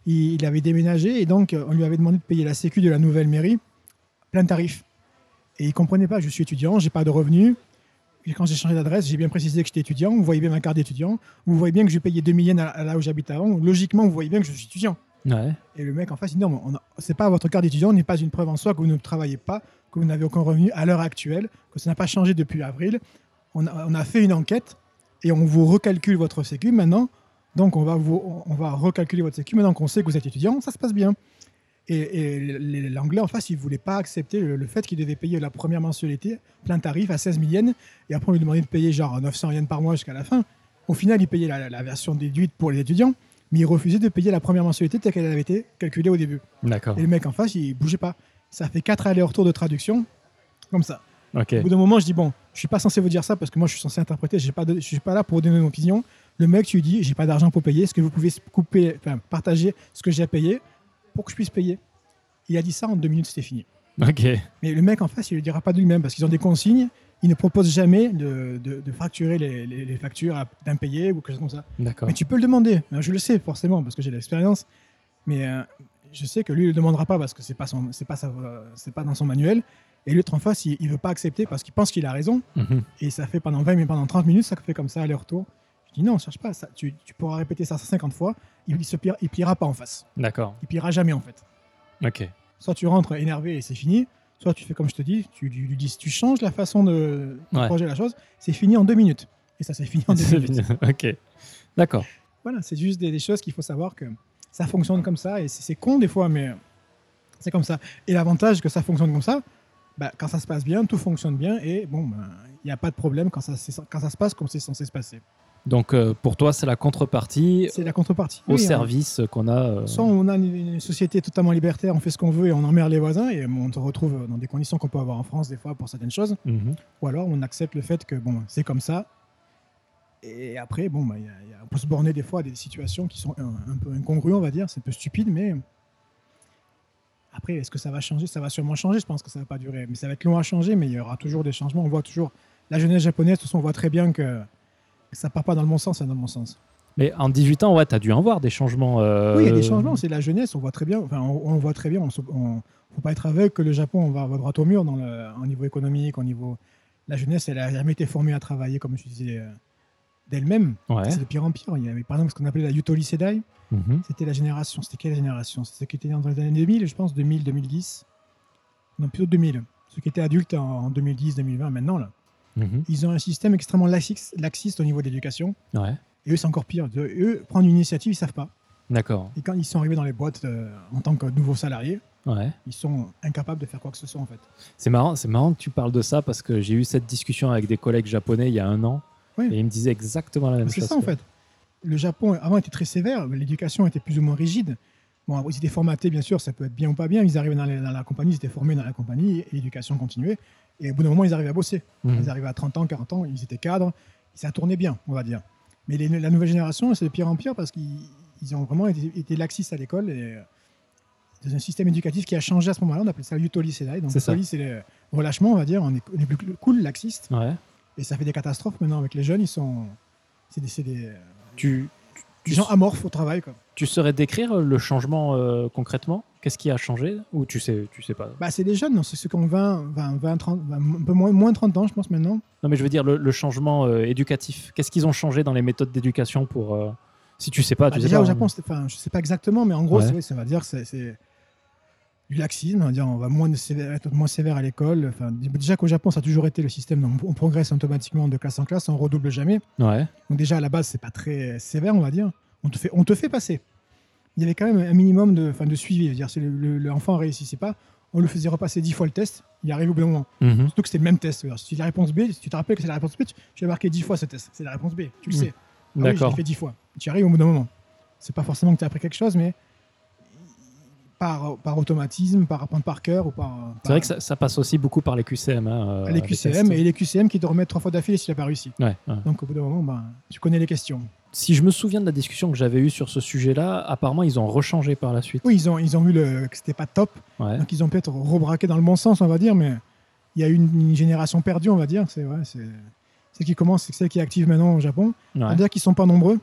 il, il avait déménagé et donc euh, on lui avait demandé de payer la sécu de la nouvelle mairie, plein tarif. Et il comprenait pas, je suis étudiant, j'ai pas de revenus. Et quand j'ai changé d'adresse, j'ai bien précisé que j'étais étudiant, vous voyez bien ma carte d'étudiant, vous voyez bien que je payais 2 000 yens à- à là où j'habite avant, logiquement vous voyez bien que je suis étudiant.
Ouais.
Et le mec en face, il dit non, mais on a- c'est pas votre carte d'étudiant, n'est pas une preuve en soi que vous ne travaillez pas, que vous n'avez aucun revenu à l'heure actuelle, que ça n'a pas changé depuis avril. On a, on a fait une enquête et on vous recalcule votre sécu maintenant. Donc on va, vous, on va recalculer votre sécu maintenant qu'on sait que vous êtes étudiant, ça se passe bien. Et, et les- l'anglais en face, il voulait pas accepter le, le fait qu'il devait payer la première mensualité, plein tarif, à 16 000 yens, et après on lui demandait de payer genre 900 yens par mois jusqu'à la fin. Au final, il payait la- la version déduite pour les étudiants mais il refusait de payer la première mensualité telle qu'elle avait été calculée au début.
Ah.
D'accord.
Et le mec en face, il bougeait pas. Ça fait quatre allers-retours de traduction, comme ça.
Ok.
Au bout d'un moment, je dis bon, je suis pas censé vous dire ça parce que moi, je suis censé interpréter. J'ai pas, de- je suis pas là pour donner mon opinion. Le mec, tu lui dis, j'ai pas d'argent pour payer. Est-ce que vous pouvez couper, enfin, partager ce que j'ai à payer pour que je puisse payer Il a dit ça en deux minutes, c'était fini.
Ok.
Mais le mec en face, il le dira pas de lui-même parce qu'ils ont des consignes. Ils ne proposent jamais de, de- de fracturer les, les- les factures à- d'impayés ou quelque chose comme ça.
D'accord.
Mais tu peux le demander. Alors, Je le sais forcément parce que j'ai l'expérience, mais euh, je sais que lui il le demandera pas parce que c'est pas son, c'est pas sa- euh, c'est pas dans son manuel. Et l'autre en face, il, il veut pas accepter parce qu'il pense qu'il a raison.
Mhm.
Et ça fait pendant 20 mais pendant 30 minutes, ça fait comme ça aller-retour. Je dis non, cherche pas ça. Tu, tu pourras répéter ça 50 fois. Il, il se pire, il pliera pas en face.
D'accord.
Il pliera jamais en fait.
Ok.
Soit tu rentres énervé et c'est fini. Soit tu fais comme je te dis, tu lui dis, tu changes la façon de de
Ouais.
projeter la chose. C'est fini en deux minutes. Et ça, c'est fini en deux
C'est
minutes.
fini. ok. D'accord.
Voilà, c'est juste des, des choses qu'il faut savoir que ça fonctionne comme ça et c'est c'est con des fois, mais c'est comme ça. Et l'avantage que ça fonctionne comme ça, bah, quand ça se passe bien, tout fonctionne bien et bon, ben, il n'y a pas de problème quand ça, c'est- quand ça se passe comme c'est censé se passer.
Donc euh, pour toi, c'est la contrepartie
C'est la contrepartie.
au
Oui, hein.
service qu'on a. euh,
Soit on a une, une société totalement libertaire, on fait ce qu'on veut et on emmerde les voisins et bon, on se retrouve dans des conditions qu'on peut avoir en France des fois pour certaines choses,
mhm.
ou alors on accepte le fait que bon, c'est comme ça. Et après, bon, bah, il y a- il y a- on peut se borner des fois à des situations qui sont un, un peu incongrues, on va dire. C'est un peu stupide, mais après, est-ce que ça va changer Ça va sûrement changer. Je pense que ça va pas durer, mais ça va être long à changer. Mais il y aura toujours des changements. On voit toujours la jeunesse japonaise. De toute façon, on voit très bien que que ça part pas dans le bon sens. hein, dans le bon sens.
Mais en 18 ans, ouais, t'as dû en voir des changements. euh,
Oui, il y a des changements, c'est la jeunesse, on voit très bien, enfin, on, on voit très bien, on se- on- faut pas être aveugle que le Japon va, va droit au mur dans le, au niveau économique, au niveau. La jeunesse, elle a jamais été formée à travailler, comme je disais, euh, d'elle-même.
Ouais.
C'est de pire en pire. Il y avait par exemple ce qu'on appelait la Yutori Sedai,
Mhm.
c'était la génération, c'était quelle génération C'était ceux qui étaient dans les années 2000, je pense, 2000, 2010. Non, plutôt 2000. Ceux qui étaient adultes en, en 2010, 2020, maintenant, là.
Mhm.
Ils ont un système extrêmement laxiste, laxiste au niveau de l'éducation.
Ouais.
Et eux, c'est encore pire. De- Eux, prendre une initiative, ils savent pas.
D'accord.
Et quand ils sont arrivés dans les boîtes euh, en tant que nouveaux salariés,
Ouais.
ils sont incapables de faire quoi que ce soit en fait.
C'est marrant, c'est marrant que tu parles de ça parce que j'ai eu cette discussion avec des collègues japonais il y a un an
Oui.
et ils me disaient exactement la même
C'est
chose.
ça en
quoi.
fait. Le Japon avant était très sévère, mais l'éducation était plus ou moins rigide. Bon, après, ils étaient formatés bien sûr, ça peut être bien ou pas bien. Ils arrivaient dans, les- dans la compagnie, ils étaient formés dans la compagnie, et l'éducation continuait. Et au bout d'un moment, ils arrivaient à bosser.
Mhm.
Ils arrivaient à 30 ans, 40 ans, ils étaient cadres, ça tournait bien, on va dire. Mais les- la nouvelle génération, c'est de pire en pire parce qu'ils ils ont vraiment été, été laxistes à l'école et euh, dans un système éducatif qui a changé à ce moment-là. On appelait ça l'utoli sedai. Donc
C'est ça.
l'utoli, c'est le relâchement, on va dire. On est, on est plus cool, laxiste.
Ouais.
Et ça fait des catastrophes maintenant avec les jeunes. Ils sont. C'est des, c'est des, euh,
Tu, tu-
des
tu-
gens amorphes au travail. Quoi.
tu saurais décrire le changement euh, concrètement Qu'est-ce qui a changé Ou tu sais, tu sais pas
Bah, c'est des jeunes, donc c'est ceux qui ont 20, 20, 20 30, 20, un peu moins, moins de 30 ans, je pense maintenant.
Non, mais je veux dire le, le changement euh, éducatif. Qu'est-ce qu'ils ont changé dans les méthodes d'éducation pour. euh, Si tu sais pas,
Bah,
tu sais
déjà
pas.
au
hein.
Japon, c'est- enfin, je sais pas exactement, mais en gros,
Ouais.
c'est- oui, ça va dire que c'est- c'est du laxisme. On va, dire, on va moins de sévère- être moins sévère à l'école. Enfin, déjà qu'au Japon, ça a toujours été le système. donc on progresse automatiquement de classe en classe, on redouble jamais.
Ouais.
Donc déjà à la base, c'est pas très sévère, on va dire. On te fait, on te fait passer. Il y avait quand même un minimum de, enfin, de suivi. Je veux dire, si le- le- l'enfant réussissait pas, on le faisait repasser dix fois le test. Il arrive au bon moment.
Mhm.
Surtout que c'était le même test. Alors, si la réponse B, si tu te rappelles que c'est la réponse B, tu tu as marqué dix fois ce test. C'est la réponse B. Tu le
Mhm.
sais. Ah oui, je
D'accord.
l'ai fait dix fois. Tu arrives au bout d'un moment. C'est pas forcément que tu as appris quelque chose, mais par, par automatisme, par apprendre par cœur ou par. par-
c'est vrai que ça, ça passe aussi beaucoup par les QCM. hein, euh,
les QCM
tests.
et les QCM qui te remettent trois fois d'affilée si tu n'as pas réussi.
Ouais, ouais.
Donc au bout d'un moment, ben, tu connais les questions.
Si je me souviens de la discussion que j'avais eue sur ce sujet-là, apparemment ils ont rechangé par la suite.
Oui, ils ont, ils ont vu le, que c'était pas top,
Ouais.
donc ils ont peut-être rebraqué dans le bon sens, on va dire, mais il y a eu une, une génération perdue, on va dire. C'est vrai, c'est celle qui commence, c'est celle qui est active maintenant au Japon.
Ouais.
C'est-à-dire qu'ils sont pas nombreux,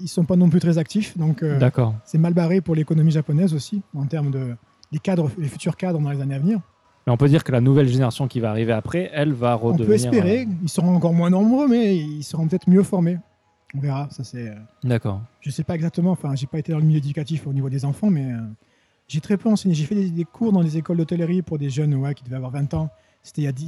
ils sont pas non plus très actifs, donc euh,
D'accord.
c'est mal barré pour l'économie japonaise aussi, en termes de les cadres, les futurs cadres dans les années à venir.
Mais on peut dire que la nouvelle génération qui va arriver après, elle va
On
redevenir. euh,
peut espérer, ils seront encore moins nombreux, mais ils seront peut-être mieux formés. On verra, ça c'est. euh,
euh, D'accord.
je sais pas exactement, enfin, j'ai pas été dans le milieu éducatif au niveau des enfants, mais euh, j'ai très peu enseigné. J'ai fait des, des cours dans des écoles d'hôtellerie pour des jeunes ouais, qui devaient avoir 20 ans. C'était il y a 10,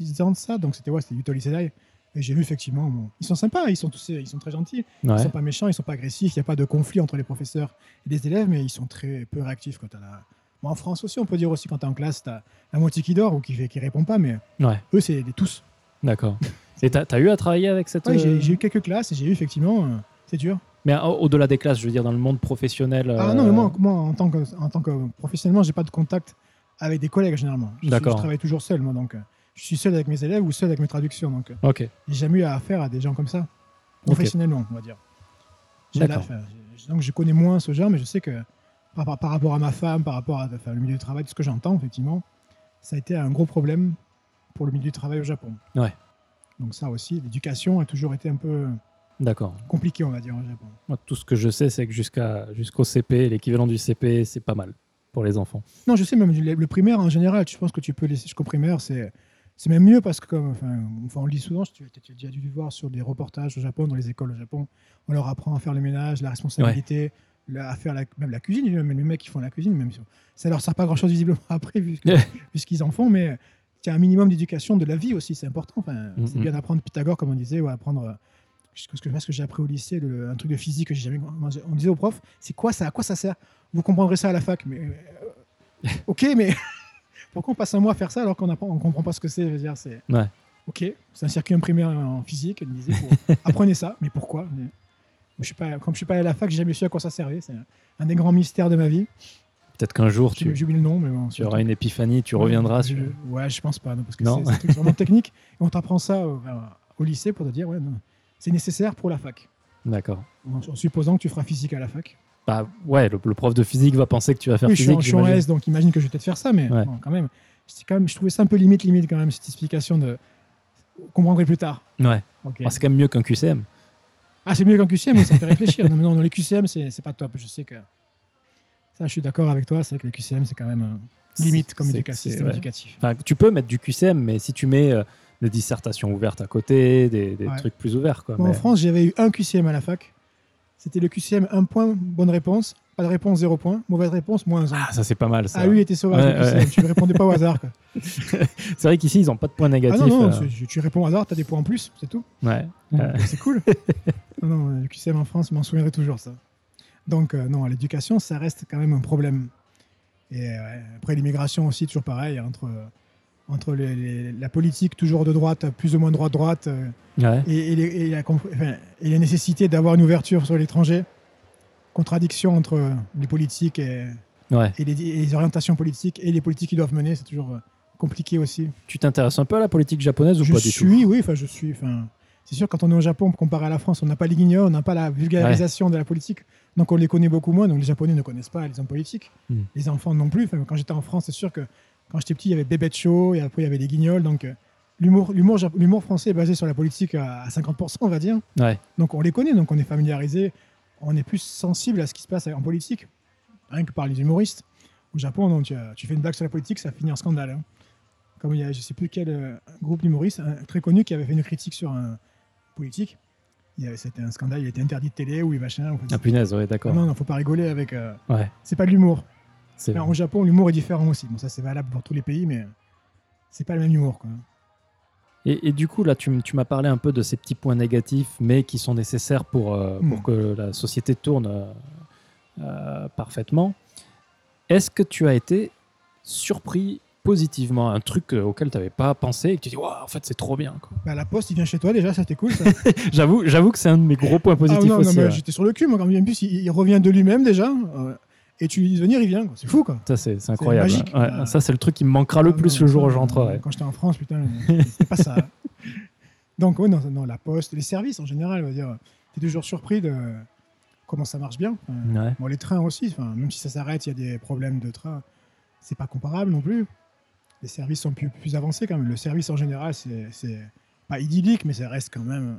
il y a 16 ans de ça, donc c'était ouais, c'était Utoli Sedai. Et j'ai vu effectivement, bon, ils sont sympas, ils sont tous, ils sont très gentils,
Ouais.
ils sont pas méchants, ils sont pas agressifs, il n'y a pas de conflit entre les professeurs et les élèves, mais ils sont très peu réactifs quand t'as la. Bon, en France aussi, on peut dire aussi quand t'es en classe, t'as la moitié qui dort ou qui, fait- qui répond pas, mais
Ouais.
eux, c'est des tous.
D'accord. Et t'as as eu à travailler avec cette.
Ouais,
euh,
j'ai- J'ai eu quelques classes et j'ai eu effectivement, euh, c'est dur.
Mais au- au-delà des classes, je veux dire dans le monde professionnel.
Ah
euh,
non, mais moi, moi en, tant que, en tant que professionnellement, j'ai pas de contact avec des collègues généralement. Je, suis-
D'accord.
je travaille toujours seul, moi, donc euh, je suis seul avec mes élèves ou seul avec mes traductions, donc euh,
Ok.
j'ai jamais eu affaire à des gens comme ça, professionnellement, on va dire. J'ai
D'accord.
la- enfin, j'ai- donc je connais moins ce genre, mais je sais que par, par- par rapport à ma femme, par rapport à enfin, le milieu du travail, tout ce que j'entends, effectivement, ça a été un gros problème pour le milieu du travail au Japon.
Ouais.
Donc ça aussi, l'éducation a toujours été un peu
D'accord.
compliquée, on va dire, au Japon.
Moi, tout ce que je sais, c'est que jusqu'à jusqu'au CP, l'équivalent du CP, c'est pas mal pour les enfants.
Non, je sais, même le, le primaire en général, je pense que tu peux laisser jusqu'au primaire, c'est. C'est même mieux parce que, comme, enfin, enfin, on le dit souvent, tu, tu as déjà dû le voir sur des reportages au Japon, dans les écoles au Japon, on leur apprend à faire le ménage, la responsabilité, la- à faire la, même la cuisine, même les mecs qui font la cuisine, même si ça leur sert pas grand chose visiblement après, vu, que- vu ce qu'ils en font, mais tu as un minimum d'éducation de la vie aussi, c'est important. Enfin, C'est
Mhm.
bien d'apprendre Pythagore, comme on disait, ou apprendre, euh, je- ce que, ce que j'ai appris au lycée, le- un truc de physique que j'ai jamais. On disait au prof, c'est quoi ça, à quoi ça sert Vous comprendrez ça à la fac, mais euh, Ok, mais pourquoi on passe un mois à faire ça alors qu'on apprend- on comprend pas ce que c'est je veux dire, c'est...
Ouais.
Ok, c'est un circuit imprimé en physique. Elle me disait, pour- apprenez ça, mais pourquoi Mais- je suis pas, Comme je suis pas allé à la fac, j'ai jamais su à quoi ça servait. C'est un des grands mystères de ma vie.
Peut-être qu'un jour,
J'ai
tu,
j'ai oublié le nom, mais bon,
tu auras une épiphanie, tu reviendras.
Je-
sur-
Ouais, je pense pas, non, parce que
Non.
c'est c'est un truc vraiment technique. Et on t'apprend ça au, au lycée pour te dire, ouais, non, c'est nécessaire pour la fac.
D'accord.
En, en supposant que tu feras physique à la fac.
Bah ouais, le, le prof de physique va penser que tu vas faire
oui, je suis en-
physique.
je suis en
j'imagine.
S, donc imagine que je vais peut-être faire ça, mais
Ouais.
bon, quand même, c'est quand même, je trouvais ça un peu limite, limite quand même, cette explication de. Vous comprendrez plus tard.
Ouais.
Ok.
Bah, c'est quand même mieux qu'un QCM.
Ah, c'est mieux qu'en QCM, mais ça fait réfléchir. non, mais non, non, les QCM, c'est c'est pas top. Je sais que. Ça, je suis d'accord avec toi. C'est vrai que les QCM, c'est quand même euh, limite comme
C'est-
éduca-
c'est-
système
ouais.
éducatif.
Enfin, tu peux mettre du QCM, mais si tu mets euh, des dissertations ouvertes à côté, des, des
Ouais.
trucs plus ouverts. Quoi,
Moi, En
mais-
France, j'avais eu un QCM à la fac. C'était le QCM 1 point, bonne réponse. Pas de réponse, 0 point. Mauvaise réponse, moins 1.
Ah, ça, c'est pas mal. ça.
Ah, lui, était sauvage.
Ouais,
le QCM.
ouais.
Tu ne répondais pas au hasard. quoi.
C'est vrai qu'ici, ils n'ont pas de points
Ah
négatifs.
non, non,
euh,
c'est- tu- tu réponds au hasard, tu as des points en plus, c'est tout.
ouais. Euh.
C'est cool. non, non, le QCM en France, je m'en souviendrai toujours, ça. Donc, euh, non, l'éducation, ça reste quand même un problème. Et euh, après, l'immigration aussi, toujours pareil, entre, euh, entre les- les- la politique toujours de droite, plus ou moins droite-droite, euh,
Ouais.
et, et les- et la, compr- enfin, et la nécessité d'avoir une ouverture sur l'étranger. Contradiction entre euh, les politiques et,
Ouais.
et les, et les orientations politiques et les politiques qu'ils doivent mener, c'est toujours euh, compliqué aussi.
Tu t'intéresses un peu à la politique japonaise ou
Je
pas du tout
suis, oui, enfin, je suis. Enfin, c'est sûr, quand on est au Japon, comparé à la France, on n'a pas les guignols, on n'a pas la vulgarisation de la politique. Donc, on les connaît beaucoup moins. Donc, les Japonais ne connaissent pas les hommes politiques.
Hmm.
Les enfants non plus. Enfin, quand j'étais en France, c'est sûr que quand j'étais petit, il y avait Bébête Show et après, il y avait les guignols. Donc, euh, l'humour l'humour jap- l'humour français est basé sur la politique à à 50%, on va dire.
Ouais.
Donc, on les connaît, donc on est familiarisé. On est plus sensible à ce qui se passe en politique, rien que par les humoristes. Au Japon, donc, tu, as- tu fais une blague sur la politique, ça finit en scandale. hein. Comme il y a, je sais plus quel euh, groupe d'humoristes un très connu qui avait fait une critique sur un politique. Il y avait- C'était un scandale, il était interdit de télé ou il machin. on fait-
Ah, punaise, ouais,
Ah
d'accord.
non, non, faut pas rigoler avec. euh,
Ouais.
C'est pas de l'humour.
C'est-
Alors, Au Japon, l'humour est différent aussi. Bon, ça, c'est valable pour tous les pays, mais c'est pas le même humour. Quoi.
Et, et du coup, là, tu, m- tu m'as parlé un peu de ces petits points négatifs, mais qui sont nécessaires pour, euh,
Mm.
pour que la société tourne euh, euh, parfaitement. Est-ce que tu as été surpris positivement Un truc euh, auquel tu n'avais pas pensé et que tu dis, Waouh, en fait, c'est trop bien. quoi.
Bah, la poste, il vient chez toi déjà, ça c'était cool. Ça.
J'avoue, j'avoue que c'est un de mes gros points
Ah,
positifs
non, non,
aussi.
mais
ouais.
j'étais sur le cul, moi, quand même. En plus, il, il revient de lui-même déjà. euh, et tu lui dis de venir, il vient. quoi. C'est fou, quoi.
Ça, c'est c'est incroyable.
magique.
ouais. Ouais,
Euh,
Ça, c'est le truc qui me manquera le
Ah,
plus
non,
le
ça,
jour où
euh,
je rentrerai.
Quand j'étais en France, putain, c'était pas ça. Donc, ouais, non, non, la poste, les services en général, on va dire. T'es toujours surpris de comment ça marche bien. Euh,
Ouais.
Bon, les trains aussi, enfin, même si ça s'arrête, il y a des problèmes de train, c'est pas comparable non plus. Les services sont plus, plus avancés quand même. Le service en général, c'est c'est pas idyllique, mais ça reste quand même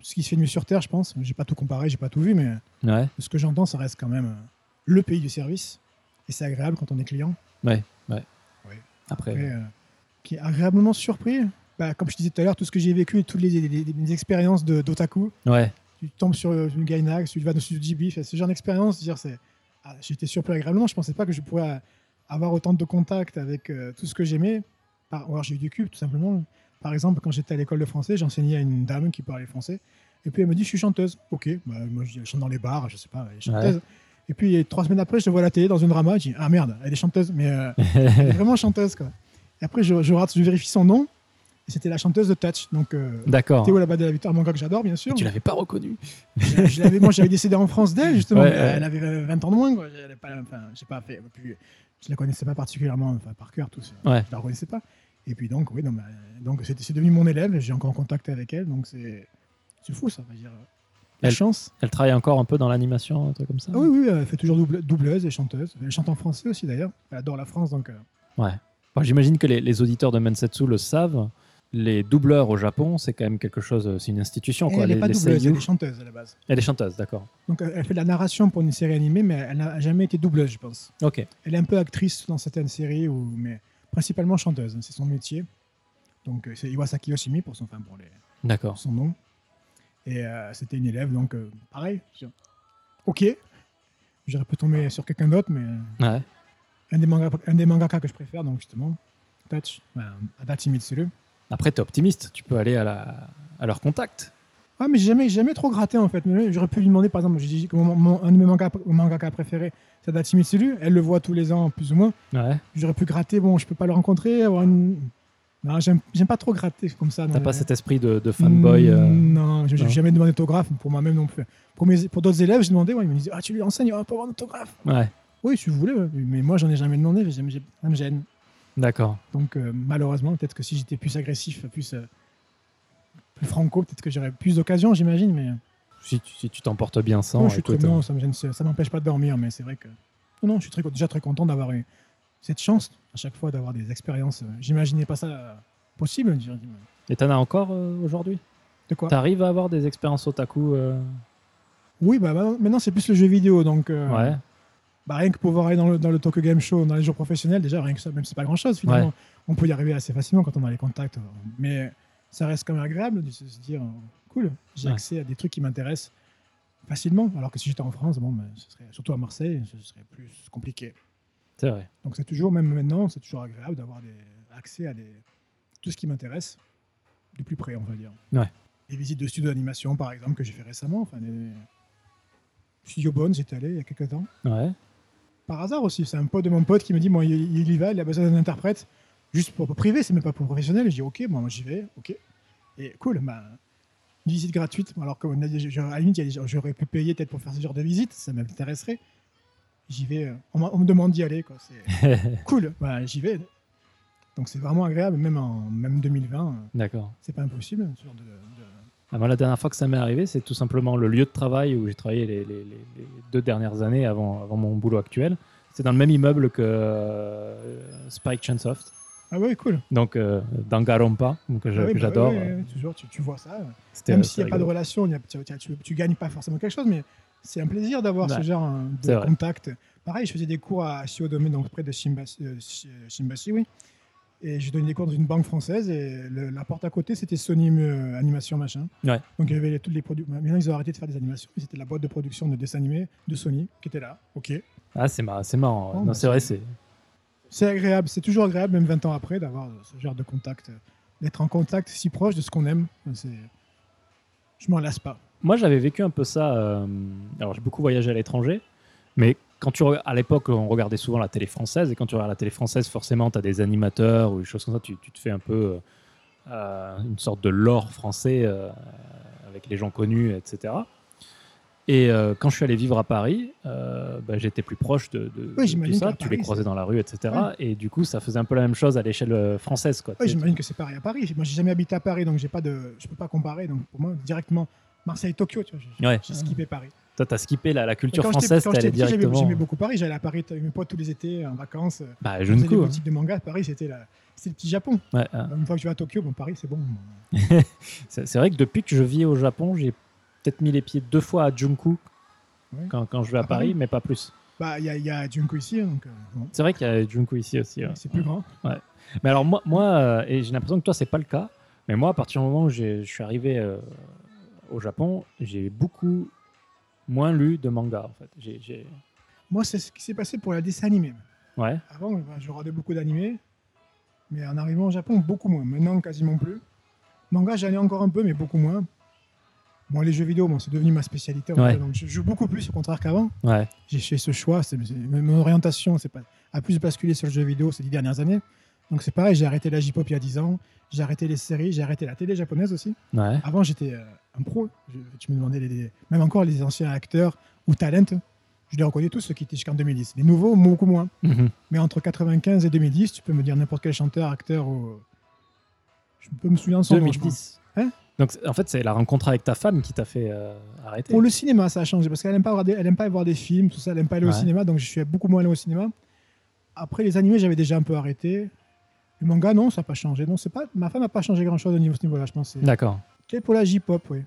ce qui se fait de mieux sur Terre, je pense. J'ai pas tout comparé, j'ai pas tout vu, mais
Ouais.
de ce que j'entends, ça reste quand même euh, le pays du service. Et c'est agréable quand on est client.
Après,
Après, euh, qui est agréablement surpris. Bah, comme je disais tout à l'heure, tout ce que j'ai vécu, toutes les, les- les- les expériences de- d'otaku,
ouais.
tu tombes sur euh, une Gainax, tu vas dessus du GB, c'est ce genre d'expérience, dire c'est ah, j'étais surpris agréablement, je pensais pas que je pourrais euh, avoir autant de contacts avec euh, tout ce que j'aimais. Par- ou Alors j'ai eu du cul tout simplement. Par exemple, quand j'étais à l'école de français, j'enseignais à une dame qui parlait français et puis elle me dit je suis chanteuse. OK, bah, moi je dis, elle chante dans les bars, je sais pas, elle est chanteuse. Et puis trois semaines après, je la vois à la télé dans une drama, je dis ah merde, elle est chanteuse mais euh, elle est vraiment chanteuse quoi. Et après je, je rate, je vérifie son nom et c'était la chanteuse de Touch donc euh,
D'accord.
Théo la de la victoire, mon gars que j'adore bien sûr.
Tu l'avais pas reconnu.
Je- Euh, je l'avais- moi, j'avais décédé en France d'elle, justement.
Ouais,
mais
ouais.
Elle avait euh, 20 ans de moins. Quoi. Elle est pas, enfin, j'ai pas fait, puis, je la connaissais pas particulièrement enfin, par cœur, tout ça.
Ouais.
Je la reconnaissais pas. Et puis, donc, oui, non, mais, euh, donc c'est, c'est devenu mon élève. J'ai encore contact avec elle. Donc, c'est, c'est fou, ça. on va dire. La
Elle-
chance.
Elle travaille encore un peu dans l'animation, un truc comme ça.
Ah oui, oui, elle fait toujours double- doubleuse et chanteuse. Elle chante en français aussi, d'ailleurs. Elle adore la France, donc. euh,
Bon, J'imagine que les, les auditeurs de Mensetsu le savent. Les doubleurs au Japon, c'est quand même quelque chose, euh, c'est une institution. Quoi.
Eh, elle n'est
les,
pas
les
doubleuse,
seiyuu.
elle est chanteuse à la base.
Elle est chanteuse, d'accord.
Donc, euh, elle fait de la narration pour une série animée, mais elle n'a jamais été doubleuse, je pense.
Ok.
Elle est un peu actrice dans certaines séries, ou, mais principalement chanteuse, hein, c'est son métier. Donc euh, c'est Iwasaki Yoshimi pour son, enfin, pour les- pour
D'accord.
son nom. Et euh, c'était une élève, donc euh, pareil. je- Ok, j'aurais pu tomber sur quelqu'un d'autre, mais euh,
Ouais.
un des, manga, un des mangaka que je préfère, donc justement, Touch, ben, Adachi Mitsuru.
Après, t'es optimiste. Tu peux aller à, la, à leur contact.
Ah, mais j'ai jamais, j'ai jamais trop gratté en fait. Mais J'aurais pu lui demander, par exemple, j'ai dit que mon, mon- un de mes manga, mangaka préférés, c'est Adachi Mitsuru. Elle le voit tous les ans, plus ou moins.
Ouais.
j'aurais pu gratter, bon, je peux pas le rencontrer, avoir une... Non, j'aime j'aime pas trop gratter comme ça. dans
T'as
les-
pas cet esprit de, de fanboy. euh,
Mm, Non, je- j'ai
non.
jamais demandé d'autographe pour moi-même non plus. Pour, mes- pour d'autres élèves, j'ai demandé, ouais, ils me disaient, ah, tu lui enseignes, on va pas avoir d'autographe.
Ouais.
Oui, si vous voulez, ouais. mais moi, j'en ai jamais demandé, j'ai- j'ai- ça me gêne.
D'accord.
Donc, euh, malheureusement, peut-être que si j'étais plus agressif, plus, euh, plus franco, peut-être que j'aurais plus d'occasions, j'imagine, mais
Si tu si tu t'emportes bien sans.
non, je suis très,
écoute,
non, ça me gêne, ça ça m'empêche pas de dormir, mais c'est vrai que. Non, non, je suis très, déjà très content d'avoir eu cette chance à chaque fois d'avoir des expériences. euh, J'imaginais pas ça euh, possible. je dirais.
euh, Et t'en as encore euh, aujourd'hui
De quoi
T'arrives à avoir des expériences otaku euh,
Oui, bah, bah, maintenant c'est plus le jeu vidéo, donc euh,
Ouais.
bah, rien que pouvoir aller dans le, dans le Tokyo Game Show, dans les jours professionnels, déjà rien que ça, même si c'est pas grand chose finalement, on peut y arriver assez facilement quand on a les contacts. euh, Mais ça reste quand même agréable de se se dire, euh, cool, j'ai
Ouais.
accès à des trucs qui m'intéressent facilement, alors que si j'étais en France, bon, bah, ce serait, surtout à Marseille, ce serait plus compliqué.
C'est vrai.
Donc c'est toujours, même maintenant, c'est toujours agréable d'avoir des- accès à des, tout ce qui m'intéresse du plus près, on va dire.
Ouais.
Les visites de studios d'animation, par exemple, que j'ai fait récemment. Enfin, les... Studio Bones, j'étais allé il y a quelques temps.
Ouais.
Par hasard aussi, c'est un pote de mon pote qui me dit, moi, il il y va, il a besoin d'un interprète, juste pour pour privé, c'est même pas pour professionnel. Je dis, ok, bon, moi j'y vais, ok. Et cool, bah, une visite gratuite. Alors que à la limite, il y a des gens- j'aurais pu payer peut-être pour faire ce genre de visite, ça m'intéresserait. J'y vais, euh, on, m'a- on me demande d'y aller, quoi. C'est cool, bah, j'y vais. Donc c'est vraiment agréable, même en même 2020, euh,
D'accord.
c'est pas impossible. ce genre de- de-
Ah, moi, la dernière fois que ça m'est arrivé, c'est tout simplement le lieu de travail où j'ai travaillé les, les- les- les deux dernières années avant, avant mon boulot actuel. C'était dans le même immeuble que euh, Spike Chunsoft,
Ah ouais, cool.
donc euh, dans Garompa, donc que je-
Ah ouais,
que
bah
j'adore.
ouais, ouais, ouais, toujours, tu, tu vois ça. euh.
C'était-
Même
c'était
s'il n'y a pas de
rigolo.
relation, il y a- tu, tu- tu- tu gagnes pas forcément quelque chose, mais c'est un plaisir d'avoir
Ouais.
ce genre hein,
C'est
de
vrai.
contact. Pareil, je faisais des cours à Shiodome, donc près de Shimbasi, euh, Shi- euh, Shimbashi, oui. Et je donnais des cours dans une banque française et le- la porte à côté, c'était Sony euh, Animation Machin.
Ouais.
Donc il y avait les- toutes les produits. Maintenant, ils ont arrêté de faire des animations, mais c'était la boîte de production de dessins animés de Sony qui était là. OK.
Ah, c'est marrant. C'est marrant. ouais.
Oh,
non,
bah,
c'est vrai, c'est.
C'est agréable, c'est toujours agréable, même 20 ans après, d'avoir ce genre de contact, d'être en contact si proche de ce qu'on aime. C'est- Je m'en lasse pas.
Moi, j'avais vécu un peu ça. euh, alors, j'ai beaucoup voyagé à l'étranger, mais quand tu reg- à l'époque, on regardait souvent la télé française, et quand tu regardes la télé française, forcément, tu as des animateurs ou des choses comme ça. Tu, tu te fais un peu euh, euh, une sorte de lore français euh, avec les gens connus, etc. Et euh, quand je suis allé vivre à Paris, euh, bah, j'étais plus proche de, de- de tout
j'imagine
ça.
qu'à
Tu les
Paris,
croisais dans la rue, etc.
Ouais.
Et du coup, ça faisait un peu la même chose à l'échelle euh, française, quoi.
Ouais,
Tu sais,
j'imagine que c'est pareil à Paris. Moi, j'ai jamais habité à Paris, donc j'ai pas de, je peux pas comparer. Donc pour moi, directement Marseille-Tokyo, tu vois, j'ai-
Ouais.
j'ai skippé Paris.
Toi, t'as skippé la, la
Mais
culture
quand j'étais-
française,
quand
t'es
j'étais
allé
petit, j'aimais-
directement.
J'aimais beaucoup Paris. J'allais à Paris avec mes potes tous les étés en vacances. euh,
Bah,
on faisait des
Junko, hein.
boutiques de manga. Paris, c'était la, c'est le petit Japon.
Ouais, hein.
Une fois que tu vas à Tokyo, bon, Paris, c'est bon.
C'est c'est vrai que depuis que je vis au Japon, j'ai peut-être mis les pieds deux fois à Junku
Ouais.
quand, quand je vais à,
À
Paris,
Paris.
mais pas plus.
Bah, il y a, il y a Junko ici, donc euh, bon,
C'est vrai qu'il y a Junku ici aussi. ouais.
c'est plus grand.
Mais alors moi, moi euh, et j'ai l'impression que toi, c'est pas le cas. Mais moi, à partir du moment où j'ai- je suis arrivé euh, au Japon, j'ai beaucoup moins lu de manga en fait. J'ai- j'ai-
Moi, c'est ce qui s'est passé pour la dessin animé.
Ouais,
Avant, ben, je regardais beaucoup d'animés, mais en arrivant au Japon, beaucoup moins. Maintenant, quasiment plus. Manga, j'en ai encore un peu, mais beaucoup moins. Bon, les jeux vidéo, bon, c'est devenu ma spécialité. en
Ouais.
fait, donc, je joue beaucoup plus, au contraire qu'avant.
ouais,
J'ai fait ce choix, c'est, c'est- mon orientation c'est pas, a plus basculé sur le jeu vidéo ces dix dernières années. Donc, c'est pareil, j'ai arrêté la J-pop il y a 10 ans, j'ai arrêté les séries, j'ai arrêté la télé japonaise aussi.
ouais.
Avant, j'étais euh, un pro. Je- tu me demandais, les- les- même encore les anciens acteurs ou talents, je les reconnais tous, ceux qui étaient jusqu'en 2010. Les nouveaux, beaucoup moins.
Mhm.
Mais entre 95 et 2010, tu peux me dire n'importe quel chanteur, acteur ou. Je peux me souvenir de son nom, je
2010.
Hein
Donc c'est- en fait, c'est la rencontre avec ta femme qui t'a fait euh, arrêter.
crois. Pour le cinéma, ça a changé parce qu'elle aime pas regarder- elle aime pas voir des films, tout ça, elle aime pas aller au
Ouais.
cinéma, donc je suis beaucoup moins allé au cinéma. Après les animés, j'avais déjà un peu arrêté. Le manga, non, ça n'a pas changé. Non, c'est pas ma femme n'a pas changé grand chose au niveau ce niveau-là, je pense. C'est-
D'accord.
Peut-être pour la J-pop, oui.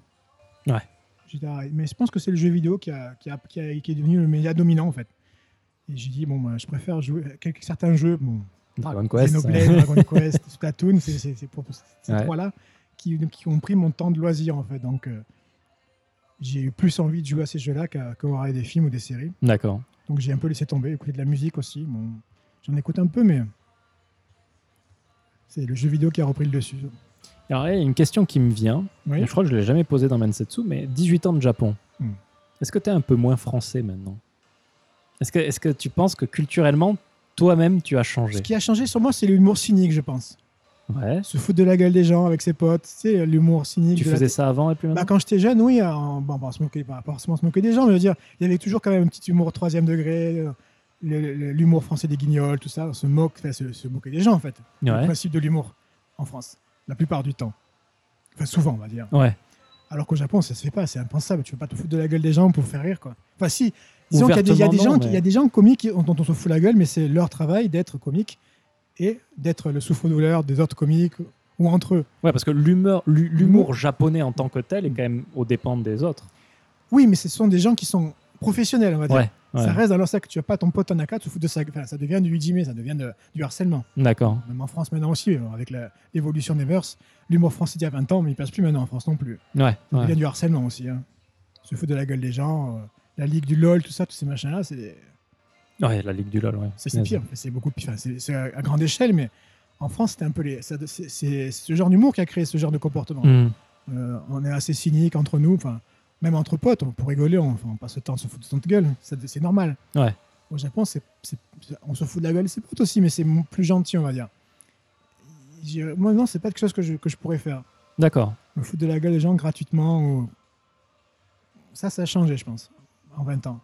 Mm. Ouais.
J'étais arrêté. Mais je pense que c'est le jeu vidéo qui, a- qui, a- qui a- qui est devenu le média dominant en fait. Et j'ai dit bon, ben, je préfère jouer à quelques- certains jeux. Bon,
Dragon Quest.
Xenoblade, Dragon Quest, Splatoon, c'est c'est- c'est pour ces
Ouais.
trois-là qui, qui ont pris mon temps de loisir en fait. Donc euh, j'ai eu plus envie de jouer à ces jeux-là qu'à qu'à regarder des films ou des séries.
D'accord.
Donc j'ai un peu laissé tomber, écouter de la musique aussi. Bon, J'en écoute un peu, mais c'est le jeu vidéo qui a repris le dessus.
Alors, il y a une question qui me vient.
Oui.
Et Je crois que je ne l'ai jamais posé dans Mansetsu, mais 18 ans de Japon.
Hmm.
Est-ce que tu es un peu moins français maintenant Est-ce que, est que tu penses que culturellement, toi-même, tu as changé
Ce qui a changé sur moi, c'est l'humour cynique, je pense.
Ouais.
Se foutre de la gueule des gens avec ses potes, c'est l'humour cynique.
Tu
de la
faisais ça avant et plus
Bah,
maintenant
quand j'étais jeune, oui, en- bon, pas, en se moquer, pas forcément se moquer des gens, mais je veux dire, il y avait toujours quand même un petit humour troisième degré, euh, le- le- l'humour français des guignols, tout ça, on se moque, enfin, se, se moquer des gens en fait. Le
Ouais.
principe de l'humour en France, la plupart du temps. Enfin, souvent, on va dire.
Ouais.
Alors qu'au Japon, ça se fait pas, c'est impensable, tu veux pas te foutre de la gueule des gens pour faire rire, quoi. Enfin, si, disons qu'il y a des, il y a des
Ouvertement,
gens,
non,
qui-
mais-
il y a des gens comiques qui- dont on se fout la gueule, mais c'est leur travail d'être comique et d'être le souffre-douleur des autres comiques ou ou entre eux.
Ouais, parce que l'humeur, l'hu- l'humour japonais en tant que tel est quand même aux dépens des autres.
Oui, mais ce sont des gens qui sont professionnels, on va dire.
Ouais, ouais.
Ça reste alors ça que tu as pas ton pote en AK, tu te fous de ça. Enfin, ça devient du Ujime, ça devient de- du harcèlement.
D'accord.
Même en France maintenant aussi, euh, avec la- l'évolution des mœurs, l'humour français il y a 20 ans, mais il passe plus maintenant en France non plus.
Ouais,
Ça
ouais.
devient du harcèlement aussi. Hein. Se foutre de la gueule des gens, euh, la ligue du LOL, tout ça, tous ces machins-là, c'est
Ouais, la Ligue du LOL, ouais.
c'est- c'est pire. C'est beaucoup pire. Enfin, c'est- c'est à grande échelle, mais en France, c'était un peu les. ça- C'est c'est ce genre d'humour qui a créé ce genre de comportement.
Hmm.
Euh, on est assez cynique entre nous, enfin, même entre potes, on- pour rigoler, on, enfin, on passe le temps à se foutre de notre gueule, Ça, c'est normal.
Ouais.
Au Japon, c'est, c'est- on se fout de la gueule de ses potes aussi, mais c'est m- plus gentil, on va dire. Je- moi, non, c'est pas quelque chose que je, que je pourrais faire.
D'accord.
Me foutre de la gueule des gens gratuitement, ou... ça, ça a changé, je pense, en 20 ans.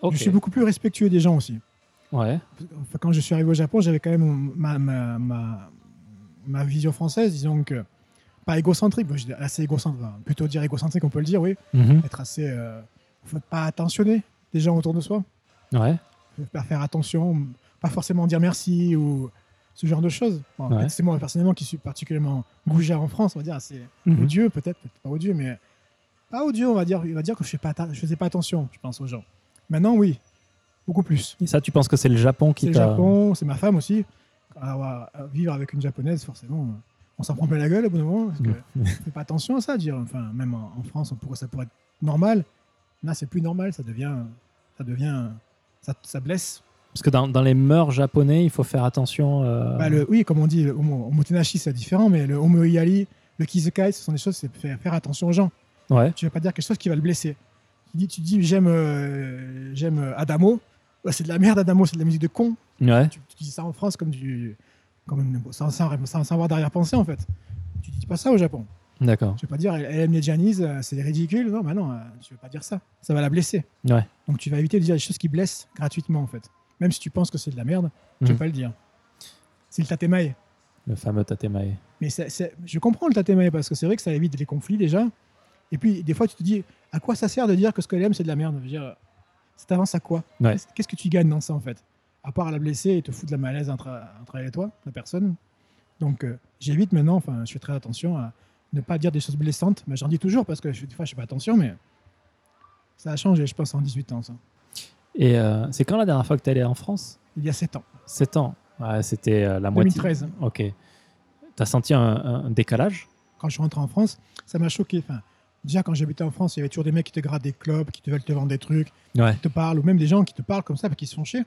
Ok.
Je suis beaucoup plus respectueux des gens aussi.
Ouais.
Enfin, quand je suis arrivé au Japon, j'avais quand même ma, ma, ma, ma vision française, disons que pas égocentrique, mais je dis assez égocentrique, enfin, plutôt dire égocentrique, on peut le dire, oui.
Mhm.
Être assez, euh, faut pas attentionner les gens autour de soi,
Ouais.
faut pas faire attention, pas forcément dire merci ou ce genre de choses. Bon, en
Ouais.
fait, c'est moi personnellement qui suis particulièrement goujat en France, on va dire, assez
Mhm.
odieux peut-être, peut-être pas odieux, mais pas odieux, on va dire, il va dire que je fais pas, atta- je faisais pas attention, je pense aux gens. Maintenant, oui, beaucoup plus.
Et ça, tu penses que c'est le Japon
C'est
qui
le
t'a.
Japon, c'est ma femme aussi. Alors, euh, vivre avec une japonaise, forcément, euh, on s'en prend plein la gueule au bout d'un moment. Parce que on fait pas attention à ça, dire. Enfin, même en, en France, on pourrait, ça pourrait être normal. Là, c'est plus normal, ça devient. Ça devient. Ça, ça blesse.
Parce que dans, dans les mœurs japonais, il faut faire attention. euh,
Bah, le, oui, comme on dit, le homo, omotenashi, c'est différent, mais le homo yali, le kisekai, ce sont des choses, c'est faire, faire attention aux gens.
Ouais.
Tu vas pas dire quelque chose qui va le blesser. Tu dis, tu dis j'aime euh, j'aime euh, Adamo. Bah, c'est de la merde, Adamo, c'est de la musique de con.
Ouais.
tu, tu dis ça en France comme du comme une- sans, sans, sans savoir derrière-pensée en fait. Tu dis pas ça au Japon.
D'accord.
Tu vas pas dire elle, elle aime les Janis, euh, c'est ridicule. Non, bah non, euh, tu veux pas dire ça. Ça va la blesser.
Ouais.
Donc tu vas éviter de dire des choses qui blessent gratuitement en fait. Même si tu penses que c'est de la merde, tu
Mhm.
vas pas le dire. C'est le tatemae.
Le fameux tatemae.
Mais ça- ça- je comprends le tatemae parce que c'est vrai que ça évite les conflits déjà. Et puis des fois tu te dis à quoi ça sert de dire que ce qu'elle aime c'est de la merde. Je veux dire, euh, ça t'avance à quoi
Ouais.
Qu'est-ce- Qu'est-ce que tu gagnes dans ça en fait À part la blesser et te foutre de la malaise entre, entre elle et toi, la personne. Donc euh, j'évite maintenant, enfin je fais très attention à ne pas dire des choses blessantes. Mais j'en dis toujours parce que je- des fois je fais pas attention, mais ça a changé, je pense, en 18 ans. ça.
Et euh, c'est quand la dernière fois que tu allé en France
Il y a 7 ans,
7 ans. Ouais, c'était euh, la moitié.
2013.
Ok. T'as senti un, un décalage
quand je suis rentré en France, ça m'a choqué. Enfin, déjà, quand j'habitais en France, il y avait toujours des mecs qui te grattent des clubs, qui te veulent te vendre des trucs,
Ouais.
qui te parlent, ou même des gens qui te parlent comme ça, parce qu'ils se font chier.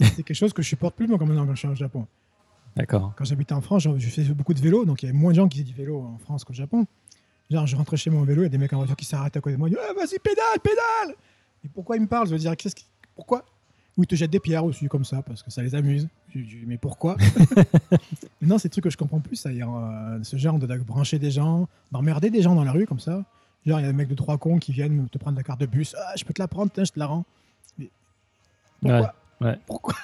C'est quelque chose que je supporte plus, moi, quand maintenant, quand je suis au Japon.
D'accord.
Quand j'habitais en France, genre, je faisais beaucoup de vélo, donc il y avait moins de gens qui faisaient du vélo en France qu'au Japon. Genre, je rentrais chez moi en vélo, il y a des mecs en voiture qui s'arrêtent à côté de moi, ils disent Ah, Vas-y, pédale, pédale Mais pourquoi ils me parlent Je veux dire, qu'est-ce qui- pourquoi Ou ils te jettent des pierres aussi, comme ça, parce que ça les amuse. Je dis, Mais pourquoi Mais Non, c'est des trucs que je comprends plus, ça, il y a, euh, ce genre de, de brancher des gens, d'emmerder des gens dans la rue, comme ça. Genre, il y a des mecs de trois cons qui viennent te prendre la carte de bus, Ah, je peux te la prendre, tiens, je te la rends. Mais pourquoi
Ouais, ouais.
Pourquoi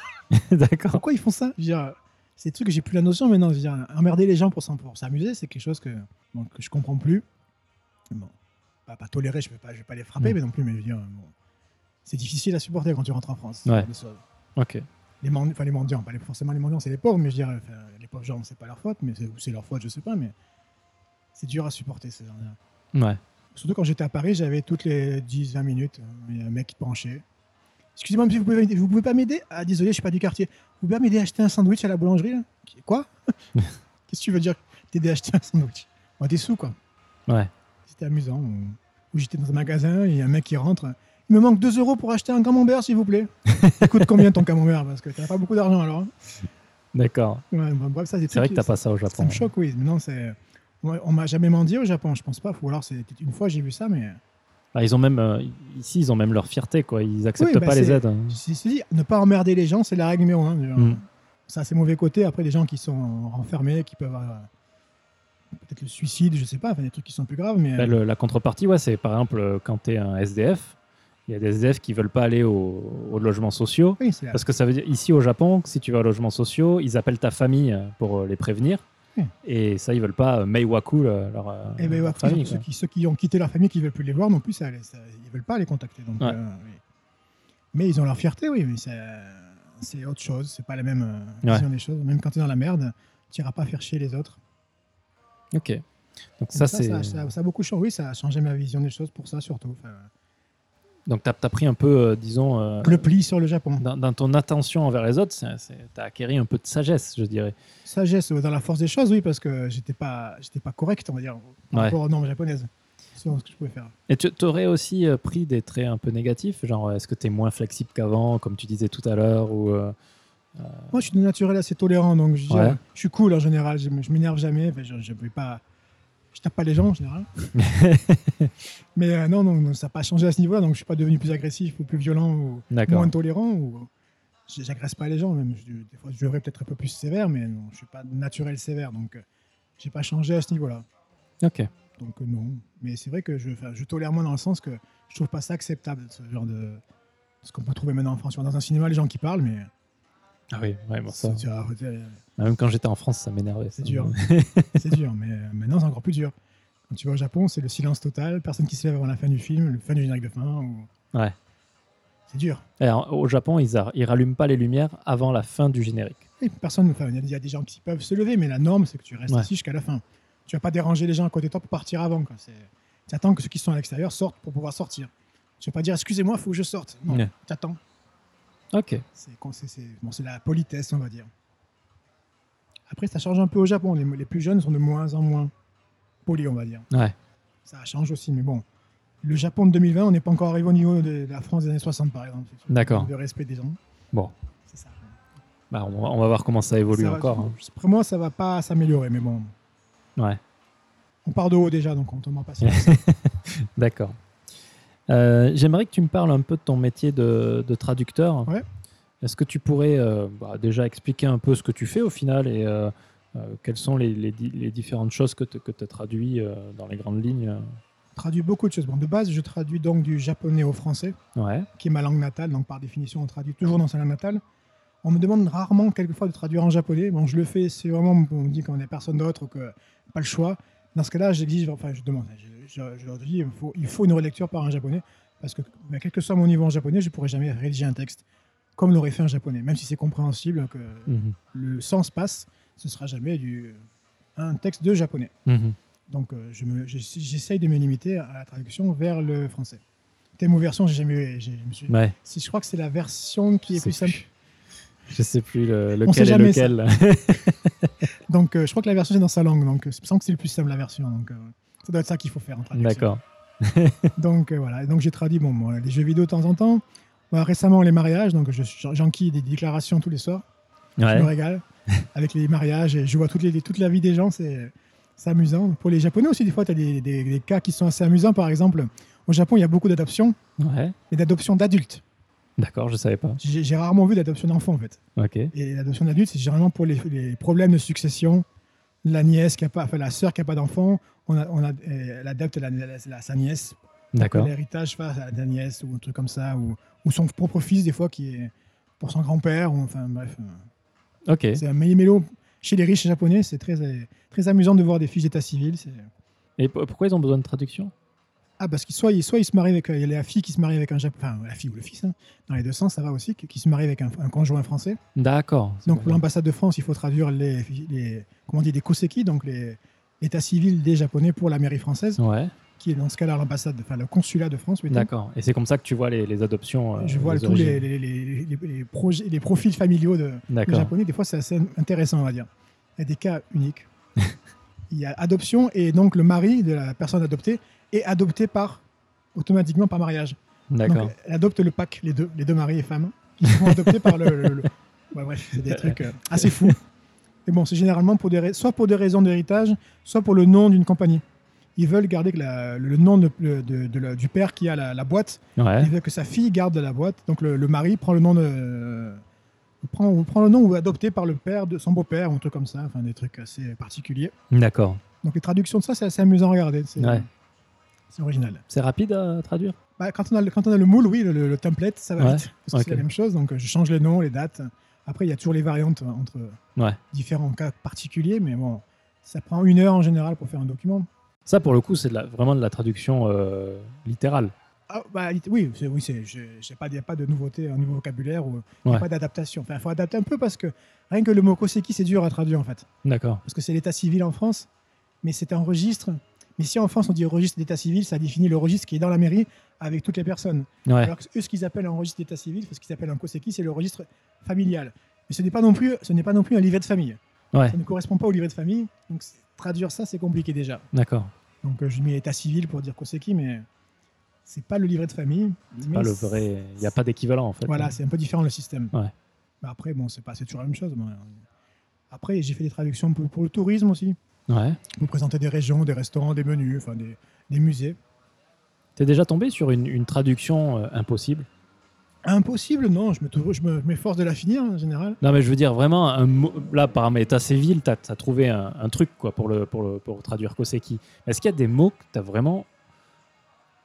D'accord.
pourquoi ils font ça Je veux dire, C'est des trucs que j'ai plus la notion maintenant. Je veux dire, emmerder les gens pour s'en- pour s'amuser, c'est quelque chose que, bon, que je comprends plus. Bon, pas, pas tolérer, je ne vais, pas les frapper,
Mm.
mais non plus. Mais je veux dire, bon, c'est difficile à supporter quand tu rentres en France.
Ouais.
Les choses.
Ok.
Les, mend- enfin, les mendiants, pas les- forcément les mendiants, c'est les pauvres, mais je veux dire, enfin, les pauvres gens, c'est pas leur faute, mais c'est- ou c'est leur faute, je sais pas, mais c'est dur à supporter. ces gens-là.
Ouais.
Surtout quand j'étais à Paris, j'avais toutes les 10-20 minutes, euh, il y a un mec qui penchait. Excusez-moi, monsieur, vous pouvez, vous pouvez pas m'aider Ah, désolé, je suis pas du quartier. Vous pouvez pas m'aider à acheter un sandwich à la boulangerie là Qui- Quoi Qu'est-ce que tu veux dire T'aider à acheter un sandwich Moi, des sous, quoi.
Ouais.
C'était amusant. Ou, ou j'étais dans un magasin, il y a un mec qui rentre. Il me manque 2 euros pour acheter un camembert, s'il vous plaît. Ça coûte combien ton camembert Parce que t'as pas beaucoup d'argent alors. hein.
D'accord.
Ouais, bah, bref, ça, des
C'est vrai
trucs
que
qui-
t'as pas ça au
ça
Japon.
me choque, oui. Maintenant, c'est. ouais, On m'a jamais mendié au Japon, je pense pas. Ou alors, c'est une fois j'ai vu ça, mais.
Ah, ils ont même euh, ici, ils ont même leur fierté quoi. Ils acceptent
Oui, bah,
pas les
c'est-
aides. hein.
Si si, ne pas emmerder les gens, c'est la règle numéro un. Genre,
Mm.
Ça, c'est mauvais côté. Après, les gens qui sont renfermés, qui peuvent avoir euh, peut-être le suicide, je sais pas, enfin, des trucs qui sont plus graves, mais
Là, Bah, le- la contrepartie, ouais, c'est par exemple euh, quand t'es un SDF, il y a des SDF qui veulent pas aller au- aux logements sociaux
oui, c'est la-
Parce que ça veut dire, ici au Japon, si tu vas aux logements sociaux, ils appellent ta famille euh, pour euh, les prévenir.
Oui.
Et ça, ils veulent pas euh, Meiwaku, le- leur, euh,
Eh ben,
leur
ouais,
famille.
ceux,
quoi.
qui, ceux qui ont quitté leur famille, qui veulent plus les voir, non plus, ça, ça- ils veulent pas les contacter. Donc,
Ouais.
euh, oui. Mais ils ont leur fierté, oui, mais ça- c'est autre chose. C'est pas la même euh,
Ouais.
vision des choses. Même quand tu es dans la merde, tu iras pas faire chier les autres.
Ok. Donc,
Donc
ça, c'est.
ça, ça- ça a beaucoup changé. Oui, ça a changé ma vision des choses pour ça surtout. Enfin,
Donc, tu as, pris un peu, euh, disons, euh,
le pli sur le Japon.
dans, dans ton attention envers les autres, tu as acquéri un peu de sagesse, je dirais.
Sagesse euh, dans la force des choses, oui, parce que j'étais pas, j'étais pas correct, on va dire, par
Ouais.
rapport aux normes japonaises. C'est ce que je pouvais faire.
Et tu aurais aussi euh, pris des traits un peu négatifs, genre euh, est-ce que tu es moins flexible qu'avant, comme tu disais tout à l'heure, ou euh,
Moi, je suis de naturel assez tolérant, donc je,
Ouais.
je suis cool en général. Je, me- je m'énerve jamais. Enfin, je, je vais pas, je tape pas les gens en général. Mais euh, non, non, non, ça n'a pas changé à ce niveau-là. Donc, je suis pas devenu plus agressif ou plus violent ou
D'accord.
moins tolérant ou j- j'agresse pas les gens. Même je, des fois, je devrais peut-être un peu plus sévère, mais non, je suis pas de naturel sévère, donc euh, j'ai pas changé à ce niveau-là.
Ok.
Donc euh, non. Mais c'est vrai que je, enfin, je tolère moins dans le sens que je trouve pas ça acceptable, ce genre de. Ce qu'on peut trouver maintenant en France. Tu vois, Dans un cinéma, les gens qui parlent, mais.
Ah oui, ouais, bon, ça. Ah
c'est dur à arrêter.
Même quand j'étais en France, ça m'énervait.
C'est
ça.
dur. c'est dur, mais euh, maintenant, c'est encore plus dur. Quand tu vas au Japon, c'est le silence total, personne qui se lève avant la fin du film, le fin du générique de fin. ou-
Ouais.
C'est dur.
Et en- Eh, au Japon, ils, a- ils rallument pas les lumières avant la fin du générique.
Et personne, enfin, il y a- il y a des gens qui peuvent se lever, mais la norme, c'est que tu restes
Ouais.
assis jusqu'à la fin. Tu vas pas déranger les gens à côté de toi pour partir avant. quoi. C'est- Tu attends que ceux qui sont à l'extérieur sortent pour pouvoir sortir. Tu vas pas dire excusez-moi, faut que je sorte. Non,
Ouais.
tu attends.
Ok.
C'est con- c'est- c'est- bon, c'est la politesse, on va dire. Après, ça change un peu au Japon. Les, les plus jeunes sont de moins en moins polis, on va dire.
Ouais.
Ça change aussi, mais bon. Le Japon de 2020, on n'est pas encore arrivé au niveau de, de la France des années 60, par exemple.
D'accord.
De respect des gens.
Bon.
C'est ça.
Bah, on, va- on va voir comment ça évolue
Ça va-
encore. hein.
Après moi, ça va pas s'améliorer, mais bon.
Ouais.
On part de haut déjà, donc on tombe en patience.
D'accord. Euh, J'aimerais que tu me parles un peu de ton métier de, de traducteur.
Ouais.
Est-ce que tu pourrais euh, bah, déjà expliquer un peu ce que tu fais au final et euh, euh, quelles sont les, les di- les différentes choses que tu as traduis euh, dans les grandes lignes
je traduis beaucoup de choses. Bon, de base, je traduis donc du japonais au français.
Ouais.
qui est ma langue natale, donc par définition on traduit toujours dans sa langue natale. On me demande rarement quelquefois de traduire en japonais. Bon, je le fais, c'est vraiment, on me dit qu'on n'est personne d'autre ou que pas le choix. Dans ce cas-là, j'exige, enfin je demande, je, je- je leur dis, il faut, il faut une relecture par un japonais, parce que ben, quel que soit mon niveau en japonais, je ne pourrais jamais rédiger un texte comme l'aurait fait un japonais, même si c'est compréhensible, que
Mhm.
le sens passe, ce sera jamais du, un texte de japonais.
Mhm.
Donc euh, je me- je- j'essaye de me limiter à la traduction vers le français. Thémo version, j'ai jamais, j'ai- je me suis
Ouais.
si je crois que c'est la version qui
Je
est
sais
plus simple.
plus. Je sais plus le-
On sait
lequel est
jamais ça.
lequel.
Donc, euh, je crois que la version, c'est dans sa langue. Donc, euh, il me semble que c'est le plus simple, la version. Donc, euh, ça doit être ça qu'il faut faire en traduction.
D'accord.
Donc, euh, voilà. Et Donc, j'ai traduit bon, moi, les jeux vidéo de temps en temps. Bah, récemment, les mariages. Donc, je- j'enquille des déclarations tous les soirs. Je me
Ouais.
régale avec les mariages. Et je vois toute, les, toute la vie des gens. C'est c'est amusant. Pour les Japonais aussi, des fois, tu as des, des- des cas qui sont assez amusants. Par exemple, au Japon, il y a beaucoup d'adoptions,
Ouais.
mais d'adoptions d'adultes.
D'accord, je savais pas.
J'ai j'ai rarement vu d'adoption d'enfants, en fait.
Ok.
Et l'adoption d'adulte, c'est généralement pour les, les problèmes de succession. La nièce qui a pas, enfin la sœur qui a pas d'enfant, on, a- on a- euh, elle adopte la, la- la- sa nièce. Que
D'accord.
L'héritage face à la nièce ou un truc comme ça, ou, ou son propre fils des fois qui est pour son grand-père. ou Enfin bref, euh,
Ok.
c'est un méli-mélo. Chez les riches japonais, c'est très, euh, très amusant de voir des fiches d'état civil. c'est-
Et po- pourquoi ils ont besoin de traduction
Ah parce qu'ils soit, ils- soit ils se marient avec, euh, il y a la fille qui se marie avec un japonais, enfin la fille ou le fils, hein, dans les deux sens, ça va aussi, qui qui se marie avec un- un conjoint français.
D'accord.
Donc pour l'ambassade de France, il faut traduire les, les comment on dit, les koseki, donc les l'état civil des Japonais pour la mairie française,
Ouais.
qui est dans ce cas-là l'ambassade, enfin le consulat de France. mettons.
D'accord. Et c'est comme ça que tu vois les, les adoptions. euh,
Je vois tous
origines.
les, les, les- les- les projets, les profils familiaux de, des
D'accord.
Japonais. Des fois, c'est assez intéressant, on va dire. Il y a des cas uniques. il y a adoption et donc le mari de la personne adoptée est adopté par automatiquement par mariage.
D'accord.
Donc, elle adopte le pack, les deux, les deux maris et femmes, qui sont adoptés par le. le- le- Ouais, bref, c'est des trucs euh, assez fous. Et bon, c'est généralement pour des rais- soit pour des raisons d'héritage, soit pour le nom d'une compagnie. Ils veulent garder que la- le nom de- de- de- de la- du père qui a la, la boîte.
Ouais.
Ils veulent que sa fille garde la boîte. Donc le, le mari prend le nom de. euh, prend, ou prend le nom ou adopté par le père de son beau-père, ou un truc comme ça. Enfin, des trucs assez particuliers.
D'accord.
Donc les traductions de ça, c'est assez amusant à regarder. C'est
Ouais.
c'est original.
C'est rapide à traduire
Bah, quand, on a le, quand on a le moule, oui, le, le- le template, ça va
Ouais,
vite. Parce que
ok.
c'est la même chose, donc euh, je change les noms, les dates. Après, il y a toujours les variantes euh, entre
Ouais.
différents cas particuliers, mais bon, ça prend une heure en général pour faire un document.
Ça, pour le coup, c'est de la- vraiment de la traduction euh, littérale.
Ah, bah, il- oui, c'est- oui c'est- je- j'ai pas- il n'y a pas de nouveauté au niveau vocabulaire ou il y
Ouais.
a pas d'adaptation. Enfin, il faut adapter un peu parce que rien que le mot koseki, c'est dur à traduire en fait.
D'accord.
Parce que c'est l'état civil en France, mais c'est un registre. Mais si en France on dit registre d'état civil, ça définit le registre qui est dans la mairie avec toutes les personnes.
Ouais.
Alors que eux, ce qu'ils appellent un registre d'état civil, ce qu'ils appellent un COSECI, c'est le registre familial. Mais ce n'est pas non plus, ce n'est pas non plus un livret de famille.
Ouais.
Ça ne correspond pas au livret de famille. Donc c'est- traduire ça, c'est compliqué déjà.
D'accord.
Donc euh, je mets état civil pour dire COSECI, mais c'est pas le livret de famille.
C'est pas le vrai. Il n'y a pas d'équivalent en fait.
Voilà, c'est un peu différent le système.
Ouais.
Mais après, bon, c'est pas, c'est toujours la même chose. mais, euh, Après, j'ai fait des traductions pour, pour le tourisme aussi.
Ouais.
Vous présentez des régions, des restaurants, des menus, enfin des, des musées.
T'es déjà tombé sur une, une traduction euh, impossible
Impossible, non. Je me tou- je me- je m'efforce de la finir en général.
Non, mais je veux dire vraiment, un mot- là, par état civil, t'as as trouvé un, un truc quoi pour le, pour le pour traduire Koseki. Est-ce qu'il y a des mots que t'as vraiment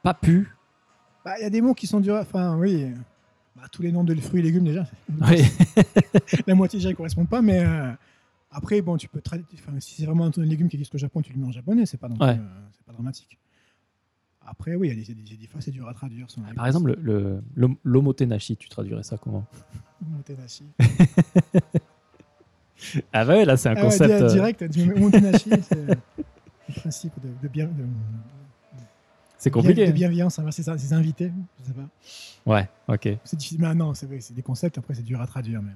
pas pu
Bah, Il y a des mots qui sont durs. Enfin, oui. Bah, tous les noms de fruits et légumes déjà.
Ouais.
la moitié déjà ne correspond pas, mais euh, après, bon, tu peux traduire. Enfin, si c'est vraiment un ton de légumes qui existe au Japon, tu le mets en japonais, c'est pas, non plus,
Ouais.
euh, c'est pas dramatique. Après, oui, il y a des, des- des fois, c'est dur à traduire. sans-
Ah, Par exemple, le- le- l'homotenashi, tu traduirais ça comment
Motenashi.
Ah bah ouais, là, c'est un
Ah ouais,
concept.
di-
euh,
direct, du Motenashi, c'est le principe de, de bien, de,
c'est
de bien-
compliqué.
de bienveillance envers ses, ses invités. Je sais pas.
Ouais, ok.
C'est difficile. Mais ah non, c'est vrai, c'est des concepts. Après, c'est dur à traduire. Mais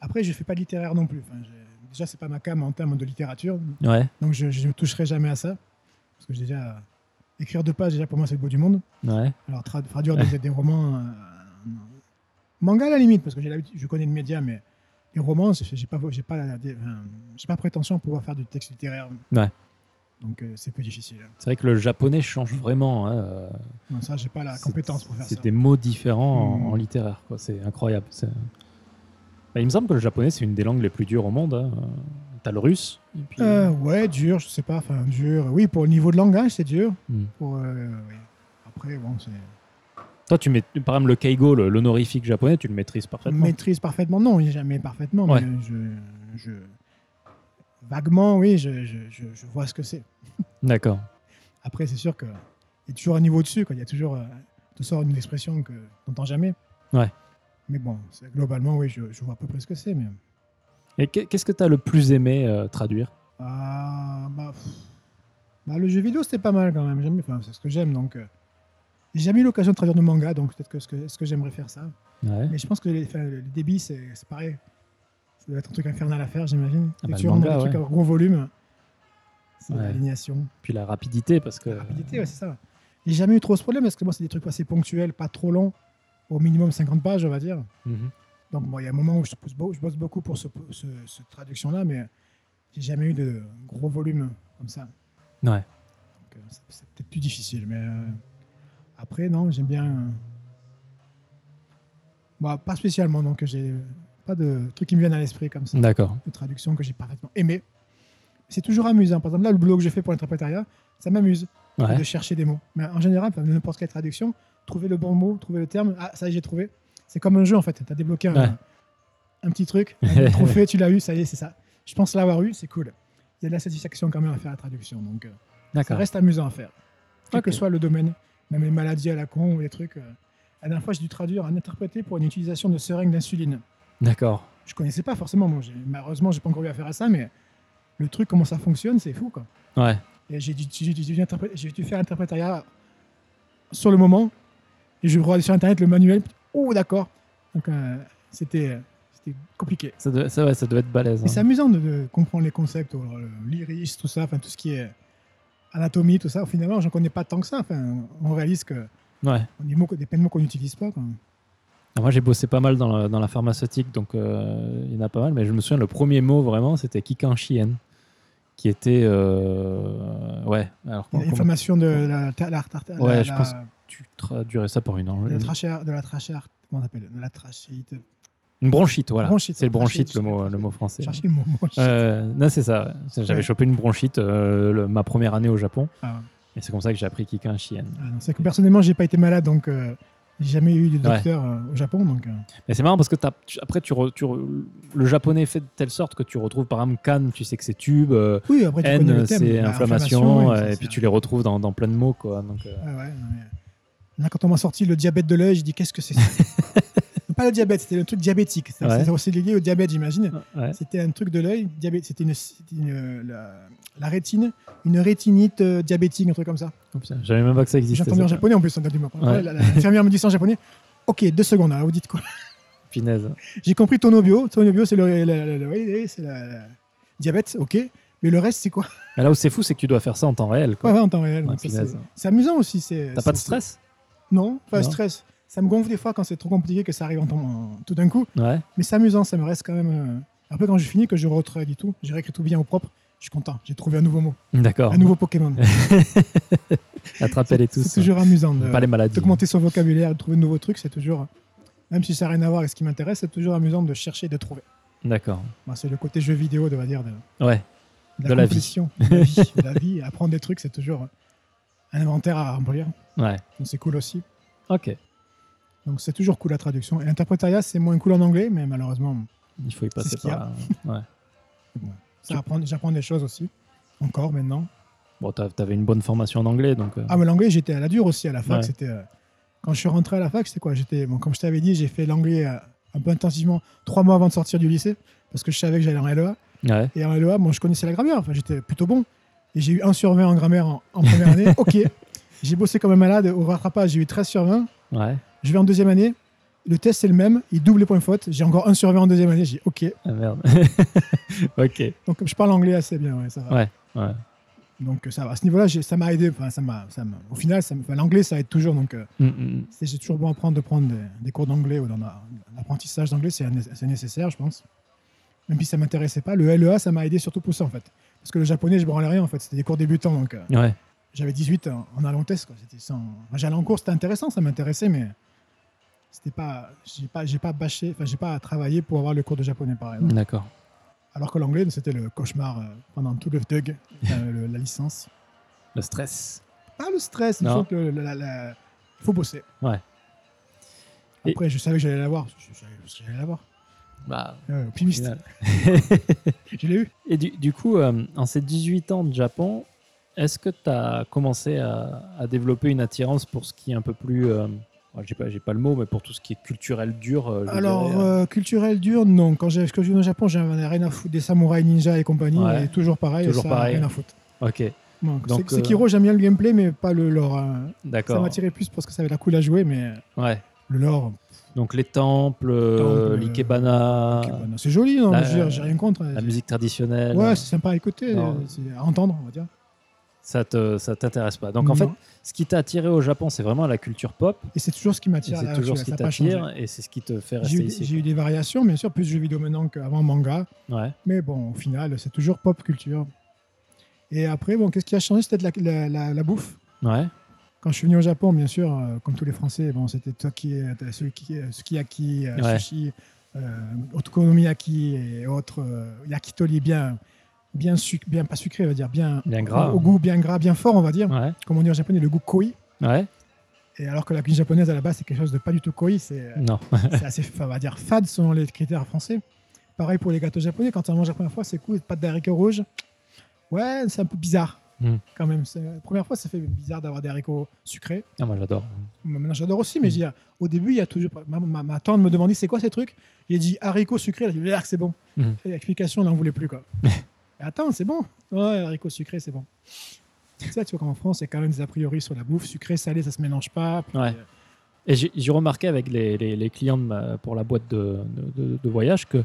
après, je fais pas de littéraire non plus. Enfin, je- déjà, c'est pas ma cam en termes de littérature,
Ouais,
donc je, je ne toucherai jamais à ça parce que j'ai déjà écrire deux pages déjà pour moi c'est le bout du monde.
ouais.
Alors tra- traduire des, des romans, euh, non. manga à la limite, parce que j'ai l'habitude- je connais le média, mais les romans, c'est- j'ai pas, j'ai pas, la- des- enfin, j'ai pas prétention à pouvoir faire du texte littéraire.
Ouais.
Donc euh, c'est plus difficile.
C'est vrai que le japonais change vraiment. hein, euh,
Non, ça, j'ai pas la
c'est-
compétence pour faire ça.
C'est des mots différents en-
Mm.
en, littéraire, quoi. C'est incroyable. c'est- Bah, il me semble que le japonais, c'est une des langues les plus dures au monde. hein. T'as le russe. et puis-
Euh, ouais, dur, je sais pas, enfin dur. Oui, pour le niveau de langage, c'est dur.
Hmm.
Pour, euh, oui. Après, bon, c'est
Toi, tu mets, par exemple, le keigo, le- l'honorifique japonais, tu le maîtrises parfaitement.
maîtrise parfaitement. Non, jamais parfaitement,
Ouais.
mais je, je vaguement, oui, je, je- je- je vois ce que c'est.
D'accord.
Après, c'est sûr qu'il y a toujours un niveau dessus. Quoi. Il y a toujours, euh, tout sort une expression que t'entends jamais.
Ouais.
Mais bon, c'est- globalement, oui, je, je vois à peu près ce que c'est. Mais
Et qu'est- qu'est-ce que t'as le plus aimé euh, traduire
Ah, bah, pff. Bah, le jeu vidéo, c'était pas mal quand même. J'aime- enfin, c'est ce que j'aime. Donc, euh, j'ai jamais eu l'occasion de traduire de manga, donc peut-être que ce que, est-ce que j'aimerais faire ça.
Ouais.
Mais je pense que les, enfin, le débit, c'est, c'est pareil. Ça doit être un truc infernal à faire, j'imagine.
Ah bah,
Dès que
le
tu rentres dans
manga,
des trucs
ouais.
à gros volume, c'est de
Ouais. Euh.
l'alignation.
Puis la rapidité, parce que.
La rapidité, ouais, c'est ça. J'ai jamais eu trop ce problème parce que moi, c'est des trucs assez ponctuels, pas trop longs, au minimum 50 pages, on va dire.
Mhm.
Donc, bon, il y a un moment où je pousse beau- je bosse, beaucoup pour ce, ce, cette traduction-là, mais j'ai jamais eu de gros volume comme ça.
Ouais.
Donc, euh, c'est- c'est peut-être plus difficile, mais euh, après, non, j'aime bien. euh, bah, pas spécialement, donc j'ai pas de trucs qui me viennent à l'esprit comme ça
D'accord.
de traduction que j'ai parfaitement aimé. C'est toujours amusant. Par exemple, là, le boulot que j'ai fait pour l'interprétariat, ça m'amuse
Ouais.
de chercher des mots. Mais en général, enfin, n'importe quelle traduction, trouver le bon mot, trouver le terme, ah, ça y est, j'ai trouvé. C'est comme un jeu, en fait. Tu as débloqué un,
Ouais.
un petit truc, un trophée, tu l'as eu, ça y est, c'est ça. Je pense l'avoir eu, c'est cool. Il y a de la satisfaction quand même à faire la traduction. Donc, euh, ça
D'accord.
reste amusant à faire. Quel que
Ok.
soit le domaine, même les maladies à la con ou les trucs. euh. La dernière fois, j'ai dû traduire un interprété pour une utilisation de seringue d'insuline
D'accord.
je connaissais pas forcément. Moi, j'ai- malheureusement, j'ai pas encore eu affaire à ça, mais le truc, comment ça fonctionne, c'est fou, quoi.
Ouais.
Et j'ai dû, j'ai dû- j'ai dû interpré- j'ai dû faire l'interprétariat sur le moment, et je regardais sur internet le manuel. Oh, d'accord. Donc, euh, c'était, c'était compliqué.
Ça doit, ça, ouais, ça doit être balèze.
Mais c'est
hein.
amusant de, de comprendre les concepts, alors, le- l'iris, tout ça, enfin tout ce qui est anatomie, tout ça. Finalement, j'en connais pas tant que ça. Enfin, on réalise que
hein. Ouais.
on a des mots, que- des plein de mots qu'on n'utilise pas. quoi.
Ah, Moi, j'ai bossé pas mal dans, la- dans la pharmaceutique, donc euh, il y en a pas mal, mais je me souviens, le premier mot vraiment, c'était Kikanshien, qui était. euh, ouais, alors comment- comment
L'inflammation de la, la, la- la-
Ouais,
la-
je pense-
la-
tu traduirais ça par une,
de la
une,
trachéa, de la trachéa, comment on appelle De la trachéite.
une bronchite, voilà.
Bronchite,
C'est le bronchite,
bronchite,
le mot,
je-
le mot français.
Cherchez le mot. moi, je-
Euh, non, c'est ça. ouais. J'avais
Ouais.
chopé une bronchite euh, le- ma première année au Japon,
Ah,
et c'est comme ça que j'ai appris Kikanshien.
ah, non, c'est que personnellement, j'ai pas été malade, donc euh, j'ai jamais eu de docteur euh, au Japon, donc. euh,
Mais c'est marrant parce que t'as- tu- après, tu re- tu re- le japonais est fait de telle sorte que tu retrouves par exemple Kan, tu sais que c'est tube, euh,
Oui, après tu connais
N,
le thème,
c'est
la
inflammation,
oui,
euh,
ça,
et
c'est-
puis tu les retrouves dans, dans plein de mots, quoi. Donc, euh,
Ah Ouais, ouais, non, mais- euh, Là, quand on m'a sorti le diabète de l'œil, j'ai dit qu'est-ce que c'est ça Pas le diabète, c'était le truc diabétique. Ça,
Ouais.
C'est aussi lié au diabète, j'imagine.
ouais.
C'était un truc de l'œil. diabète- C'était une, c'était une- euh, la- la rétine, une rétinite euh, diabétique, un truc comme ça.
Comme ça. J'avais même pas que ça existait.
J'entendais en
ça.
japonais en plus, on a dû m'apprendre.
Ouais.
La- la- L'infirmière me dit ça en japonais. Ok, deux secondes, alors vous dites quoi
Punaise.
J'ai compris tonobio. Tonobio, c'est le, le- le- le- oui, oui, c'est la, la- diabète, ok. Mais le reste, c'est quoi
Mais là où c'est fou, c'est que tu dois faire ça en temps réel.
Ouais,
quoi.
ouais, en temps réel.
Ouais,
donc ça,
punaise.
c'est- c'est amusant aussi. c'est-
T'as
c'est-
pas de stress
Non, pas de
Non.
stress. Ça me gonfle des fois quand c'est trop compliqué que ça arrive en temps, en- tout d'un coup.
Ouais.
Mais c'est amusant, ça me reste quand même. euh, Après, quand je finis, que je retraite et tout, j'ai réécrit tout bien au propre. Je suis content, j'ai trouvé un nouveau mot,
D'accord.
un nouveau Pokémon.
Attrapez-les tous. hein.
C'est toujours euh, amusant de-
Pas les maladies.
d'augmenter son vocabulaire, de trouver de nouveaux trucs. C'est toujours, même si ça n'a rien à voir avec ce qui m'intéresse, c'est toujours amusant de chercher et de trouver.
D'accord.
Bon, c'est le côté jeu vidéo, on va dire, de,
Ouais.
de
De la vie.
compétition, de la vie. de la vie. Apprendre des trucs, c'est toujours un inventaire à remplir.
Ouais.
Donc c'est cool aussi.
Ok.
Donc c'est toujours cool la traduction. Et l'interprétariat, c'est moins cool en anglais, mais malheureusement,
Il faut y passer
ce qu'il y a.
par. Ouais.
ça apprend- j'apprends des choses aussi. Encore maintenant.
Bon, t'as- t'avais une bonne formation en anglais, donc. euh,
Ah, mais l'anglais, j'étais à la dure aussi à la fac.
Ouais.
C'était, euh, quand je suis rentré à la fac, c'était quoi j'étais, bon, Comme je t'avais dit, j'ai fait l'anglais euh, un peu intensivement trois mois avant de sortir du lycée, parce que je savais que j'allais en LEA.
Ouais.
Et en LEA, moi, je connaissais la grammaire. Enfin, j'étais plutôt bon. Et j'ai eu 1 sur 20 en grammaire en, en première année. OK. J'ai bossé comme un malade au rattrapage. J'ai eu 13 sur 20.
Ouais.
Je vais en deuxième année. Le test, c'est le même. Il double les points faute. J'ai encore 1 sur 20 en deuxième année. J'ai dit, OK.
Ah merde. ok.
Donc, je parle anglais assez bien. Ouais, ça va.
Ouais. Ouais.
Donc, euh, ça va. À ce niveau-là, j'ai- ça m'a aidé. Enfin, ça m'a, ça m'a- au final, ça me- enfin, l'anglais, ça aide toujours. Donc, euh,
Mm, mm.
c'est, j'ai toujours bon à prendre de prendre des, des cours d'anglais ou d'un apprentissage d'anglais. C'est, un- c'est nécessaire, je pense. Même si ça m'intéressait pas, le LEA, ça m'a aidé surtout pour ça, en fait. Parce que le japonais, je branlais rien, en fait. C'était des cours débutants. Donc, euh,
mm. Ouais.
J'avais 18 en, en allant au test. quoi. C'était sans... enfin, J'allais en cours, c'était intéressant, ça m'intéressait, mais c'était pas, j'ai pas, j'ai pas bâché, enfin, j'ai pas travaillé pour avoir le cours de japonais, par exemple.
D'accord.
Alors que l'anglais, c'était le cauchemar euh, pendant tout le thug, euh, le- la licence.
Le stress.
Pas le stress, il
Non.
faut que le- la- la- faut bosser.
Ouais. Et-
Après, je savais que j'allais l'avoir. Je- je- je- J'allais l'avoir.
Bah.
Euh, optimiste.
final.
Je l'ai eu.
Et du, du coup, euh, en ces 18 ans de Japon, est-ce que tu as commencé à, à développer une attirance pour ce qui est un peu plus. euh, ouais, j'ai pas, j'ai pas le mot, mais pour tout ce qui est culturel dur euh, je
Alors,
dirais, euh,
euh, culturel dur, non. Quand j'ai- quand je viens au Japon, j'en avais rien à foutre des samouraïs ninja et compagnie.
Ouais.
Et toujours pareil,
Toujours
ça,
pareil.
rien à foutre.
Ok,
Bon,
Donc, euh,
c'est- Sekiro, j'aime bien le gameplay, mais pas le lore. hein. Ça
d'accord.
m'attirait plus parce que ça avait la cool à jouer, mais
Ouais.
le lore,
Donc les temples, euh,
Temples,
l'ikebana,
ok, bon, c'est joli, non
Ah. la-
je veux dire, j'ai rien contre.
la musique traditionnelle,
Ouais, c'est sympa à écouter,
Non.
euh, c'est à entendre, on va dire.
ça te ça t'intéresse pas. Donc en
Non.
fait, ce qui t'a attiré au Japon, c'est vraiment la culture pop.
Et c'est toujours ce qui
et
m'attire.
C'est
là,
toujours
ça
ce qui
a pas changé.
t'attire et c'est ce qui te fait
J'ai
rester
eu,
ici.
j'ai eu des variations, bien sûr, plus jeux vidéo maintenant qu'avant manga,
Ouais.
mais bon, au final, c'est toujours pop culture. Et après, bon, qu'est-ce qui a changé C'est peut-être la- la- la- la bouffe.
Ouais.
Quand je suis venu au Japon, bien sûr, euh, comme tous les Français, bon, c'était Toki, euh, Suki- euh, Sukiyaki, euh,
Ouais.
Sushi, euh, Okonomiyaki et autres euh, yakitori bien, bien, suc- bien, pas sucré, on va dire, bien,
Bien gras. hein.
au goût bien gras, bien fort, on va dire.
Ouais.
Comme on dit en japonais, le goût koi.
Ouais.
Et alors que la cuisine japonaise à la base, c'est quelque chose de pas du tout koi, c'est euh,
Non.
c'est assez, enfin, on va dire, fade selon les critères français. Pareil pour les gâteaux japonais, quand on mange la première fois, c'est cool, pâte d'haricots rouges. Ouais, c'est un peu bizarre
Hmm.
quand même. C'est- La première fois, ça fait bizarre d'avoir des haricots sucrés.
Ah, moi j'adore.
Maintenant, j'adore aussi,
Hmm.
mais je veux dire, au début, il y a toujours. Ma, ma- ma tante me demandait c'est quoi ces trucs J'ai dit haricots sucrés. Elle a dit L'arc, c'est bon.
Mhm.
Et L'explication, elle n'en voulait plus. quoi. Mais Attends, c'est bon. Ouais, haricots sucrés, c'est bon. Tu sais, tu vois qu'en France, il y a quand même des a priori sur la bouffe. Sucré, salé, ça se mélange pas. Puis,
Ouais.
euh,
Et j'ai j'ai remarqué avec les, les- les clients de ma- pour la boîte de, de- de- de voyage que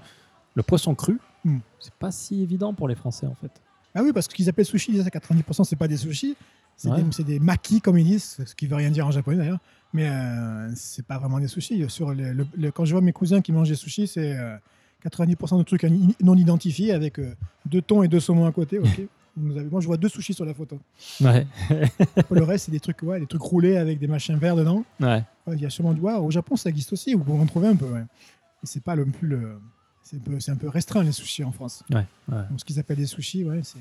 le poisson cru,
Hmm.
c'est pas si évident pour les Français en fait.
Ah oui, parce que ce qu'ils appellent sushi, ça, 90%, c'est pas des sushis. C'est
Ouais.
des, c'est des makis, comme ils disent, ce qui veut rien dire en japonais d'ailleurs. Mais euh, c'est pas vraiment des sushis. Sur le, le- le- quand je vois mes cousins qui mangent des sushis, c'est euh, 90% de trucs in- non identifiés avec euh, deux thons et deux saumons à côté. ok. Vous avez- moi, je vois deux sushis sur la photo.
Ouais.
Pour le reste, c'est des trucs, ouais, des trucs roulés avec des machins verts dedans.
Ouais.
Ouais, Il y a sûrement du. ouais, au Japon, ça existe aussi. Vous pouvez en trouver un peu. ouais. Et c'est pas le plus. le- c'est un, peu- c'est un peu restreint les sushis en France.
Ouais, ouais.
Donc, ce qu'ils appellent des sushis, ouais, c'est.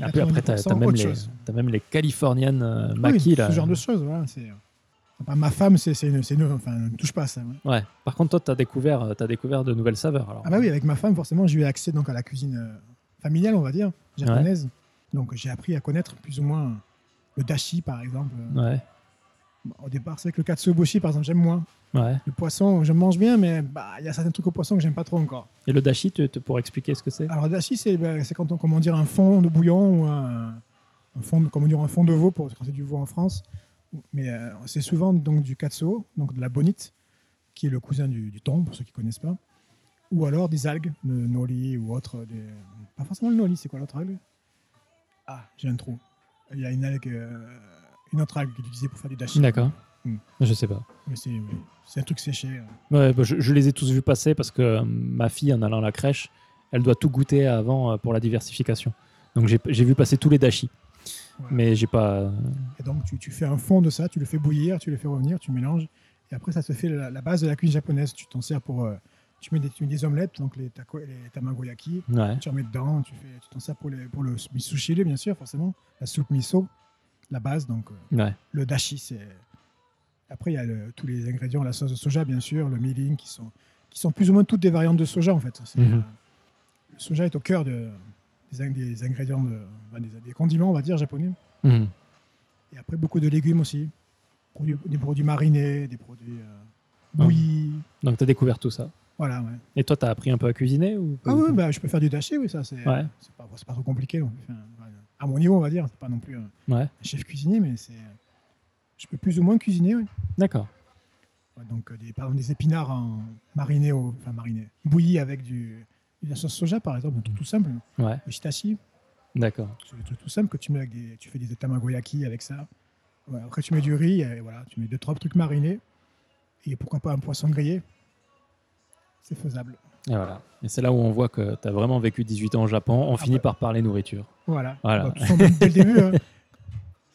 Et puis après, t'as
90%
as même,
autre
les-
chose. Ah
t'as même les Californian euh,
Oui,
Maki là.
Ce genre de choses, voilà. c'est- euh, Enfin, ma femme, c'est, c'est, une- c'est une- enfin, ne touche pas à ça. ouais.
Ouais. Par contre, toi, t'as découvert, euh, t'as découvert de nouvelles saveurs. Alors.
Ah bah oui, avec ma femme, forcément, j'ai eu accès donc à la cuisine euh, familiale, on va dire, japonaise. Donc j'ai appris à connaître plus ou moins le dashi, par exemple. Euh,
Ouais.
Bon, Au départ, c'est vrai que le katsuobushi, par exemple, j'aime moins.
Ouais.
Le poisson, je mange bien, mais bah, il y a certains trucs au poisson que j'aime pas trop encore.
Et le dashi, tu, tu pourrais expliquer ce que c'est
Alors, dashi, c'est ben, c'est quand on comment dire, un fond de bouillon ou un, un fond, de, comment dire, un fond de veau, pour, quand c'est du veau en France. Mais euh, c'est souvent donc, du katsuo, donc de la bonite, qui est le cousin du, du thon, pour ceux qui ne connaissent pas. Ou alors des algues, le nori ou autre. Des... Pas forcément le nori, c'est quoi l'autre algue Ah, j'ai un trou. Il y a une algue, euh, une autre algue qui est utilisée pour faire du dashi.
D'accord.
Hmm.
Je sais pas.
Mais c'est oui, c'est un truc séché. euh.
Ouais, bah, je, je les ai tous vus passer parce que euh, ma fille, en allant à la crèche, elle doit tout goûter avant euh, pour la diversification. Donc j'ai- j'ai vu passer tous les dashis.
Voilà.
Mais j'ai pas. euh,
Et donc, tu, tu fais un fond de ça, tu le fais bouillir, tu le fais revenir, tu mélanges. Et après, ça te fait la, la base de la cuisine japonaise. Tu t'en sers pour. euh, tu, mets des, tu mets des omelettes, donc les, tako, les tamagoyaki.
Ouais.
Tu en mets dedans, tu fais- tu t'en sers pour, les- pour le miso chili, bien sûr, forcément. La soupe miso, la base. Donc, euh,
Ouais.
le dashi, c'est. Après, il y a le- tous les ingrédients, la sauce de soja, bien sûr, le mirin, qui sont, qui sont plus ou moins toutes des variantes de soja, en fait. C'est,
Mhm.
euh, le soja est au cœur de, des, ing- des ingrédients, de, enfin, des- des condiments, on va dire, japonais.
Mhm.
Et après, beaucoup de légumes aussi. Produits- des produits marinés, des produits euh, bouillis.
Donc t'as découvert tout ça.
Voilà, ouais.
Et toi, t'as appris un peu à cuisiner ou
Ah oui, bah, je peux faire du dashi, oui, ça. C'est
Ouais.
c'est pas, c'est pas trop compliqué. non. Enfin, voilà. à mon niveau, on va dire. C'est pas non plus euh, un,
Ouais.
un chef cuisinier, mais c'est. Je peux plus ou moins cuisiner, oui.
D'accord.
Ouais, Donc, euh, des, par exemple, des épinards en- marinés, au, enfin marinés, bouillis avec du, de la sauce soja, par exemple, un truc tout simple.
Ouais.
Le shitashi,
D'accord.
c'est des trucs tout simples que tu mets avec des, tu fais des tamagoyaki avec ça. Ouais, après tu mets du riz et voilà, tu mets deux trois trucs marinés et pourquoi pas un poisson grillé. C'est faisable.
Et voilà. Et c'est là où on voit que t'as vraiment vécu 18 ans au Japon. On
Ah
finit
bah.
par parler nourriture.
Voilà.
Voilà.
Bah, tout semble dès le début. hein.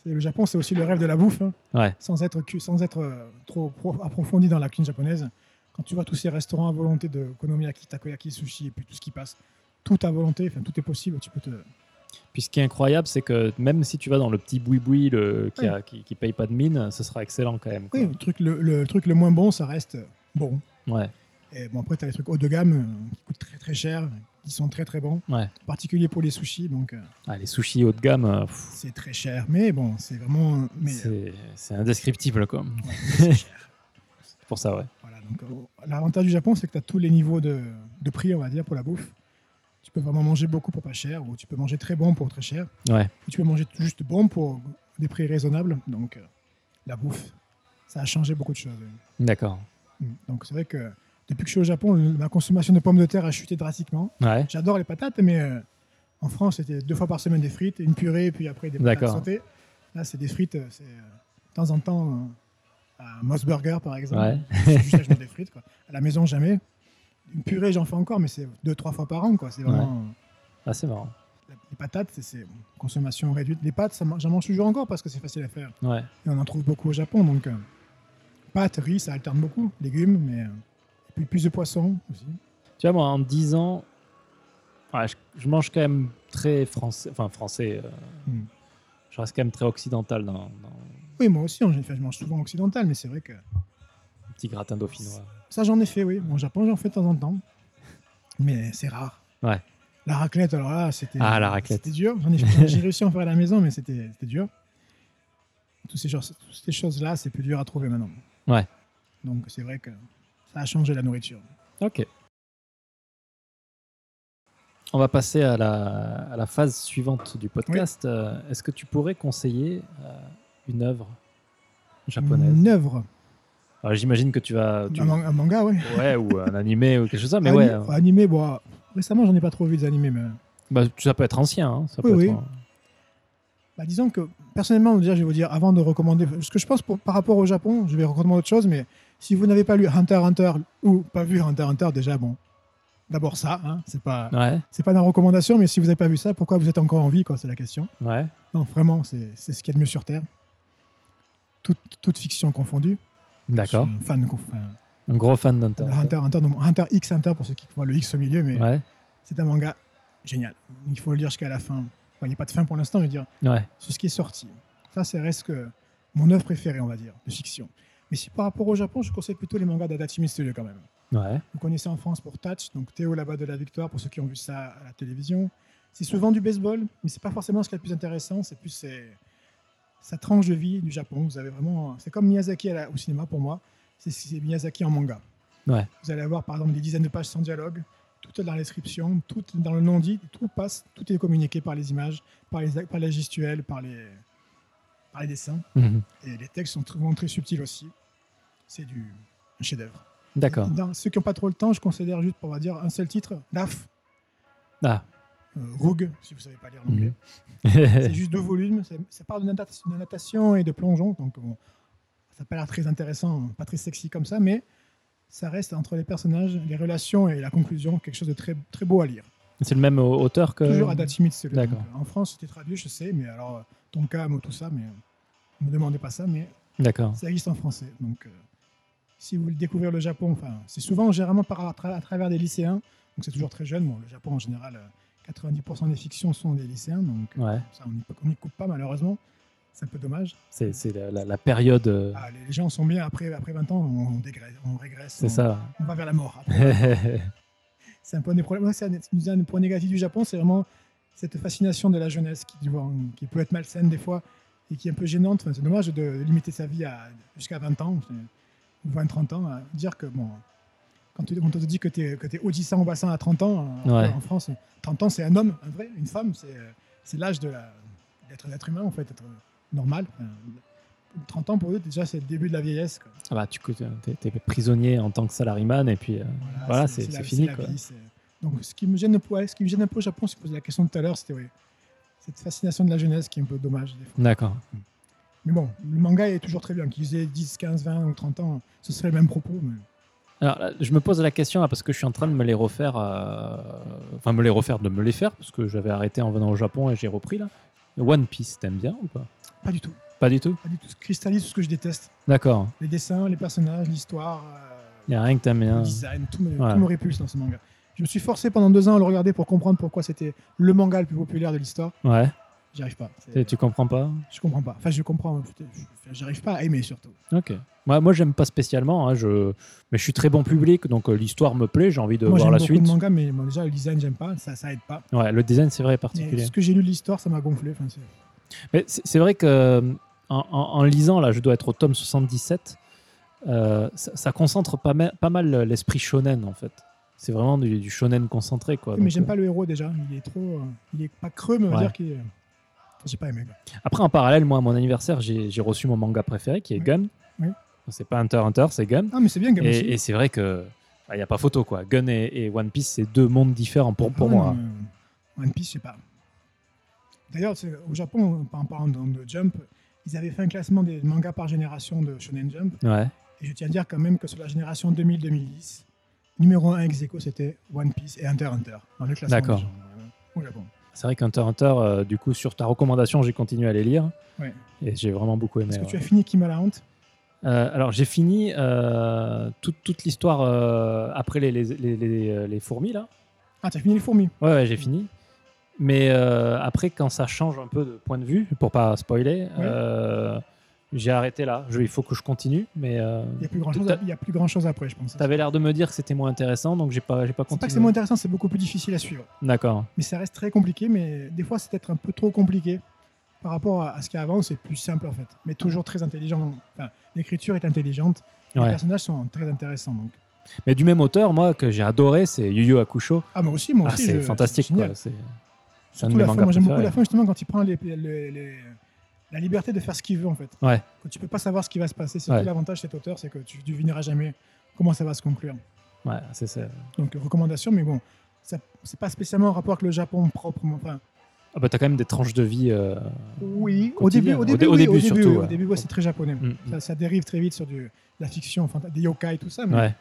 C'est- Le Japon, c'est aussi le rêve de la bouffe. hein.
Ouais.
Sans être cu- sans être euh, trop pro- approfondi dans la cuisine japonaise. Quand tu vois tous ces restaurants à volonté de okonomiyaki, takoyaki, sushi et puis tout ce qui passe, tout à volonté, enfin tout est possible. Tu peux te
Puis ce qui est incroyable, c'est que même si tu vas dans le petit boui-boui le, qui, a- qui, qui paye pas de mine, ce sera excellent quand même. quoi.
oui, le truc le, le truc le moins bon, ça reste euh, bon.
Ouais.
Et bon, après, tu as les trucs haut de gamme euh, qui coûtent très très cher, qui sont très très bons,
Ouais.
en particulier pour les sushis, donc euh,
Ah, les sushis haut de gamme, euh, pff,
c'est très cher. Mais bon, c'est vraiment. Mais, euh,
c'est c'est indescriptible quoi.
ouais, c'est cher.
C'est pour ça, ouais.
Voilà, donc, euh, L'avantage du Japon, c'est que tu as tous les niveaux de, de prix, on va dire, pour la bouffe. Tu peux vraiment manger beaucoup pour pas cher, ou tu peux manger très bon pour très cher,
Ouais.
ou tu peux manger juste bon pour des prix raisonnables. Donc euh, la bouffe, ça a changé beaucoup de choses. oui.
D'accord.
Mm. Donc c'est vrai que depuis que je suis au Japon, le- ma consommation de pommes de terre a chuté drastiquement.
Ouais.
J'adore les patates, mais euh, en France, c'était deux fois par semaine des frites, une purée, puis après des patates
D'accord.
sautées. Là, c'est des frites, euh, c'est euh, de temps en temps, euh, à Moss Burger, par exemple.
Ouais.
C'est juste la journée des frites, quoi. À la maison, jamais. Une purée, j'en fais encore, mais c'est deux, trois fois par an, quoi. C'est vraiment... euh,
Ah, c'est marrant.
la- Les patates, c'est- c'est consommation réduite. Les pâtes, ça man- j'en mange toujours encore parce que c'est facile à faire.
Ouais.
Et on en trouve beaucoup au Japon, donc... euh, pâtes, riz, ça alterne beaucoup. Légumes, mais... euh, et puis plus de poissons, aussi.
Tu vois, moi, en 10 ans, ouais, je, je mange quand même très français. Enfin, français. euh,
Hmm.
Je reste quand même très occidental dans, dans
Oui, moi aussi, en général, je mange souvent occidental, mais c'est vrai que...
le petit gratin dauphinois.
Ça, j'en ai fait, oui. Au Japon, j'en fais de temps en temps. Mais c'est rare.
Ouais.
La raclette, alors là, c'était.
Ah, la raclette.
C'était dur. J'en ai- j'en- J'ai réussi à en faire à la maison, mais c'était c'était dur. Tous ces genres- toutes ces choses-là, c'est plus dur à trouver maintenant.
Ouais.
Donc, c'est vrai que ça a changé la nourriture.
Ok. On va passer à la, à la phase suivante du podcast. Euh, Est-ce que tu pourrais conseiller euh, une œuvre japonaise
Une œuvre.
Alors, J'imagine que tu vas. tu-
Un, man- un manga, oui.
Ouais, ou un animé ou quelque chose comme ça, mais
Ani-
ouais. euh,
Animé, bon, récemment, j'en ai pas trop vu des animés, mais.
Bah, ça peut être ancien. hein, ça
Oui,
peut
oui.
être un-
Bah, disons que personnellement, déjà, je vais vous dire, avant de recommander, ce que je pense pour- par rapport au Japon, je vais recommander autre chose, mais si vous n'avez pas lu Hunter x Hunter ou pas vu Hunter x Hunter, déjà, bon, d'abord ça, hein, c'est pas,
Ouais,
c'est pas dans la recommandation, mais si vous n'avez pas vu ça, pourquoi vous êtes encore en vie, quoi, c'est la question.
ouais.
Non, vraiment, c'est c'est ce qu'il y a de mieux sur Terre. Toute, toute fiction confondue.
D'accord.
Je suis Fan, conf- enfin,
Un gros fan d'Hunter.
de Hunter, x Hunter, donc Hunter X Hunter pour ceux qui voient le X au milieu, mais
Ouais,
c'est un manga génial. Il faut le dire jusqu'à la fin. Enfin, Il n'y a pas de fin pour l'instant, je veux dire
ouais.
sur ce qui est sorti. Ça, c'est reste que mon œuvre préférée, on va dire, de fiction. Mais si par rapport au Japon, je conseille plutôt les mangas d'Adachi Mitsuyo quand même.
Ouais,
Vous connaissez en France pour Touch, donc Théo là-bas de la victoire, pour ceux qui ont vu ça à la télévision. C'est souvent du baseball, mais c'est pas forcément ce qui est le plus intéressant, c'est plus c'est- sa tranche de vie du Japon. Vous avez vraiment, c'est comme Miyazaki à la- au cinéma pour moi. c'est- c'est Miyazaki en manga.
Ouais.
Vous allez avoir par exemple des dizaines de pages sans dialogue, tout est dans la description, tout est dans le non-dit, tout passe, tout est communiqué par les images, par les, ac- par les gestuels, par les, par les dessins.
Mhm.
Et les textes sont souvent très subtils aussi. C'est du un chef-d'œuvre.
D'accord.
Dans Ceux qui n'ont pas trop le temps, je considère juste pour on va dire un seul titre, DAF,
Ah.
euh, Rogue, si vous savez pas lire l'anglais.
Mhm.
C'est juste deux volumes, c'est- ça parle de nata- de natation et de plongeon, donc bon, ça n'a pas l'air très intéressant, pas très sexy comme ça, mais ça reste entre les personnages, les relations et la conclusion, quelque chose de très, très beau à lire.
C'est le même au- auteur que.
Toujours Adachi Mitsuru.
Euh, d'accord.
donc, euh, En France, c'était traduit, je sais, mais alors, euh, Tonkam ou tout ça, mais ne me demandez pas ça, mais
D'accord.
ça existe en français. Donc, euh, si vous voulez découvrir le Japon, enfin, c'est souvent généralement par, à, tra- à travers des lycéens, donc c'est toujours très jeune. Bon, le Japon, en général, euh, 90% des fictions sont des lycéens, donc euh,
Ouais.
ça, on n'y- on n'y coupe pas, malheureusement. C'est un peu dommage.
C'est c'est la, la- la période. euh,
Ah, les, les gens sont bien, après, après 20 ans, on, on dégresse, on régresse.
c'est
on,
ça.
on va vers la mort. Après, c'est un point des problèmes. ouais, c'est un, c'est un des points négatifs du Japon, c'est vraiment cette fascination de la jeunesse qui, tu vois, qui peut être malsaine des fois et qui est un peu gênante. Enfin, c'est dommage de limiter sa vie à jusqu'à 20 ans c'est- ou 20-30 ans. À dire que, bon, quand tu- on te dit que tu es, que t'es audissant au bassin à 30 ans, euh,
Ouais.
en France, 30 ans c'est un homme, un vrai, une femme, c'est, euh, c'est l'âge de la- d'être un être humain en fait, d'être normal. Enfin, 30 ans pour eux, déjà c'est le début de la vieillesse. quoi.
Ah bah, tu es, prisonnier en tant que salariman et puis. euh, Voilà, c'est- c'est
la-
fini,
la
quoi.
vie, c'est- euh, Donc, ce qui me gêne un peu, ouais, ce qui me gêne un peu au Japon, si vous posez la question tout à l'heure, c'était ouais, cette fascination de la jeunesse qui est un peu dommage. des fois.
D'accord.
Mais bon, le manga est toujours très bien. Qu'ils aient 10, 15, 20 ou 30 ans, ce serait le même propos. mais-
Alors, là, je me pose la question là, parce que je suis en train de me les refaire, euh, enfin me les refaire, de me les faire parce que j'avais arrêté en venant au Japon et j'ai repris là. One Piece, t'aimes bien ou pas
Pas du tout.
Pas du tout.
Pas du tout. Ça cristallise tout ce que je déteste.
D'accord.
Les dessins, les personnages, l'histoire, euh,
Il y a rien que t'aimes bien.
le design, tout me,
Ouais.
tout me répulse dans ce manga. Je me suis forcé pendant deux ans à le regarder pour comprendre pourquoi c'était le manga le plus populaire de l'histoire.
Ouais.
J'y arrive pas. C'est-
Tu- Tu comprends pas
Je comprends pas. Enfin, je comprends. euh, je- J'arrive pas à aimer surtout.
Ok. Moi, moi, j'aime pas spécialement. hein, je... Mais je suis très bon public, donc euh, l'histoire me plaît. J'ai envie de
Moi,
voir
j'aime
la
beaucoup
suite.
le manga, mais bon, déjà, le design, j'aime pas, ça, ça aide pas.
Ouais, le design, c'est vrai, est
Mais
particulier.
ce que j'ai lu de l'histoire, ça m'a gonflé. Enfin, c'est-
Mais c'est c'est vrai que euh, en, en- en lisant, là, je dois être au tome 77, euh, ça, ça concentre pas, ma- pas mal l'esprit shonen, en fait. C'est vraiment du, du shonen concentré, quoi.
mais
Donc,
j'aime
euh,
pas le héros déjà. Il est trop. euh, Il est pas creux, mais on va
Ouais.
dire qu'il est. euh, J'ai pas aimé. quoi.
euh, Après, en parallèle, moi, à mon anniversaire, j'ai j'ai reçu mon manga préféré, qui est
Oui.
Gun.
Oui.
C'est pas Hunter x Hunter, c'est Gun.
Ah, mais c'est bien, Gam aussi.
Et, et c'est vrai que... Il n'y a pas photo, quoi. Gun et, et One Piece, c'est deux mondes différents pour,
Ah
pour
ouais,
moi.
non, mais, euh, One Piece, je sais pas. D'ailleurs, c'est- au Japon, en parlant de, de Jump, ils avaient fait un classement des mangas par génération de Shonen Jump.
Ouais.
Et je tiens à dire quand même que sur la génération 2000-2010, numéro 1 ex aequo, c'était One Piece et Hunter x Hunter. Dans le classement.
D'accord.
des gens, euh, Au Japon.
C'est vrai qu'Hunter x Hunter, euh, du coup, sur ta recommandation, j'ai continué à les lire.
Ouais.
Et j'ai vraiment beaucoup aimé.
Est-ce que
ouais.
tu as fini Kim la Hunt
Euh, alors j'ai fini euh, toute, toute l'histoire euh, après les, les, les- les- euh, les fourmis là.
Ah, tu as fini les fourmis.
Ouais, ouais, j'ai fini. Mais euh, après quand ça change un peu de point de vue, pour pas spoiler, euh, j'ai arrêté là. Je- il faut que je continue, mais euh,
Il n'y a plus grand chose.
T'as-
à- Il y a plus grand chose après, je pense.
t'avais l'air de me dire que c'était moins intéressant, donc j'ai pas j'ai pas
C'est pas
continué.
que c'est moins intéressant, c'est beaucoup plus difficile à suivre.
D'accord.
Mais ça reste très compliqué. Mais des fois, c'est peut-être un peu trop compliqué par rapport à, à ce qu'il y a avant. C'est plus simple en fait, mais toujours très intelligent. Enfin, l'écriture est intelligente. Les
Ouais.
personnages sont très intéressants. Donc,
Mais du même auteur, moi que j'ai adoré, c'est Yu Yu Hakusho.
ah moi aussi, moi
Ah,
aussi,
c'est
je-
fantastique.
c'est génial.
quoi. C'est c'est un de
Surtout
mes
la fin.
mangas
Moi, j'aime beaucoup
préférés.
la fin justement quand il prend les, les- les- la liberté de faire ce qu'il veut en fait.
Ouais.
Quand tu peux pas savoir ce qui va se passer. Surtout
Ouais.
l'avantage de cet auteur, c'est que tu devineras jamais comment ça va se conclure.
Ouais, c'est ça.
Donc recommandation, mais bon, ça c'est pas spécialement en rapport avec le Japon proprement. Enfin,
Ah bah t'as quand même des tranches de vie. euh,
Oui, au
quotidien.
début,
Au
au début,
dé- au
oui,
début,
au début,
surtout,
oui,
ouais.
au début, ouais, c'est très japonais.
mm, mm.
Ça, ça dérive très vite sur du, la fiction, enfin, des yokai, tout ça. Mais
Ouais.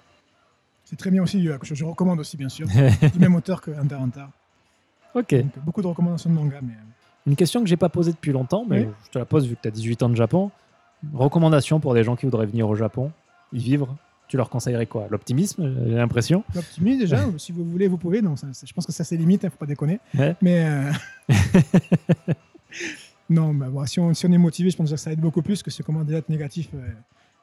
C'est très bien aussi, Yu-Hakusho. je recommande aussi, bien sûr. du même auteur que Hunter x Hunter.
Ok.
Donc, beaucoup de recommandations de manga, mais euh,
Une question que j'ai pas posée depuis longtemps, mais
Oui.
je te la pose vu que tu as 18 ans de Japon. Recommandation pour des gens qui voudraient venir au Japon, y vivre, tu leur conseillerais quoi L'optimisme, j'ai l'impression.
l'optimisme déjà, si vous voulez, vous pouvez. Donc, ça, c'est- je pense que ça, c'est limite, hein, faut pas déconner.
Ouais.
Mais. euh, non, bah, bon, si, on, si on est motivé, je pense que ça aide beaucoup plus que ce comment déjà être négatif. euh,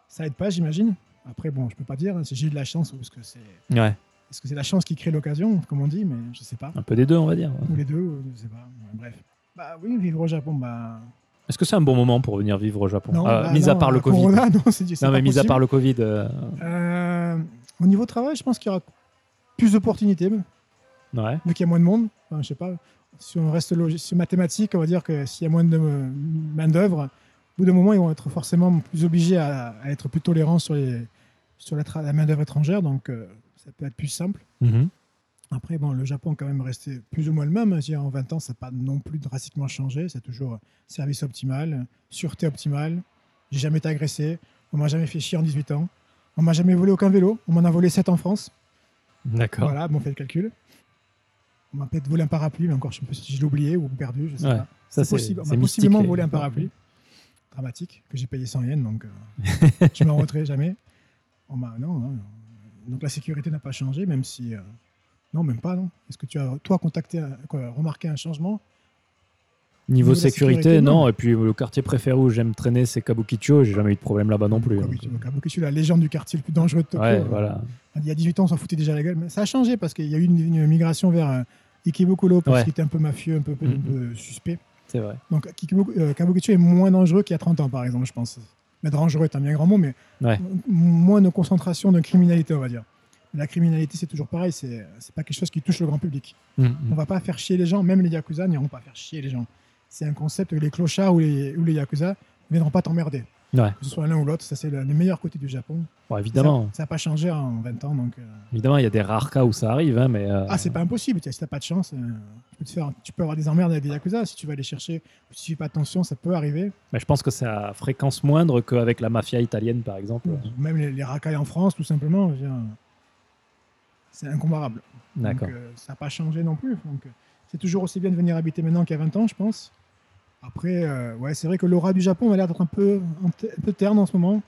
ça aide pas, j'imagine. Après, bon, je peux pas dire hein, si j'ai eu de la chance ou est-ce que c'est
Ouais.
est-ce que c'est la chance qui crée l'occasion, comme on dit, mais je sais pas.
Un peu des deux, on va dire.
Ou les deux, ou je sais pas. Ouais, bref. Bah oui, vivre au Japon, bah
Est-ce que c'est un bon moment pour venir vivre au Japon
Non,
Euh,
bah,
Mis
non,
à part le
la
Covid.
Corona, non, c'est c'est
non,
pas
mais mis à
possible.
part le Covid. euh,
Euh, au niveau travail, je pense qu'il y aura plus d'opportunités, même,
Ouais.
vu qu'il y a moins de monde. Enfin, je sais pas. Si on reste logi- si mathématique, on va dire que s'il y a moins de euh, main-d'œuvre, au bout d'un moment, ils vont être forcément plus obligés à, à être plus tolérants sur, les, sur la, tra- la main-d'œuvre étrangère. Donc, euh, ça peut être plus simple.
Mhm.
Après, bon, le Japon a quand même resté plus ou moins le même. hein, Je veux dire, En 20 ans, ça n'a pas non plus drastiquement changé. C'est toujours euh, service optimal, sûreté optimale. J'ai jamais été agressé. On m'a jamais fait chier en 18 ans. On m'a jamais volé aucun vélo. On m'en a volé 7 en France.
D'accord.
Voilà, bon, fait le calcul. On m'a peut-être volé un parapluie, mais encore, je sais pas si je l'ai oublié ou perdu, je sais
Ouais,
pas.
Ça,
C'est possible. On
c'est
m'a
mystique,
possiblement
les-
volé un parapluie. Dramatique, que j'ai payé 100 yens, donc euh, je m'en retirerai jamais. On m'a, non, non, non. Donc la sécurité n'a pas changé, même si. euh, non, même pas, non. Est-ce que tu as, toi, contacté, un- quoi, remarqué un changement
Niveau
Niveau de la
sécurité,
sécurité,
non.
non.
Et puis le quartier préféré où j'aime traîner, c'est Kabukicho. J'ai jamais eu de problème là-bas non plus.
Quoi, oui,
donc,
tu vois, Kabuki, je suis la légende du quartier le plus dangereux de Tokyo.
ouais,
Euh,
voilà.
Il y a 18 ans, on s'en foutait déjà la gueule, mais ça a changé parce qu'il y a eu une, une migration vers euh, Ikebukuro, parce
Ouais.
qu'il était un peu mafieux, un peu, un peu- un
Mhm.
peu suspect.
C'est vrai.
Donc Kikubu- euh, Kabukicho est moins dangereux qu'il y a 30 ans, par exemple, je pense. Mais dangereux est un bien grand mot, mais
Ouais.
m- moins de concentration de criminalité, on va dire. La criminalité, c'est toujours pareil, c'est c'est pas quelque chose qui touche le grand public.
Mhm.
On va pas faire chier les gens, même les Yakuza n'iront pas faire chier les gens. C'est un concept que les clochards ou les, ou les Yakuza ne viendront pas t'emmerder.
Ouais.
Que ce soit l'un ou l'autre, ça c'est le, le meilleur côté du Japon.
Bon, évidemment.
Ça n'a pas changé en 20 ans, donc... euh,
Évidemment, il y a des rares cas où ça arrive, hein, mais euh,
ah, c'est pas impossible. tiens, Si t'as pas de chance, euh, tu, peux te faire, tu peux avoir des emmerdes avec des Yakuza. Si tu vas les chercher, si tu fais pas attention, ça peut arriver.
mais je pense que c'est à fréquence moindre qu'avec la mafia italienne, par exemple.
Même les, les racailles en France, tout simplement, je veux dire, c'est incomparable.
D'accord.
Donc, euh, ça n'a pas changé non plus. Donc, euh, c'est toujours aussi bien de venir habiter maintenant qu'il y a 20 ans, je pense. Après, euh, ouais, c'est vrai que l'aura du Japon a l'air d'être un peu, un t- un peu terne en ce moment.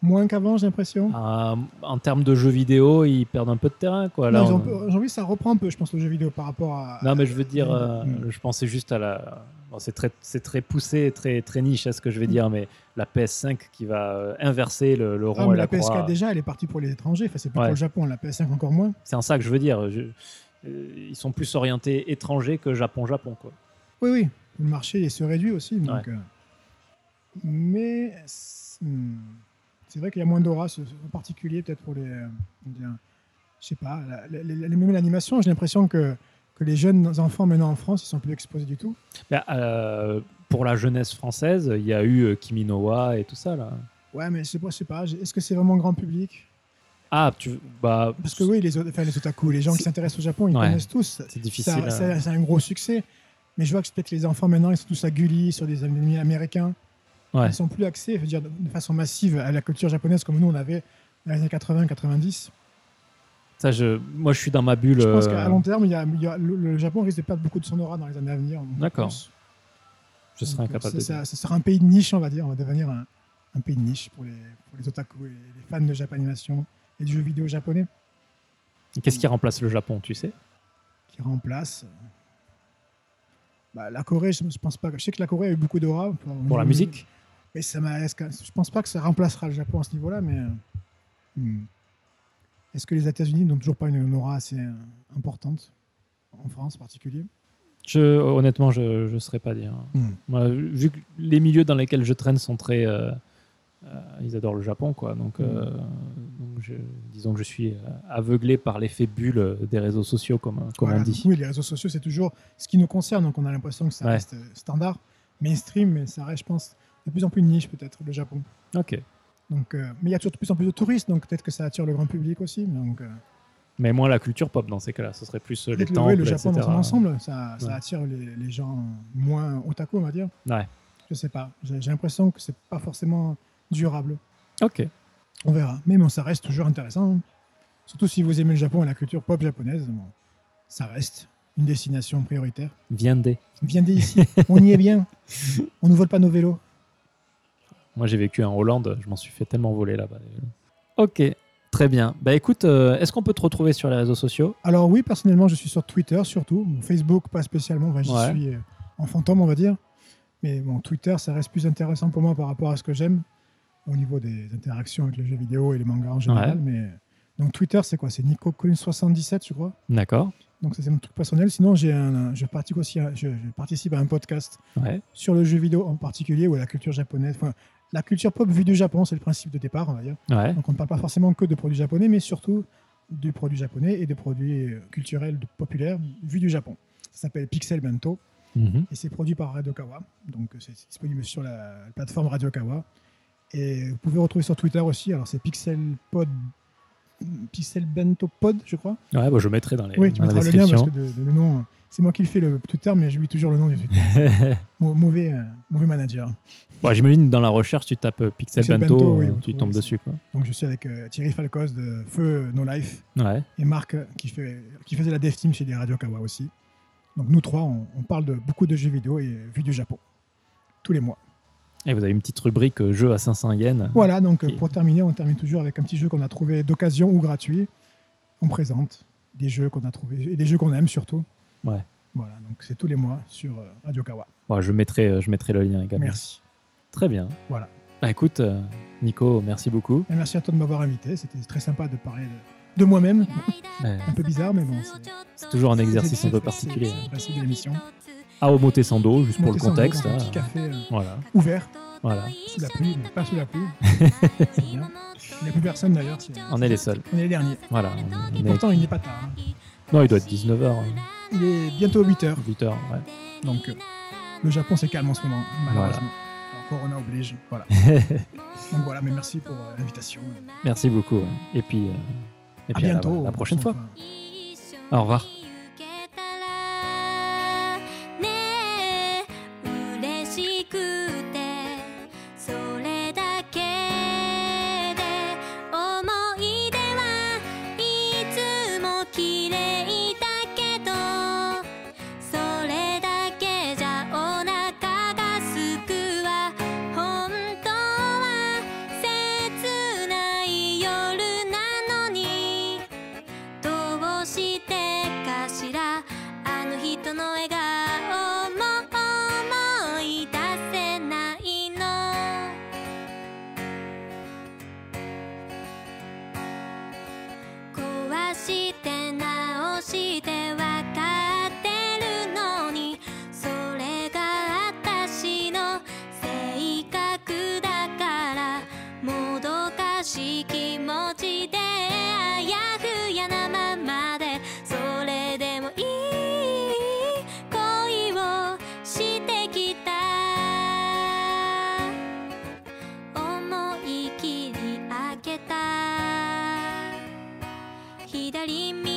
Moins qu'avant, j'ai l'impression.
Euh, en termes de jeux vidéo, ils perdent un peu de terrain, quoi. Ah, Là,
Non, ils
on-
ont un peu- euh, j'ai envie que ça reprend un peu, je pense, le jeu vidéo par rapport à.
Non, mais je veux dire, euh,
Mm.
je pensais juste à la. bon, c'est très, c'est très poussé, et très, très niche, à ce que je vais
Hmm.
dire, mais la PS5 qui va euh, inverser le, le
Ah,
rond
mais
et la,
la PS4
croix.
déjà, elle est partie pour les étrangers. Enfin, c'est plus
Ouais.
pour le Japon, la PS5 encore moins.
C'est en ça que je veux dire. Je- euh, Ils sont plus orientés étrangers que Japon-Japon, quoi.
Oui, oui, le marché il se réduit aussi. Donc,
Ouais.
euh, mais c'est hmm, c'est vrai qu'il y a moins d'aura, ce- en particulier peut-être pour les. euh, comment dire, je sais pas, la- la- la- la- même l'animation, j'ai l'impression que, que les jeunes enfants maintenant en France, ils sont plus exposés du tout.
Bah, euh, pour la jeunesse française, il y a eu euh, Kimi no Wa et tout ça, là.
Ouais, mais je sais pas, je sais pas, j'ai- est-ce que c'est vraiment grand public
Ah, tu. Bah,
Parce que oui, les, o- enfin, les otaku, les gens qui
C'est-
s'intéressent au Japon, ils
Ouais.
connaissent tous.
c'est
Ça-
difficile.
ça-
euh.
C'est un gros succès. Mais je vois que peut-être les enfants maintenant, ils sont tous à Gulli, sur des animés américains.
Ouais.
Ils sont plus axés, je veux dire, de façon massive à la culture japonaise comme nous on avait dans les années 80-90.
Ça, je, moi, je suis dans ma bulle.
Je pense
euh,
qu'à long terme, il y a- il y a- le, le Japon risque de perdre beaucoup de son aura dans les années à venir. on
D'accord.
pense.
je serais
Donc,
incapable de.
c'est-
dire.
Ça, ça sera un pays de niche, on va dire. On va devenir un, un pays de niche pour les, pour les otaku et les fans de Japanimation et du jeu vidéo japonais
Et Qu'est-ce qui remplace le Japon, tu sais
qui remplace. euh, bah, la Corée, je, je pense pas. que- Je sais que la Corée a eu beaucoup d'aura. Pour,
Pour la musique
Et ça m'a- est-ce que- je pense pas que ça remplacera le Japon à ce niveau-là, mais euh, hmm. est-ce que les États-Unis n'ont toujours pas une une aura assez euh, importante en France en particulier
je, Honnêtement, je ne saurais pas dire.
Hmm.
Moi, vu que les milieux dans lesquels je traîne sont très. euh, euh, ils adorent le Japon, quoi.
Hmm.
Donc, euh, donc je- disons que je suis euh, aveuglé par l'effet bulle euh, des réseaux sociaux, comme, comme
Voilà,
on dit.
donc Oui, les réseaux sociaux, c'est toujours ce qui nous concerne, donc on a l'impression que ça
Ouais.
reste euh, standard, mainstream, mais ça reste, je pense, de plus en plus une niche peut-être le Japon.
Ok.
Donc, euh, mais il y a toujours de plus en plus de touristes, donc peut-être que ça attire le grand public aussi. mais Donc, euh,
Mais moins la culture pop dans ces cas-là. Ce serait plus euh, les
peut-être le, ouais,
temples,
le Japon dans
etc.
son ensemble, ça, ça
Ouais.
attire les, les gens moins otaku, on va dire.
Ouais.
Je sais pas. J'ai j'ai l'impression que c'est pas forcément durable.
Ok.
On verra. Mais bon, ça reste toujours intéressant. hein. Surtout si vous aimez le Japon et la culture pop japonaise, bon, ça reste une destination prioritaire.
Viendez.
Viendez ici, on y est bien. On ne vole pas nos vélos.
Moi, j'ai vécu en Hollande, je m'en suis fait tellement voler là-bas. Ok, très bien. Bah écoute, euh, est-ce qu'on peut te retrouver sur les réseaux sociaux
Alors oui, personnellement, je suis sur Twitter surtout. Bon, Facebook, pas spécialement. Enfin, J'y
Ouais.
suis euh, en fantôme, on va dire. Mais bon, Twitter, ça reste plus intéressant pour moi par rapport à ce que j'aime au niveau des interactions avec les jeux vidéo et les mangas en général. Mais donc Twitter, c'est quoi C'est Nico 77, je crois.
D'accord.
Donc ça c'est mon truc personnel. Sinon j'ai un, je participe aussi, à, je, je participe à un podcast
Ouais.
sur le jeu vidéo en particulier ou à la culture japonaise. Enfin, la culture pop vue du Japon, c'est le principe de départ, on va dire.
Ouais.
Donc on ne parle pas forcément que de produits japonais, mais surtout du produit japonais et des produits euh, culturels de- populaires vus du Japon. Ça s'appelle Pixel Bento
Mhm.
et c'est produit par Radio Kawa. Donc euh, c'est disponible sur la plateforme Radio Kawa. Et vous pouvez retrouver sur Twitter aussi. Alors c'est Pixel Pod, Pixel Bento Pod, je crois.
Ouais, bah, je mettrai dans, les,
Oui, tu
dans la
mettras le lien parce
description.
que de- de- le nom, euh, c'est moi qui le fais le Twitter, mais je lis toujours le nom du Twitter. Mau- mauvais, euh, mauvais manager.
Ouais, Bah, J'imagine dans la recherche, tu tapes euh, Pixel
Pixel
Bento,
Bento, oui,
euh,
vous
tu
trouvez
tombes
ça.
dessus. Quoi.
Donc je suis avec euh, Thierry Falcoz de Feu No Life
Ouais.
et Marc euh, qui, fait, qui faisait la dev team chez les Radio Kawa aussi. Donc nous trois, on, on parle de beaucoup de jeux vidéo et vu du Japon tous les mois.
Et vous avez une petite rubrique euh, jeu à 500 yens.
Voilà, donc euh,
Ok.
pour terminer, on termine toujours avec un petit jeu qu'on a trouvé d'occasion ou gratuit. On présente des jeux qu'on a trouvés et des jeux qu'on aime surtout.
Ouais.
Voilà, donc c'est tous les mois sur euh, Radio Kawa.
Ouais, je, mettrai, euh, je mettrai le lien également.
Merci.
Très bien.
Voilà.
Bah, écoute, euh, Nico, merci beaucoup.
Et merci à toi de m'avoir invité. C'était très sympa de parler de, de moi-même.
Euh,
Un peu bizarre, mais bon. c'est-
C'est toujours un exercice un peu particulier.
hein. Principe de l'émission.
à Omote Ah, Sando, juste pour
Monter
le
sans
contexte.
boire, Un
hein.
petit café euh,
Voilà.
ouvert.
Voilà.
Sous la pluie, mais pas sous la pluie. C'est bien.
Il n'y a plus personne d'ailleurs. c'est-
On est les seuls.
On est les derniers.
Voilà.
Et
On est-
pourtant, il n'est pas tard. hein.
Non, il doit être hein. 19h,
Il est bientôt 8h.
8h. Ouais.
Donc, euh, le Japon, c'est calme en ce moment, malheureusement. Alors, corona oblige. Voilà. Donc voilà, mais merci pour euh, l'invitation.
Merci beaucoup. ouais. Et puis, euh, et
À
puis à la-
bientôt.
la prochaine fois.
Enfin,
Au revoir.
ねえ嬉しくてそれだけで思い出はいつも綺麗だけどそれだけじゃお腹がすくわ本当は切ない夜なのにどうしてかしらあの人の笑顔も思い出せないの壊して直して分かってるのにそれが私の性格だからもどかしい気持ちであやふやなままでそれでもいい恋をしてきた思い切り開けた左耳